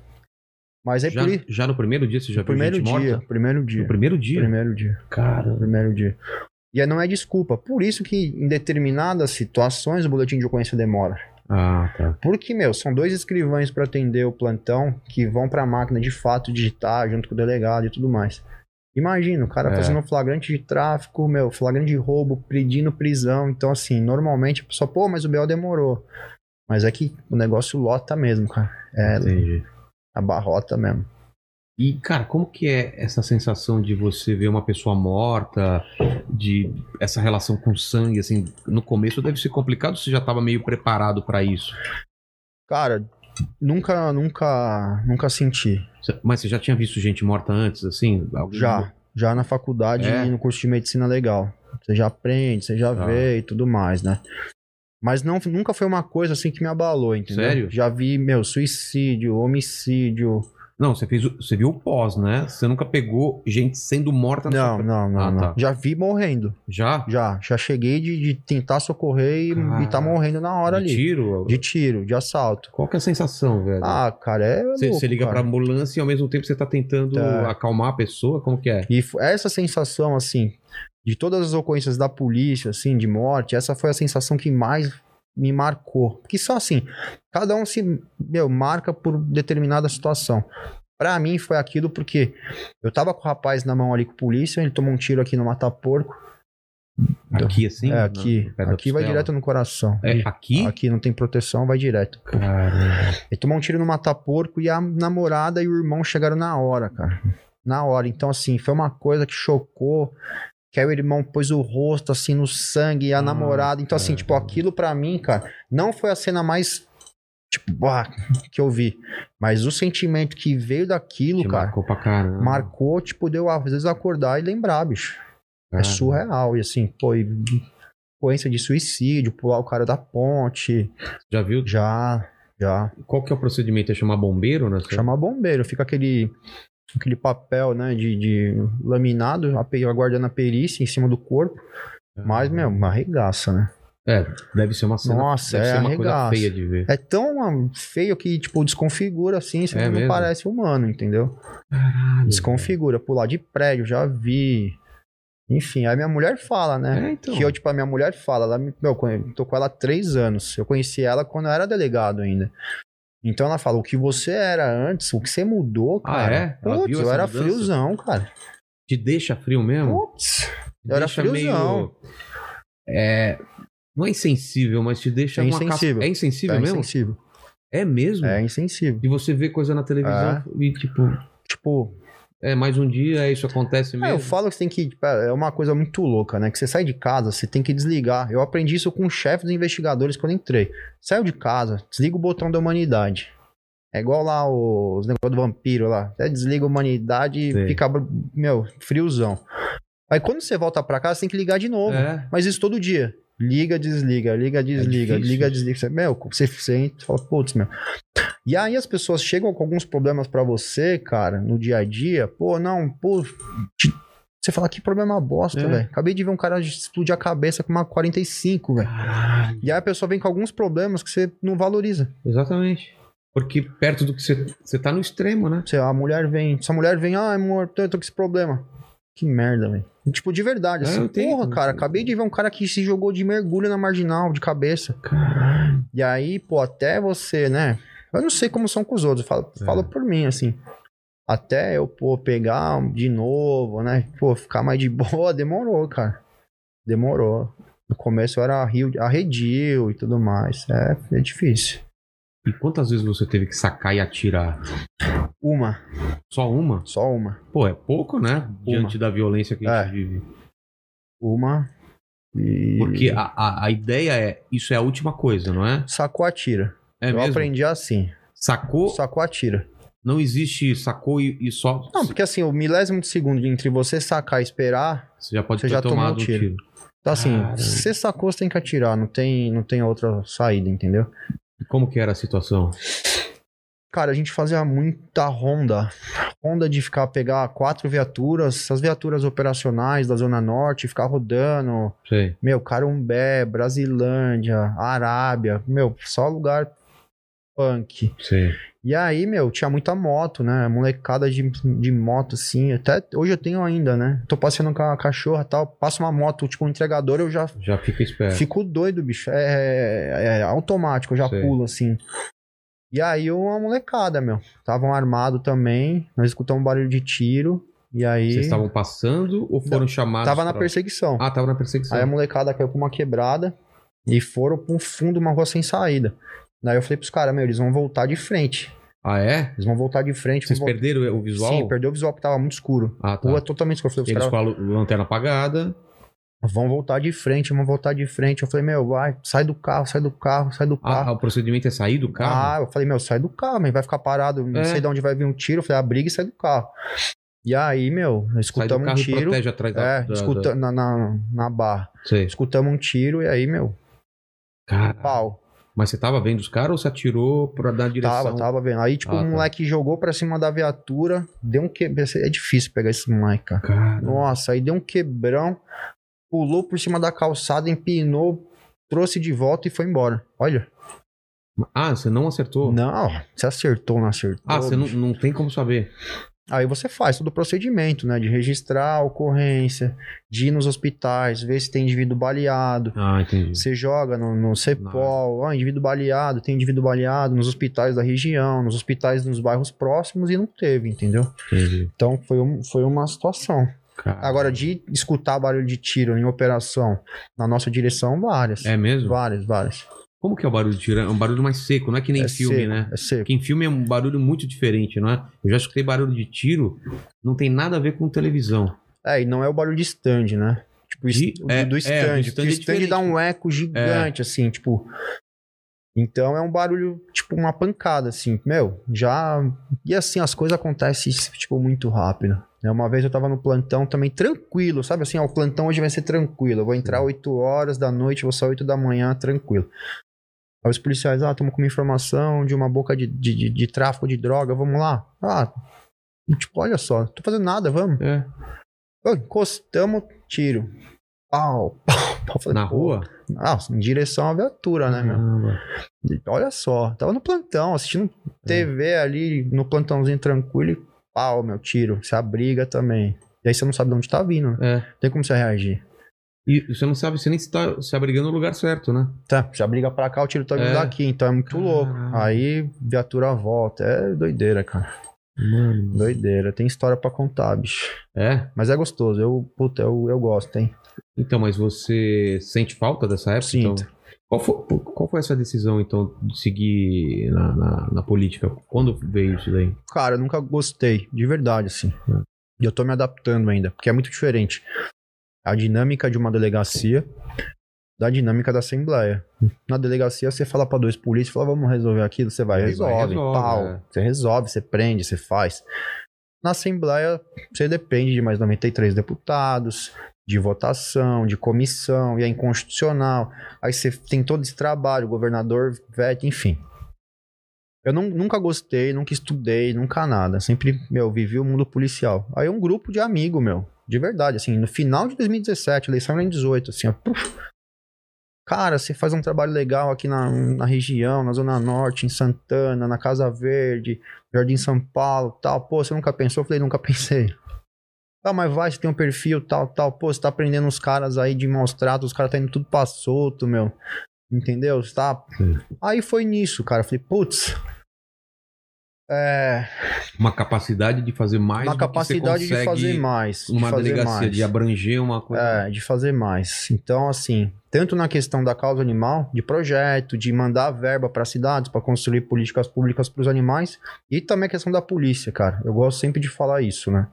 Mas aí, já, por isso, já no primeiro dia você já viu primeiro gente dia, morta? primeiro dia, No primeiro dia? primeiro dia Cara, primeiro dia. E aí não é desculpa. Por isso que em determinadas situações o boletim de ocorrência demora. ah, tá. Porque, meu, são dois escrivães para atender o plantão que vão para a máquina de fato digitar junto com o delegado e tudo mais. Imagina, o cara É. fazendo flagrante de tráfico, meu, flagrante de roubo, pedindo prisão. Então, assim, normalmente a pessoa, pô, mas o BO demorou. Mas é que o negócio lota mesmo, cara. É, Entendi. abarrota mesmo. E, cara, como que é essa sensação de você ver uma pessoa morta, de essa relação com sangue, assim, no começo deve ser complicado, você já estava meio preparado pra isso. Cara, nunca, nunca, nunca senti. Cê- Mas você já tinha visto gente morta antes, assim? Alguém- Já. Já na faculdade É? e no curso de medicina legal. Você já aprende, você já Tá. vê e tudo mais, né? Mas não, nunca foi uma coisa assim que me abalou, entendeu? Sério? Já vi, meu, suicídio, homicídio. Não, você fez, o- você viu o pós, né? Você nunca pegou gente sendo morta na Não, sua- não, não. Ah, não. tá. Já vi morrendo. já Já. Já cheguei de, de tentar socorrer e, Cara, e tá morrendo na hora de ali. tiro. De tiro, de assalto. Qual que é a sensação, velho? Ah, cara, é. Você louco, você liga cara. pra ambulância e ao mesmo tempo você tá tentando Tá. acalmar a pessoa? Como que é? E f- essa sensação, assim, de todas as ocorrências da polícia, assim, de morte, essa foi a sensação que mais me marcou. Porque só assim, cada um se, meu, marca por determinada situação. Pra mim foi aquilo porque eu tava com o rapaz na mão ali com a polícia, ele tomou um tiro aqui no mata-porco. Aqui, assim? é, Na- aqui. no pé da aqui vai costela? direto no Ah, coração. É, aqui? Aqui não tem proteção, vai direto. Cara, Ele tomou um tiro no mata-porco e a namorada e o irmão chegaram na hora, cara. Na hora. Então, assim, foi uma coisa que chocou. Que aí o irmão pôs o rosto, assim, no sangue, e a Ah, namorada. Então, assim, cara. tipo, aquilo pra mim, cara, não foi a cena mais, tipo, bah, que eu vi. Mas o sentimento que veio daquilo, te cara, marcou né? pra caramba. marcou, tipo, deu às vezes acordar e lembrar, bicho. É cara. surreal. E assim, pô, e ocorrência de suicídio, pular o cara da ponte. Já viu? Já, já. Qual que é o procedimento? É chamar bombeiro, né? Chamar bombeiro, fica aquele aquele papel, né, de, de laminado, a pe- aguardando a perícia em cima do corpo, mas, meu, arregaça, né? É, deve ser uma cena. Nossa, deve é ser uma coisa arregaço. feia de ver. É tão ah, feio que, tipo, desconfigura, assim, você É não mesmo? parece humano, entendeu? Caralho. Desconfigura, pular de prédio, já vi. Enfim, aí minha mulher fala, né? É, então. Que eu, tipo, a minha mulher fala, ela, me- meu, eu tô com ela há três anos, eu conheci ela quando eu era delegado ainda. Então ela fala, o que você era antes, o que você mudou, Ah, cara. é? Ela Putz, viu eu essa era mudança? Hum. friozão, cara. Te deixa frio mesmo? Putz. Te eu era deixa friozão. É. Não é insensível, mas te deixa É uma casca- insensível. É insensível É mesmo? insensível. É mesmo? É insensível. E você vê coisa na televisão e tipo, Tipo, é mais um dia, isso acontece é, mesmo. eu falo que você tem que. tipo, É uma coisa muito louca, né? Que você sai de casa, você tem que desligar. Eu aprendi isso com o chefe dos investigadores quando entrei. Saiu de casa, desliga o botão da humanidade. É igual lá o- os negócios do vampiro lá. Até desliga a humanidade Sei. e fica, meu, friozão. Aí quando você volta pra casa, você tem que ligar de novo. É. Mas isso todo dia. Liga, desliga, liga, desliga, difícil liga, isso. desliga. Você, meu, você, você entra e fala, putz, meu. E aí as pessoas chegam com alguns problemas pra você, cara, no dia a dia. Pô, não, pô. te- Você fala, que problema bosta, É. velho. Acabei de ver um cara explodir a cabeça com uma 45, velho. Caralho. E aí a pessoa vem com alguns problemas que você não valoriza. Exatamente. Porque perto do que você. Você tá no extremo, né? Você, "Ah, a mulher vem, se a mulher vem, ah, amor, tô, tô com esse problema. Que merda, velho. Tipo, de verdade, É, assim, eu tenho- porra, cara, acabei de ver um cara que se jogou de mergulho na marginal, de cabeça. Caralho. E aí, pô, até você, né? Eu não sei como são com os outros, eu falo, É. falo por mim, assim. Até eu, pô, pegar de novo, né? Pô, ficar mais de boa, demorou, cara. Demorou. No começo eu era rio- arredio e tudo mais. É, é difícil. E quantas vezes você teve que sacar e atirar? Uma, Só uma? só uma. Pô, é pouco, né? Diante da violência que É. a gente vive. Uma. E. Porque a, a, a ideia é, isso é a última coisa, não é? Sacou, atira. É eu mesmo? aprendi assim. Sacou, Sacou, atira. não existe sacou e, e só. Não, porque assim, o milésimo de segundo entre você sacar e esperar, você já pode você ter já tomou tomado um um tiro. tiro. Então, assim, Caramba. se você sacou, você tem que atirar, não tem, não tem outra saída, entendeu? E Como que era a situação? Cara, a gente fazia muita ronda. Ronda de ficar, pegar quatro viaturas, as viaturas operacionais da Zona Norte, ficar rodando. Sei. Meu, Carumbé, Brasilândia, Arábia, meu, só lugar punk. Sei. E aí, meu, tinha muita moto, né? Molecada de, de moto, assim. Até hoje eu tenho ainda, né? Tô passeando com a cachorra e tal. Passa uma moto, tipo, um entregador, eu já Já fica esperto. Fico doido, bicho. É, é- é automático, eu já Sei. pulo assim. E aí uma molecada, meu. Estavam armados também. Nós escutamos barulho de tiro. E aí. Vocês estavam passando ou foram chamados? Tava na pra- perseguição. Ah, tava na perseguição. aí a molecada caiu com uma quebrada e foram pra um fundo, uma rua sem saída. Daí eu falei pros caras, meu, eles vão voltar de frente. Ah, é? Eles vão voltar de frente. Vocês vão voltar- perderam o visual? tipo, Sim, perdeu o visual porque tava muito escuro. Ah, tá. Rua totalmente escura. Eu falei, os Eles caras com a lu- lanterna apagada. vão voltar de frente, vão voltar de frente. Eu falei, meu, vai, sai do carro, sai do carro, sai do Ah, carro. o procedimento é sair do carro? Ah, eu falei, meu, sai do carro, mas vai ficar parado, não É. sei de onde vai vir um tiro. Eu falei, abriga e sai do carro. E aí, meu, sai do escutamos um carro e tiro. protege atrás da... É, da- escuta, na, na, na barra. da- Sei. Escutamos um tiro e aí, meu, Cara, pau. mas você tava vendo os caras ou você atirou pra dar direção? Tava, tava vendo. Aí, tipo, Ah, o tá. moleque jogou pra cima da viatura, deu um quebrão. É difícil pegar esse moleque, cara. Cara, Nossa, aí deu um quebrão, pulou por cima da calçada, empinou, trouxe de volta e foi embora. Olha. Ah, você não acertou? Não, você acertou, não acertou. Ah, você não, bicho. não tem como saber. Aí você faz todo o procedimento, né? De registrar a ocorrência, de ir nos hospitais, ver se tem indivíduo baleado. Ah, entendi. Você joga no, no CEPOL, ah, indivíduo baleado, tem indivíduo baleado nos hospitais da região, nos hospitais nos bairros próximos e não teve, entendeu? entendi. Então foi, um- foi uma situação. Cara. Agora, de escutar barulho de tiro em operação na nossa direção, várias. É mesmo? Várias, várias. Como que é o barulho de tiro? É um barulho mais seco, não é que nem é filme, seco, né? É seco. Porque em filme é um barulho muito diferente, não é? Eu já escutei barulho de tiro, não tem nada a ver com televisão. É, e não é o barulho de stand, né? Tipo, De- est- do, é, do é, stand. do porque stand o é stand dá um eco gigante, assim, tipo. Então é um barulho, tipo, uma pancada, assim. Meu, já. E assim, as coisas acontecem, tipo, muito rápido. né? Uma vez eu tava no plantão também tranquilo, sabe assim? Ó, o plantão hoje vai ser tranquilo. Eu vou entrar 8 horas da noite, vou sair 8 da manhã, tranquilo. Aí os policiais, ah, estamos com uma informação de uma boca de, de, de, de tráfico de droga, vamos lá. Ah, tipo, olha só, não tô fazendo nada, vamos. É. Pô, Encostamos, tiro. Pau, pau, pau. Falei, Na pô, rua? Nossa, em direção à viatura, né, meu? Caramba. Olha só, tava no plantão, assistindo TV ali, no plantãozinho tranquilo e pau, meu, tiro. Você abriga também. E aí você não sabe de onde tá vindo, né? É. Tem como você reagir. E você não sabe, você nem se tá se abrigando no lugar certo, né? Tá, você abriga pra cá, o tiro tá vindo É. daqui, então é muito Caralho. louco. Aí, viatura volta. É doideira, cara. Mano. Doideira. Tem história pra contar, bicho. É? Mas é gostoso. Eu, puta, eu, eu gosto, hein? Então, mas você sente falta dessa época? Sinto. Então? Qual, foi, qual foi essa decisão, então, de seguir na, na- na política? Quando veio isso daí? Cara, eu nunca gostei, de verdade, assim. E eu tô me adaptando ainda, porque é muito diferente a dinâmica de uma delegacia da dinâmica da Assembleia. Na delegacia, você fala pra dois polícias, fala, vamos resolver aquilo, você vai, Vai, resolve, resolve, pau. é. Você resolve, você prende, você faz. Na Assembleia, você depende de mais 93 deputados, de votação, de comissão, e é inconstitucional. Aí você tem todo esse trabalho, o governador vete, enfim. Eu nun- nunca gostei, nunca estudei, nunca nada. Sempre, meu, vivi o mundo policial. Aí um grupo de amigo, meu, de verdade, assim, no final de 2017, eleição era em 18, assim, ó, puf. Cara, você faz um trabalho legal aqui na, na região, na Zona Norte, em Santana, na Casa Verde, Jardim São Paulo, tal. Pô, você nunca pensou? Eu falei, nunca pensei. Ah, mas vai, você tem um perfil, tal, tal. Pô, você tá prendendo os caras aí de maus tratos, os caras tá indo tudo pra solto, meu. Entendeu? Você Tá... Sim. Aí foi nisso, cara. Eu falei, putz. É, Uma capacidade de fazer mais uma do que você capacidade de consegue fazer mais. de Numa fazer delegacia, mais. de abranger uma coisa. É, de fazer mais. Então, assim, tanto na questão da causa animal, de projeto, de mandar verba para cidades para construir políticas públicas para os animais, e também a questão da polícia, cara. Eu gosto sempre de falar isso, né?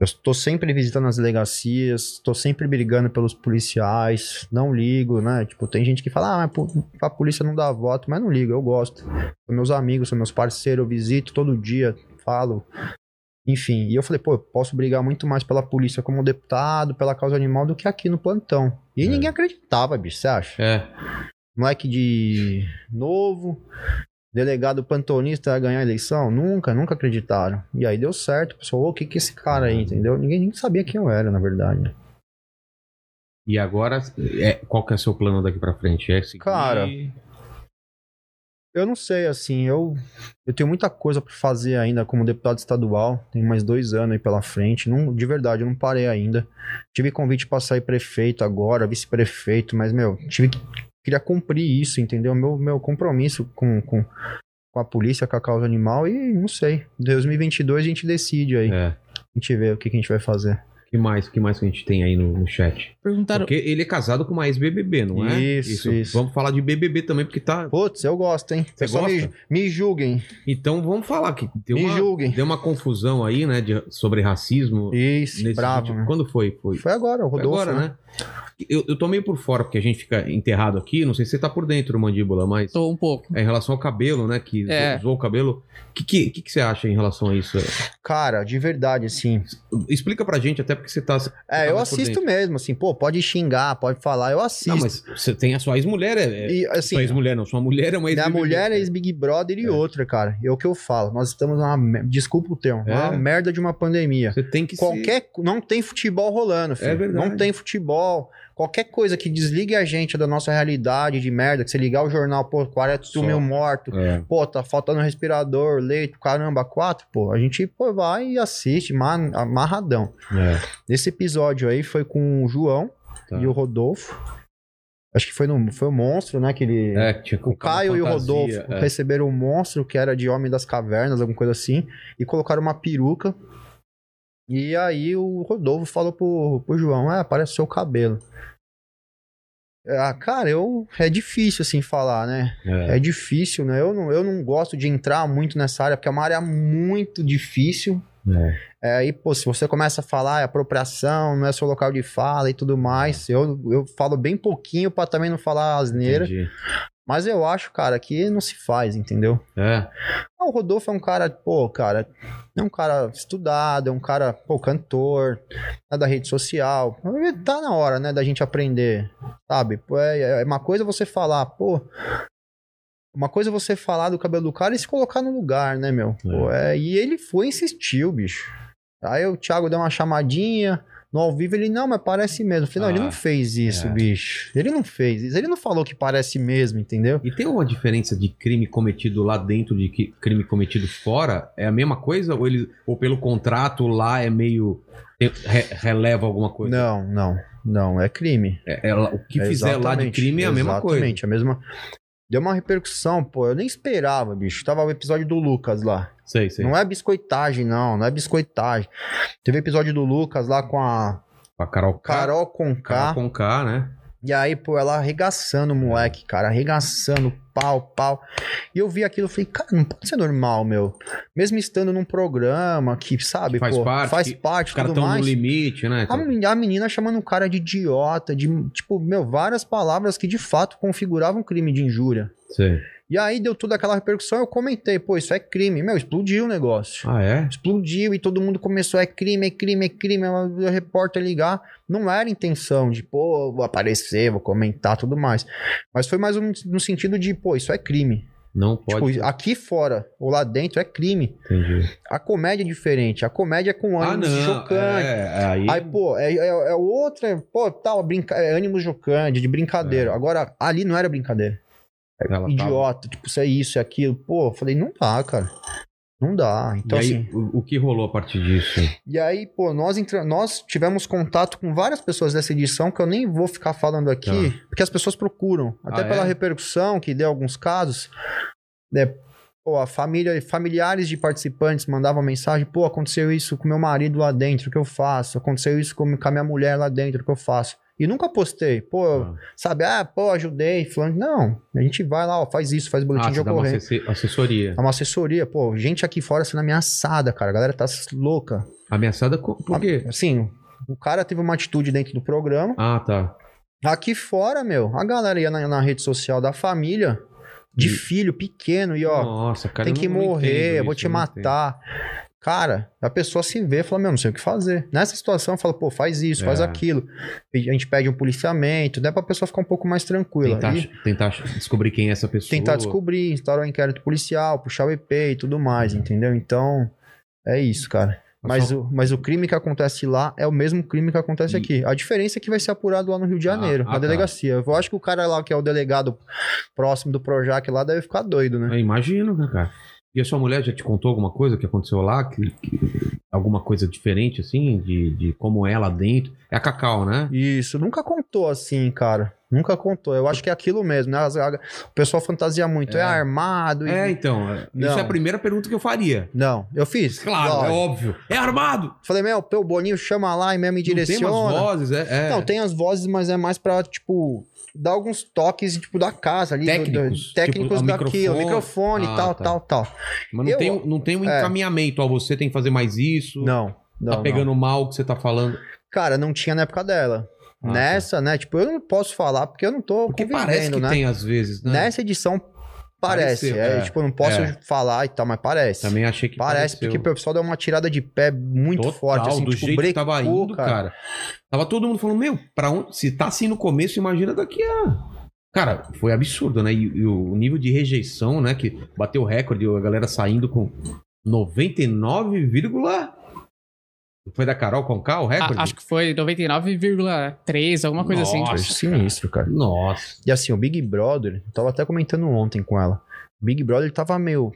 Eu estou sempre visitando as delegacias, estou sempre brigando pelos policiais, não ligo, né? Tipo, tem gente que fala, ah, mas po- a polícia não dá voto, mas não ligo, eu gosto. São meus amigos, são meus parceiros, eu visito todo dia, falo, enfim, e eu falei, pô, eu posso brigar muito mais pela polícia como deputado, pela causa animal, do que aqui no plantão. E É. ninguém acreditava, bicho, você acha? É. Moleque de novo, delegado pantonista ia ganhar a eleição? Nunca, nunca acreditaram. E aí deu certo, pessoal, ô, o que que é esse cara aí, entendeu? Ninguém nem sabia quem eu era, na verdade. E agora, é, qual que é o seu plano daqui pra frente? É seguir... Cara, Eu não sei, assim, eu, eu tenho muita coisa pra fazer ainda como deputado estadual. Tenho mais dois anos aí pela frente. Não, de verdade, eu não parei ainda. Tive convite pra sair prefeito agora, vice-prefeito, mas, meu, tive que. Queria cumprir isso, entendeu? Meu, meu compromisso com, com, com a polícia, com a causa animal e não sei. 2022 a gente decide aí. É. A gente vê o que, que a gente vai fazer. que mais, que mais que a gente tem aí no, no chat? Perguntaram. Porque ele é casado com uma ex-BBB, não é? Isso, isso. Vamos falar de BBB também, porque tá... Putz, eu gosto, hein? Você Pessoal, gosta? Me, me julguem, Então vamos falar que deu me uma, julguem. deu uma confusão aí, né, de- sobre racismo. Isso, nesse bravo. vídeo. né? Quando foi? Foi, Foi agora, o Foi Rodolfo, agora, né? né? Eu, eu tô meio por fora, porque a gente fica enterrado aqui. Não sei se você tá por dentro, mandíbula, mas. Tô um pouco. É em relação ao cabelo, né? Que zo- É. zoou o cabelo. O que, que, que, que você acha em relação a isso? Cara, de verdade, assim. Explica pra gente, até porque você tá. tá É, eu mais por assisto dentro. mesmo, assim, pô, pode xingar, pode falar, eu assisto. Não, mas você tem a sua ex-mulher. É, é, E assim, sua ex-mulher, não. Sua mulher é uma ex minha mulher é ex-Big Brother e É. outra, cara. É o que eu falo. Nós estamos numa. mer- Desculpa o termo, É. uma merda de uma pandemia. Você tem que se- Qualquer. Não tem futebol rolando, filho. É verdade. Não tem futebol. Qualquer coisa que desligue a gente da nossa realidade de merda, que você ligar o jornal, pô, 41 mil Só. mortos, É. pô, tá faltando respirador, leito, caramba, quatro, pô. A gente, pô, vai e assiste, ma- amarradão. é. Esse episódio aí foi com o João Tá. e o Rodolfo. Acho que foi, no, foi o monstro, né? Que ele. É, que tinha O Caio e o Rodolfo É. receberam um monstro que era de Homem das Cavernas, alguma coisa assim, e colocaram uma peruca. E aí o Rodolfo falou pro, pro João, ah, parece seu cabelo. Ah, cara, eu, é difícil assim falar, né? É. É difícil, né? Eu não, eu não gosto de entrar muito nessa área, porque é uma área muito difícil. É. É, e, pô, se você começa a falar, é apropriação, não é seu local de fala e tudo mais, eu, eu falo bem pouquinho pra também não falar asneira. É. Entendi. Mas eu acho, cara, que não se faz, entendeu? É. Ah, O Rodolfo é um cara, pô, cara, é um cara estudado, é um cara, pô, cantor, é da rede social. Tá na hora, né, da gente aprender, sabe? Pô, É, é uma coisa você falar, pô. Uma coisa é você falar do cabelo do cara e se colocar no lugar, né, meu? Pô, é, e ele foi e insistiu, bicho. Aí o Thiago deu uma chamadinha. No ao vivo ele, não, mas parece mesmo. Eu falei, não, ele Ah, não fez isso, é. bicho. Ele não fez isso. Ele não falou que parece mesmo, entendeu? E tem uma diferença de crime cometido lá dentro de que- crime cometido fora? É a mesma coisa? Ou, ele, ou pelo contrato lá é meio. re- releva alguma coisa? Não, não, não, é crime. É, é lá- o que É fizer lá de exatamente, crime é a mesma coisa. Exatamente, a mesma. Deu uma repercussão, pô, eu nem esperava, bicho. Tava o episódio do Lucas lá. Sei, sei. Não é biscoitagem, não, não é biscoitagem. Teve episódio do Lucas lá com a A Carol K. Carol Conká. Carol com K, né? E aí, pô, ela arregaçando o moleque, cara, arregaçando, pau, pau. E eu vi aquilo, eu falei, cara, não pode ser normal, meu. Mesmo estando num programa que, sabe, Que faz pô, parte, faz que parte, Os caras tudo estão no mais. Ah, limite, né? A, men- a menina chamando o cara de idiota, de, tipo, meu, várias palavras que de fato configuravam crime de injúria. Sei. E aí deu toda aquela repercussão, eu comentei, pô, isso é crime. Meu, explodiu o negócio. Ah, é? Explodiu e todo mundo começou, é crime, é crime, é crime. O repórter ligar. Não era intenção de, pô, vou aparecer, vou comentar, tudo mais. Mas foi mais um, no sentido de, pô, isso é crime. Não pode. Tipo, aqui fora ou lá dentro é crime. Entendi. A comédia é diferente. A comédia é com Ah, ânimo não. chocante. É, aí, Aí, pô, é, é, é outra. Pô, tal, brinca... é ânimo jocante, de brincadeira. É. Agora, ali não era brincadeira. ela tá tava- Idiota, tipo, isso é isso, é aquilo. Pô, eu falei, não dá, cara. Não dá. E Então, aí, assim. o, o que rolou a partir disso? E aí, pô, nós, entra... nós tivemos contato com várias pessoas dessa edição que eu nem vou ficar falando aqui, Tá. porque as pessoas procuram. Até Ah, é? pela repercussão que deu alguns casos. Né? Pô, a família, familiares de participantes mandavam mensagem: pô, aconteceu isso com meu marido lá dentro, o que eu faço? Aconteceu isso com com a minha mulher lá dentro, o que eu faço? E nunca postei. Pô, Ah, sabe, ah, pô, ajudei, falando. Não, a gente vai lá, ó, faz isso, faz boletim ah de você dá uma ocorrência. assessi- assessoria. É uma assessoria, pô, gente aqui fora sendo ameaçada, cara. A galera tá louca. Ameaçada co- por quê? Assim, o cara teve uma atitude dentro do programa. Ah, tá. Aqui fora, meu, a galera ia na, na rede social da família, de E- filho pequeno, e ó, Nossa, cara. tem eu que não- não morrer, entendo eu vou isso, te eu não entendo. matar. Cara, a pessoa se vê e fala, meu, não sei o que fazer. Nessa situação, fala, pô, faz isso, faz É. aquilo. A gente pede um policiamento, né, pra pessoa ficar um pouco mais tranquila. Tentar, E- tentar descobrir quem é essa pessoa. tentar descobrir, instaurar um inquérito policial, puxar o IP e tudo mais, entendeu? Então, é isso, cara. Tá Mas o, mas o crime que acontece lá é o mesmo crime que acontece E- aqui. A diferença é que vai ser apurado lá no Rio de Ah, Janeiro, ah, na tá. delegacia. Eu acho que o cara lá que é o delegado próximo do Projac lá deve ficar doido, né? Eu imagino, né, cara? E a sua mulher já te contou alguma coisa que aconteceu lá? Que, que- alguma coisa diferente, assim, de, de como é lá dentro? É a Cacau, né? Isso, nunca contou assim, cara. Nunca contou. Eu acho que é aquilo mesmo, né? As- a- O pessoal fantasia muito. É, É. armado e- É, então. é- Isso Não. é a primeira pergunta que eu faria. Não, eu fiz. Claro, é Lógico. óbvio. É armado! Falei, meu, pô, o Boninho chama lá e mesmo me direciona. Não tem umas vozes, é. é. Não, tem as vozes, mas é mais pra, tipo, dar alguns toques, tipo, da casa ali. do- Técnicos, do- tipo, técnicos ao daquilo, microfone. microfone, Ah, tal, tá. tal, tal. Mas não eu- tem, não tem um é. encaminhamento. Ó, você tem que fazer mais isso. Não, não. tá pegando mal o que você tá falando. Cara, não tinha na época dela. Ah, Nessa, né? Tipo, eu não posso falar porque eu não tô Porque convivendo, parece que né? tem às vezes, né? Nessa edição parece. Pareceu, é, é. Tipo, eu não posso É. falar e tal, mas parece. Também achei que Parece, pareceu. porque o pessoal deu uma tirada de pé muito Total, forte, assim, do tipo, jeito brecou, que tava indo, cara. Tava todo mundo falando, meu, pra onde? Se tá assim no começo, imagina daqui a. Cara, foi absurdo, né? E, e o nível de rejeição, né? Que bateu o recorde, a galera saindo com 99, foi da Carol Conká o recorde? A- Ah, acho que foi 99,3, alguma coisa Nossa. assim. Foi sinistro, cara. Nossa. E assim, o Big Brother, eu tava até comentando ontem com ela. O Big Brother tava meio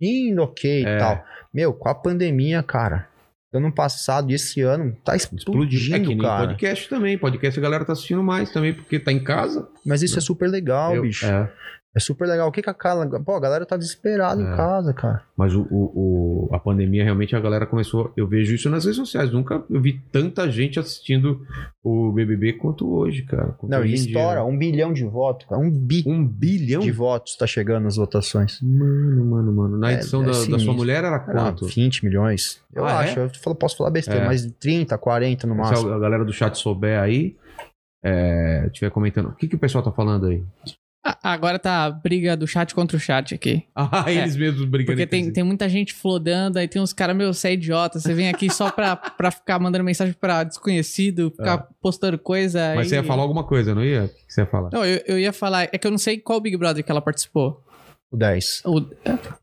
indo ok É. e tal. Meu, com a pandemia, cara. Ano passado e esse ano tá Explodiu. É que explodindo, nem cara. podcast também. Podcast a galera tá assistindo mais também, porque tá em casa. Mas isso é super legal, Eu- bicho. É. é. super legal. O que que a cara. Pô, a galera tá desesperada É. em casa, cara. Mas o, o- o- a pandemia realmente a galera começou. Eu vejo isso nas redes sociais. Nunca eu vi tanta gente assistindo o BBB quanto hoje, cara. Quanto Não, hoje e em dia. estoura um bilhão de votos, cara. Um bi Um bilhão? de votos tá chegando nas votações. Mano, mano, mano. Na É, edição é da, da sinistro. sua mulher era Era quanto? 20 milhões. Eu Ah, acho. Eu falo, posso falar besteira, É. mas 30, 40 no máximo. Se a galera do chat souber aí, é, tiver comentando. O que, que o pessoal tá falando aí? A- Agora tá a briga do chat contra o chat aqui. Ah, É, eles mesmos brigando. Porque entre tem, si. tem muita gente flodando, aí tem uns caras, meu, você é idiota, você vem aqui só pra, pra ficar mandando mensagem pra desconhecido, ficar postando coisa. É. Mas e- você ia falar um- alguma coisa, não ia? O que você ia falar? Não, eu, eu ia falar, é que eu não sei qual Big Brother que ela participou. 10. O,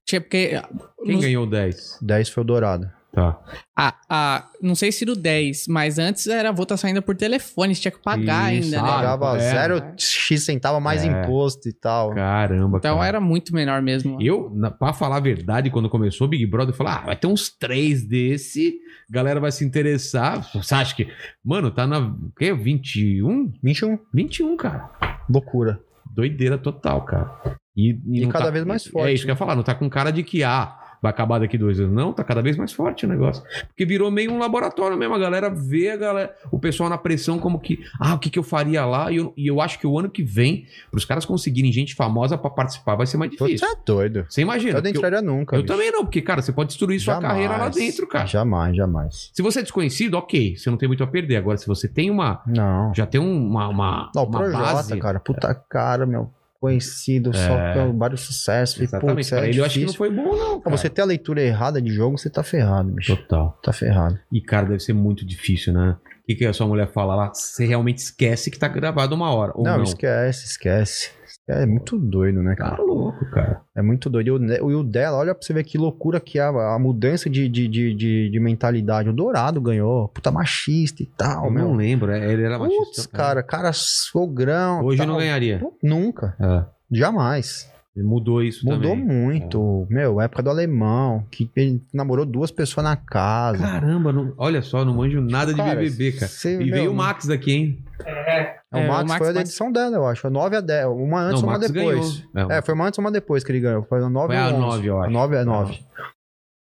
tinha porque. ah, Quem não, ganhou 10? 10 foi o Dourado. Tá. a, a- não sei se do 10, mas antes era a votação ainda por telefone, você tinha que pagar Isso, ainda, né? ah, Pagava é. 0x centavo mais É. imposto e tal. Caramba, Então cara. era muito menor mesmo. Eu, na, pra falar a verdade, quando começou o Big Brother, eu falei, ah, vai ter uns três desse, a galera vai se interessar. Você acha que. Mano, tá na. O quê? 21? 21, 21, cara. loucura. Doideira total, cara. E, E não cada tá- vez mais É forte, né? isso que eu ia falar, não tá com cara de que, ah, vai acabar daqui dois anos. Não, tá cada vez mais forte o negócio. Porque virou meio um laboratório mesmo. A galera vê a galera, o pessoal na pressão, como que, ah, o que, que eu faria lá? E eu, e eu acho que o ano que vem, pros caras conseguirem gente famosa pra participar, vai ser mais Pô, Você difícil. é doido. Você imagina. Eu não porque o- entraria nunca. eu bicho. também não, porque, cara, você pode destruir sua Jamais. carreira lá dentro, cara. Jamais, jamais. Se você é desconhecido, ok, você não tem muito a perder. Agora, se você tem uma. Não. Já tem um, uma. uma, Não, o uma É. Projota, cara. Puta cara, meu. Conhecido, só pelo vários sucessos. Exatamente. Exatamente. Putz, pra é ele eu acho que não difícil. foi bom, não. Pra Cara. Você ter a leitura errada de jogo, você tá ferrado, bicho. Total. Tá ferrado. E, cara, deve ser muito difícil, né? O que, que a sua mulher fala lá? Você realmente esquece que tá gravado uma hora. Ou Não, não, esquece, esquece. É muito doido, né, cara? Tá louco, cara. É muito doido. E o, ne- e o dela, olha pra você ver que loucura que é a, a mudança de, de, de, de, de mentalidade. O Dourado ganhou, puta machista e tal, eu não meu. lembro, é, ele era machista. É. Putz, cara, tá cara sogrão. Hoje eu tal. não ganharia. Pô, Nunca, É, jamais. mudou isso Mudou também. É. muito. Meu, época do alemão, que ele namorou duas pessoas na casa. Caramba, não- olha só, não manjo nada de Cara, BBB, cara. cê- e meu, veio o Max aqui, hein? É, o É, o Max, Max- foi a da Max- edição dela, eu acho. A 9 a 10. Uma antes, não, o uma Max depois. ganhou. o É, foi uma antes, uma depois que ele ganhou. Foi a 9 Foi a ou 11. nove, eu A acho. 9 é 9.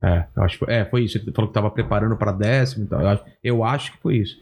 É, eu acho que foi, é, foi isso. Ele falou que tava preparando pra décimo e tal. Eu acho, eu acho que foi isso.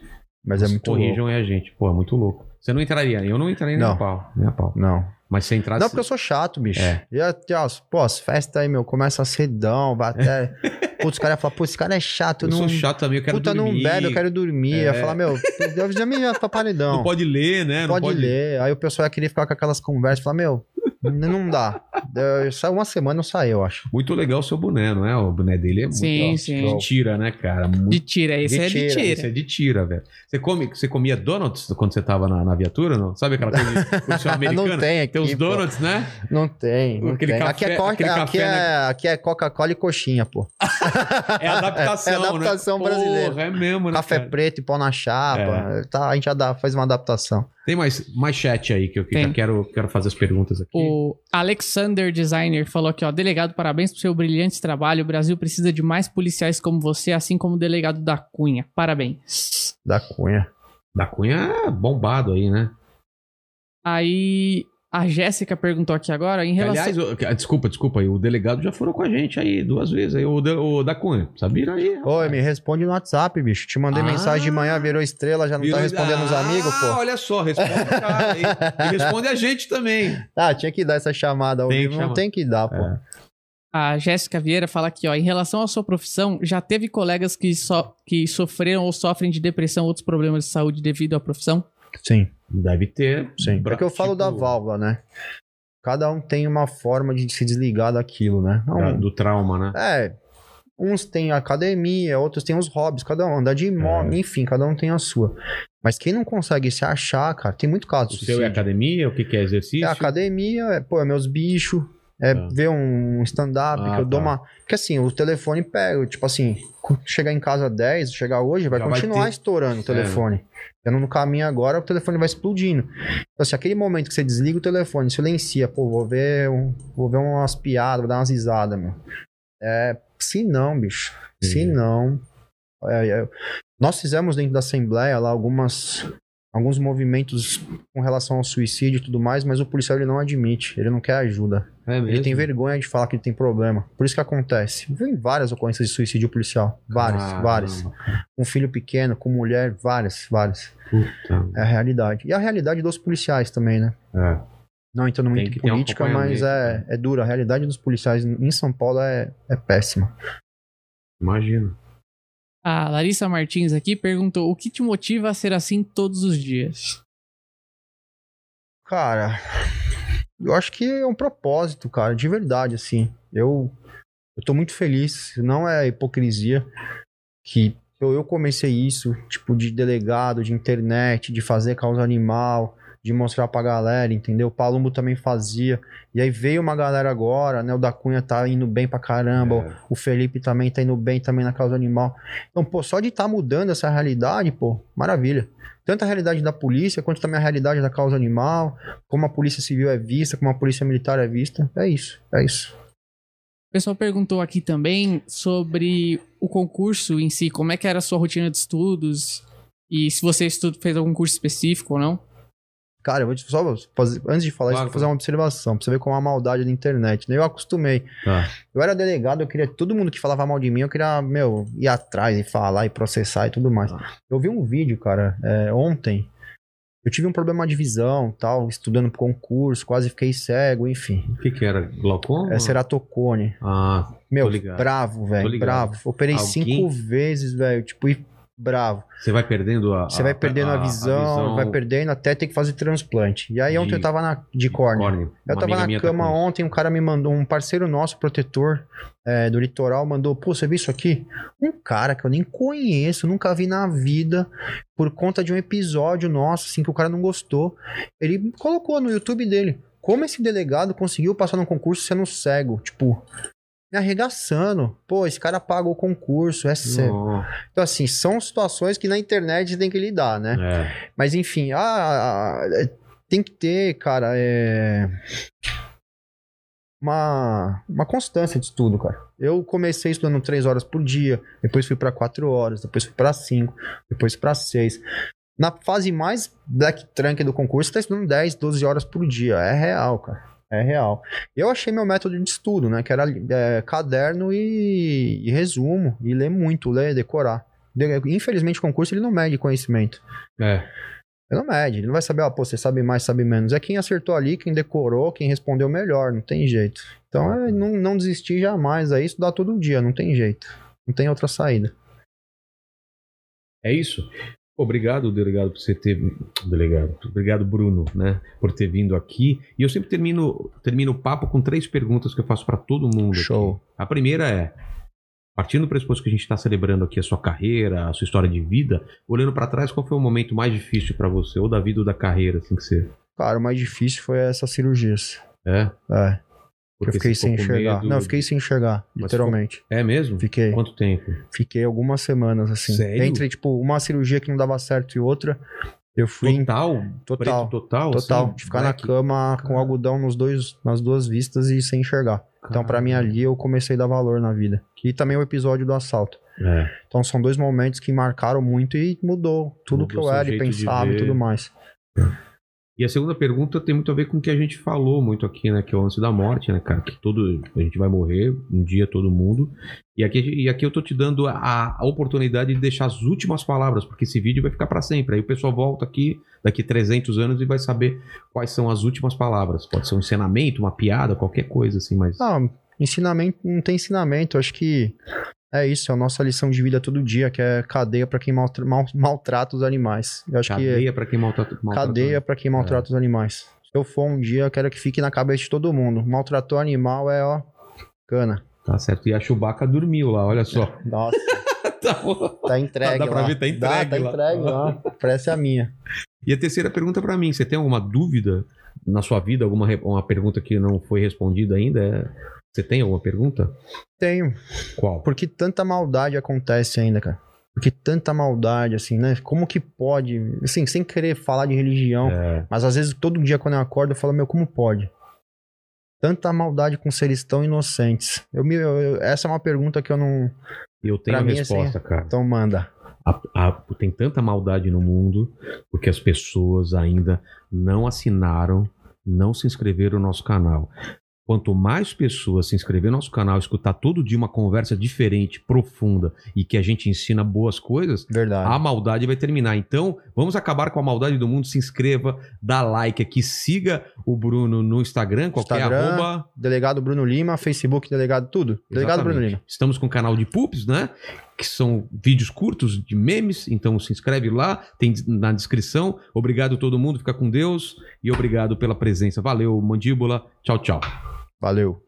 Mas é Se muito louco. Corrijam aí a gente. Pô, é muito louco. Você não entraria, eu não entraria nem Não. a pau. Nem a pau. Não. Mas se entrasse. Não, porque eu sou chato, bicho. Assim. É. E até, ó, pô, as festas aí, meu, começa cedão, vai até. Putz, os caras falam, pô, esse cara é chato, eu não. sou chato também, eu quero puta, dormir. não bebe, eu quero dormir. É. Ia falar, meu, eu já me ia pra paredão. Não pode ler, né? Não pode ler. Aí o pessoal ia querer ficar com aquelas conversas, falar, meu, n- não dá. Eu- Saiu uma semana, eu saí, eu acho. Muito legal o seu boné, não é? O boné dele é muito Sim, ó, de sim. tira, né, cara? Muito De tira, esse De é de tira, tira. Isso é de tira, velho. Você, come, você comia donuts quando você tava na, na viatura? Não? Sabe aquela coisa de curtição americana? Ah, Não tem aqui. Tem uns pô. donuts, né? Não tem. não Aquele tem. café- aqui é, co- aquele aqui, café, né? é, aqui é Coca-Cola e coxinha, pô. É adaptação, É adaptação né? brasileira. Porra, é mesmo, né? Café cara? É. preto e pau na chapa. Tá, a gente já dá- faz uma adaptação. Tem mais, mais chat aí que eu que Tem. já quero, quero fazer as perguntas aqui. O Alexander Designer falou aqui, ó. Delegado, parabéns pro seu brilhante trabalho. O Brasil precisa de mais policiais como você, assim como o delegado da Cunha. Parabéns. Da cunha. Da Cunha é bombado aí, né? Aí a Jéssica perguntou aqui agora, em Que, relação. Aliás, o- que- ah, desculpa, desculpa aí. O delegado já furou com a gente aí duas vezes. Aí, o, da- o da Cunha. Sabia aí? Oi, me responde no WhatsApp, bicho. Te mandei Ah. mensagem de manhã, virou estrela, já não tá respondendo os amigos, Ah, pô. olha só, responde o cara aí. E responde a gente também. Ah, tinha que dar essa chamada ao Tem que vivo. Não chamar. tem que dar, pô. É. A Jéssica Vieira fala aqui, ó, em relação à sua profissão, já teve colegas que, so que sofreram ou sofrem de depressão ou outros problemas de saúde devido à profissão? Sim, Deve ter. sim. Bra- Porque eu falo tipo, da válvula, né? Cada um tem uma forma de se desligar daquilo, né? Não, da- do trauma, né? É. Uns têm academia, outros têm os hobbies, cada um andar de imóvel, enfim, cada um tem a sua. Mas quem não consegue se achar, cara, tem muito caso. O de seu é suicídio. academia? O que, que é exercício? É academia, é, pô, é meus bichos, é Tá. ver um stand-up, Ah, que eu dou tá. uma. Porque assim, o telefone pega, tipo assim, cu- chegar em casa 10, chegar hoje, vai Já vai continuar ter. estourando o telefone. Tendo no caminho agora, o telefone vai explodindo. Então, assim, aquele momento que você desliga o telefone, silencia, pô, vou ver, um- vou ver umas piadas, vou dar umas risadas, meu. É, se não, bicho. Se Entendi. não. é, é, nós fizemos dentro da Assembleia lá algumas. Alguns movimentos com relação ao suicídio e tudo mais, mas o policial ele não admite, ele não quer ajuda. É mesmo? Ele tem vergonha de falar que ele tem problema. Por isso que acontece. Vem várias ocorrências de suicídio policial. Várias, Caramba. várias. Com filho pequeno, com mulher, várias, várias. Puta. É a realidade. E a realidade dos policiais também, né? É. Não entrando Tem muito que em ter um política, mas é, acompanhamento, né? é dura. A realidade dos policiais em São Paulo é, é péssima. Imagina. A Larissa Martins aqui perguntou, o que te motiva a ser assim todos os dias? Cara, eu acho que é um propósito, cara, de verdade, assim. Eu, eu tô muito feliz, não é hipocrisia que eu, eu comecei isso, tipo, de delegado, de internet, de fazer causa animal, de mostrar pra galera, entendeu? O Palumbo também fazia. E aí veio uma galera agora, né? O da Cunha tá indo bem pra caramba, É. o Felipe também tá indo bem também na causa animal. Então, pô, só de estar mudando essa realidade, pô, maravilha. Tanto a realidade da polícia, quanto também a realidade da causa animal, como a polícia civil é vista, como a polícia militar é vista. É isso, é isso. O pessoal perguntou aqui também sobre o concurso em si, como é que era a sua rotina de estudos e se você estu- fez algum curso específico ou não. Cara, eu vou te- só fazer, antes de falar isso, Claro, vou fazer uma observação, pra você ver como é a maldade da internet. né? Eu acostumei. Tá. Eu era delegado, eu queria. Todo mundo que falava mal de mim, eu queria, meu, ir atrás e falar e processar e tudo mais. Ah. Eu vi um vídeo, cara, é, ontem. Eu tive um problema de visão, tal, estudando pro concurso, quase fiquei cego, enfim. O que, que era? Glaucoma? É ceratocone. Ah, Meu, Tô ligado. bravo, Tô velho, ligado. bravo. Operei Alguém- cinco vezes, velho, tipo, e bravo. você vai perdendo Ah, a. Você vai perdendo a, visão, vai perdendo até ter que fazer transplante. E aí ontem de- eu tava na, de córnea. Eu Uma tava amiga na minha tá cama com isso. ontem, um cara me mandou, um parceiro nosso, protetor é, do litoral, mandou, pô, você viu isso aqui? Um cara que eu nem conheço, nunca vi na vida, por conta de um episódio nosso, assim, que o cara não gostou. Ele colocou no YouTube dele, como esse delegado conseguiu passar no concurso sendo cego, tipo... Me arregaçando. Pô, esse cara pagou o concurso, é sério. Nossa, Então, assim, são situações que na internet você tem que lidar, né? é. Mas enfim, ah, é, tem que ter, cara, é, uma, uma constância de estudo, cara. Eu comecei estudando três horas por dia, depois fui para quatro horas, depois fui para cinco, depois para seis. Na fase mais black trunk do concurso, você tá estudando 10, 12 horas por dia. É real, cara. É real. Eu achei meu método de estudo, né? Que era é, caderno e, e resumo, e ler muito, ler, decorar. De- Infelizmente, o concurso ele não mede conhecimento. É. Ele não mede, ele não vai saber, ó, pô, você sabe mais, sabe menos. É quem acertou ali, quem decorou, quem respondeu melhor, não tem jeito. Então é não, não desistir jamais aí, estudar todo dia, não tem jeito. Não tem outra saída. É isso. Obrigado, delegado, por você ter. Delegado. Obrigado, Bruno, né? Por ter vindo aqui. E eu sempre termino, termino o papo com três perguntas que eu faço pra todo mundo. aqui. Show. A primeira é. Partindo do pressuposto que a gente está celebrando aqui a sua carreira, a sua história de vida, olhando pra trás, qual foi o momento mais difícil pra você, ou da vida ou da carreira, assim que você. Cara, o mais difícil foi essas cirurgias. É? É, eu Porque fiquei você sem ficou com enxergar. medo Não, eu fiquei sem enxergar, Mas literalmente. É mesmo? Fiquei. Quanto tempo? Fiquei algumas semanas, assim. Sério? Entre, tipo, uma cirurgia que não dava certo e outra, eu fui em Total? total. Preto total? total. assim? de ficar Black? na cama com Cara. algodão nos dois, nas duas vistas e sem enxergar. Então, pra mim, ali eu comecei a dar valor na vida. E também o episódio do assalto. É. Então, são dois momentos que marcaram muito e mudou tudo Mudou que eu seu era e jeito de pensava e ver. tudo mais. E a segunda pergunta tem muito a ver com o que a gente falou muito aqui, né? Que é o lance da morte, né, cara? Que todo, a gente vai morrer, um dia todo mundo. E aqui, e aqui eu tô te dando a, a oportunidade de deixar as últimas palavras, porque esse vídeo vai ficar para sempre. Aí o pessoal volta aqui daqui 300 anos e vai saber quais são as últimas palavras. Pode ser um encenamento, uma piada, qualquer coisa assim, mas... Ah, ensinamento, não tem ensinamento. Acho que é isso, é a nossa lição de vida todo dia, que é cadeia pra quem maltra- mal- maltrata os animais. Eu acho que é- cadeia pra É. quem maltrata... maltrata- Cadeia pra quem maltrata os animais. Se eu for um dia, eu quero que fique na cabeça de todo mundo. Maltratou animal é, ó, cana. Tá certo. E a Chewbacca dormiu lá, olha só. Nossa, tá bom. tá entregue Dá pra lá. ver, tá entregue Dá, tá lá. entregue lá. Parece a minha. E a terceira pergunta pra mim, você tem alguma dúvida na sua vida, alguma re- uma pergunta que não foi respondida ainda? É- Você tem alguma pergunta? Tenho. Qual? Porque tanta maldade acontece ainda, cara. Porque tanta maldade, assim, né? Como que pode? Assim, sem querer falar de religião. É, Mas às vezes, todo dia quando eu acordo, eu falo, meu, como pode? Tanta maldade com seres tão inocentes. Eu, me- eu- eu- essa é uma pergunta que eu não. eu tenho Pra a mim, resposta, cara. Então manda. A- a- tem tanta maldade no mundo porque as pessoas ainda não assinaram, não se inscreveram no nosso canal. Quanto mais pessoas se inscrever no nosso canal, escutar todo dia uma conversa diferente, profunda e que a gente ensina boas coisas, Verdade. A maldade vai terminar. Então, vamos acabar com a maldade do mundo. Se inscreva, dá like aqui, siga o Bruno no Instagram, qualquer Instagram. arroba. Delegado Bruno Lima, Facebook, delegado tudo. Delegado Exatamente. Bruno Lima. Estamos com o canal de Pups, né? Que são vídeos curtos de memes. Então, se inscreve lá, tem na descrição. Obrigado todo mundo, fica com Deus. E obrigado pela presença. Valeu, mandíbula. Tchau, tchau. Valeu.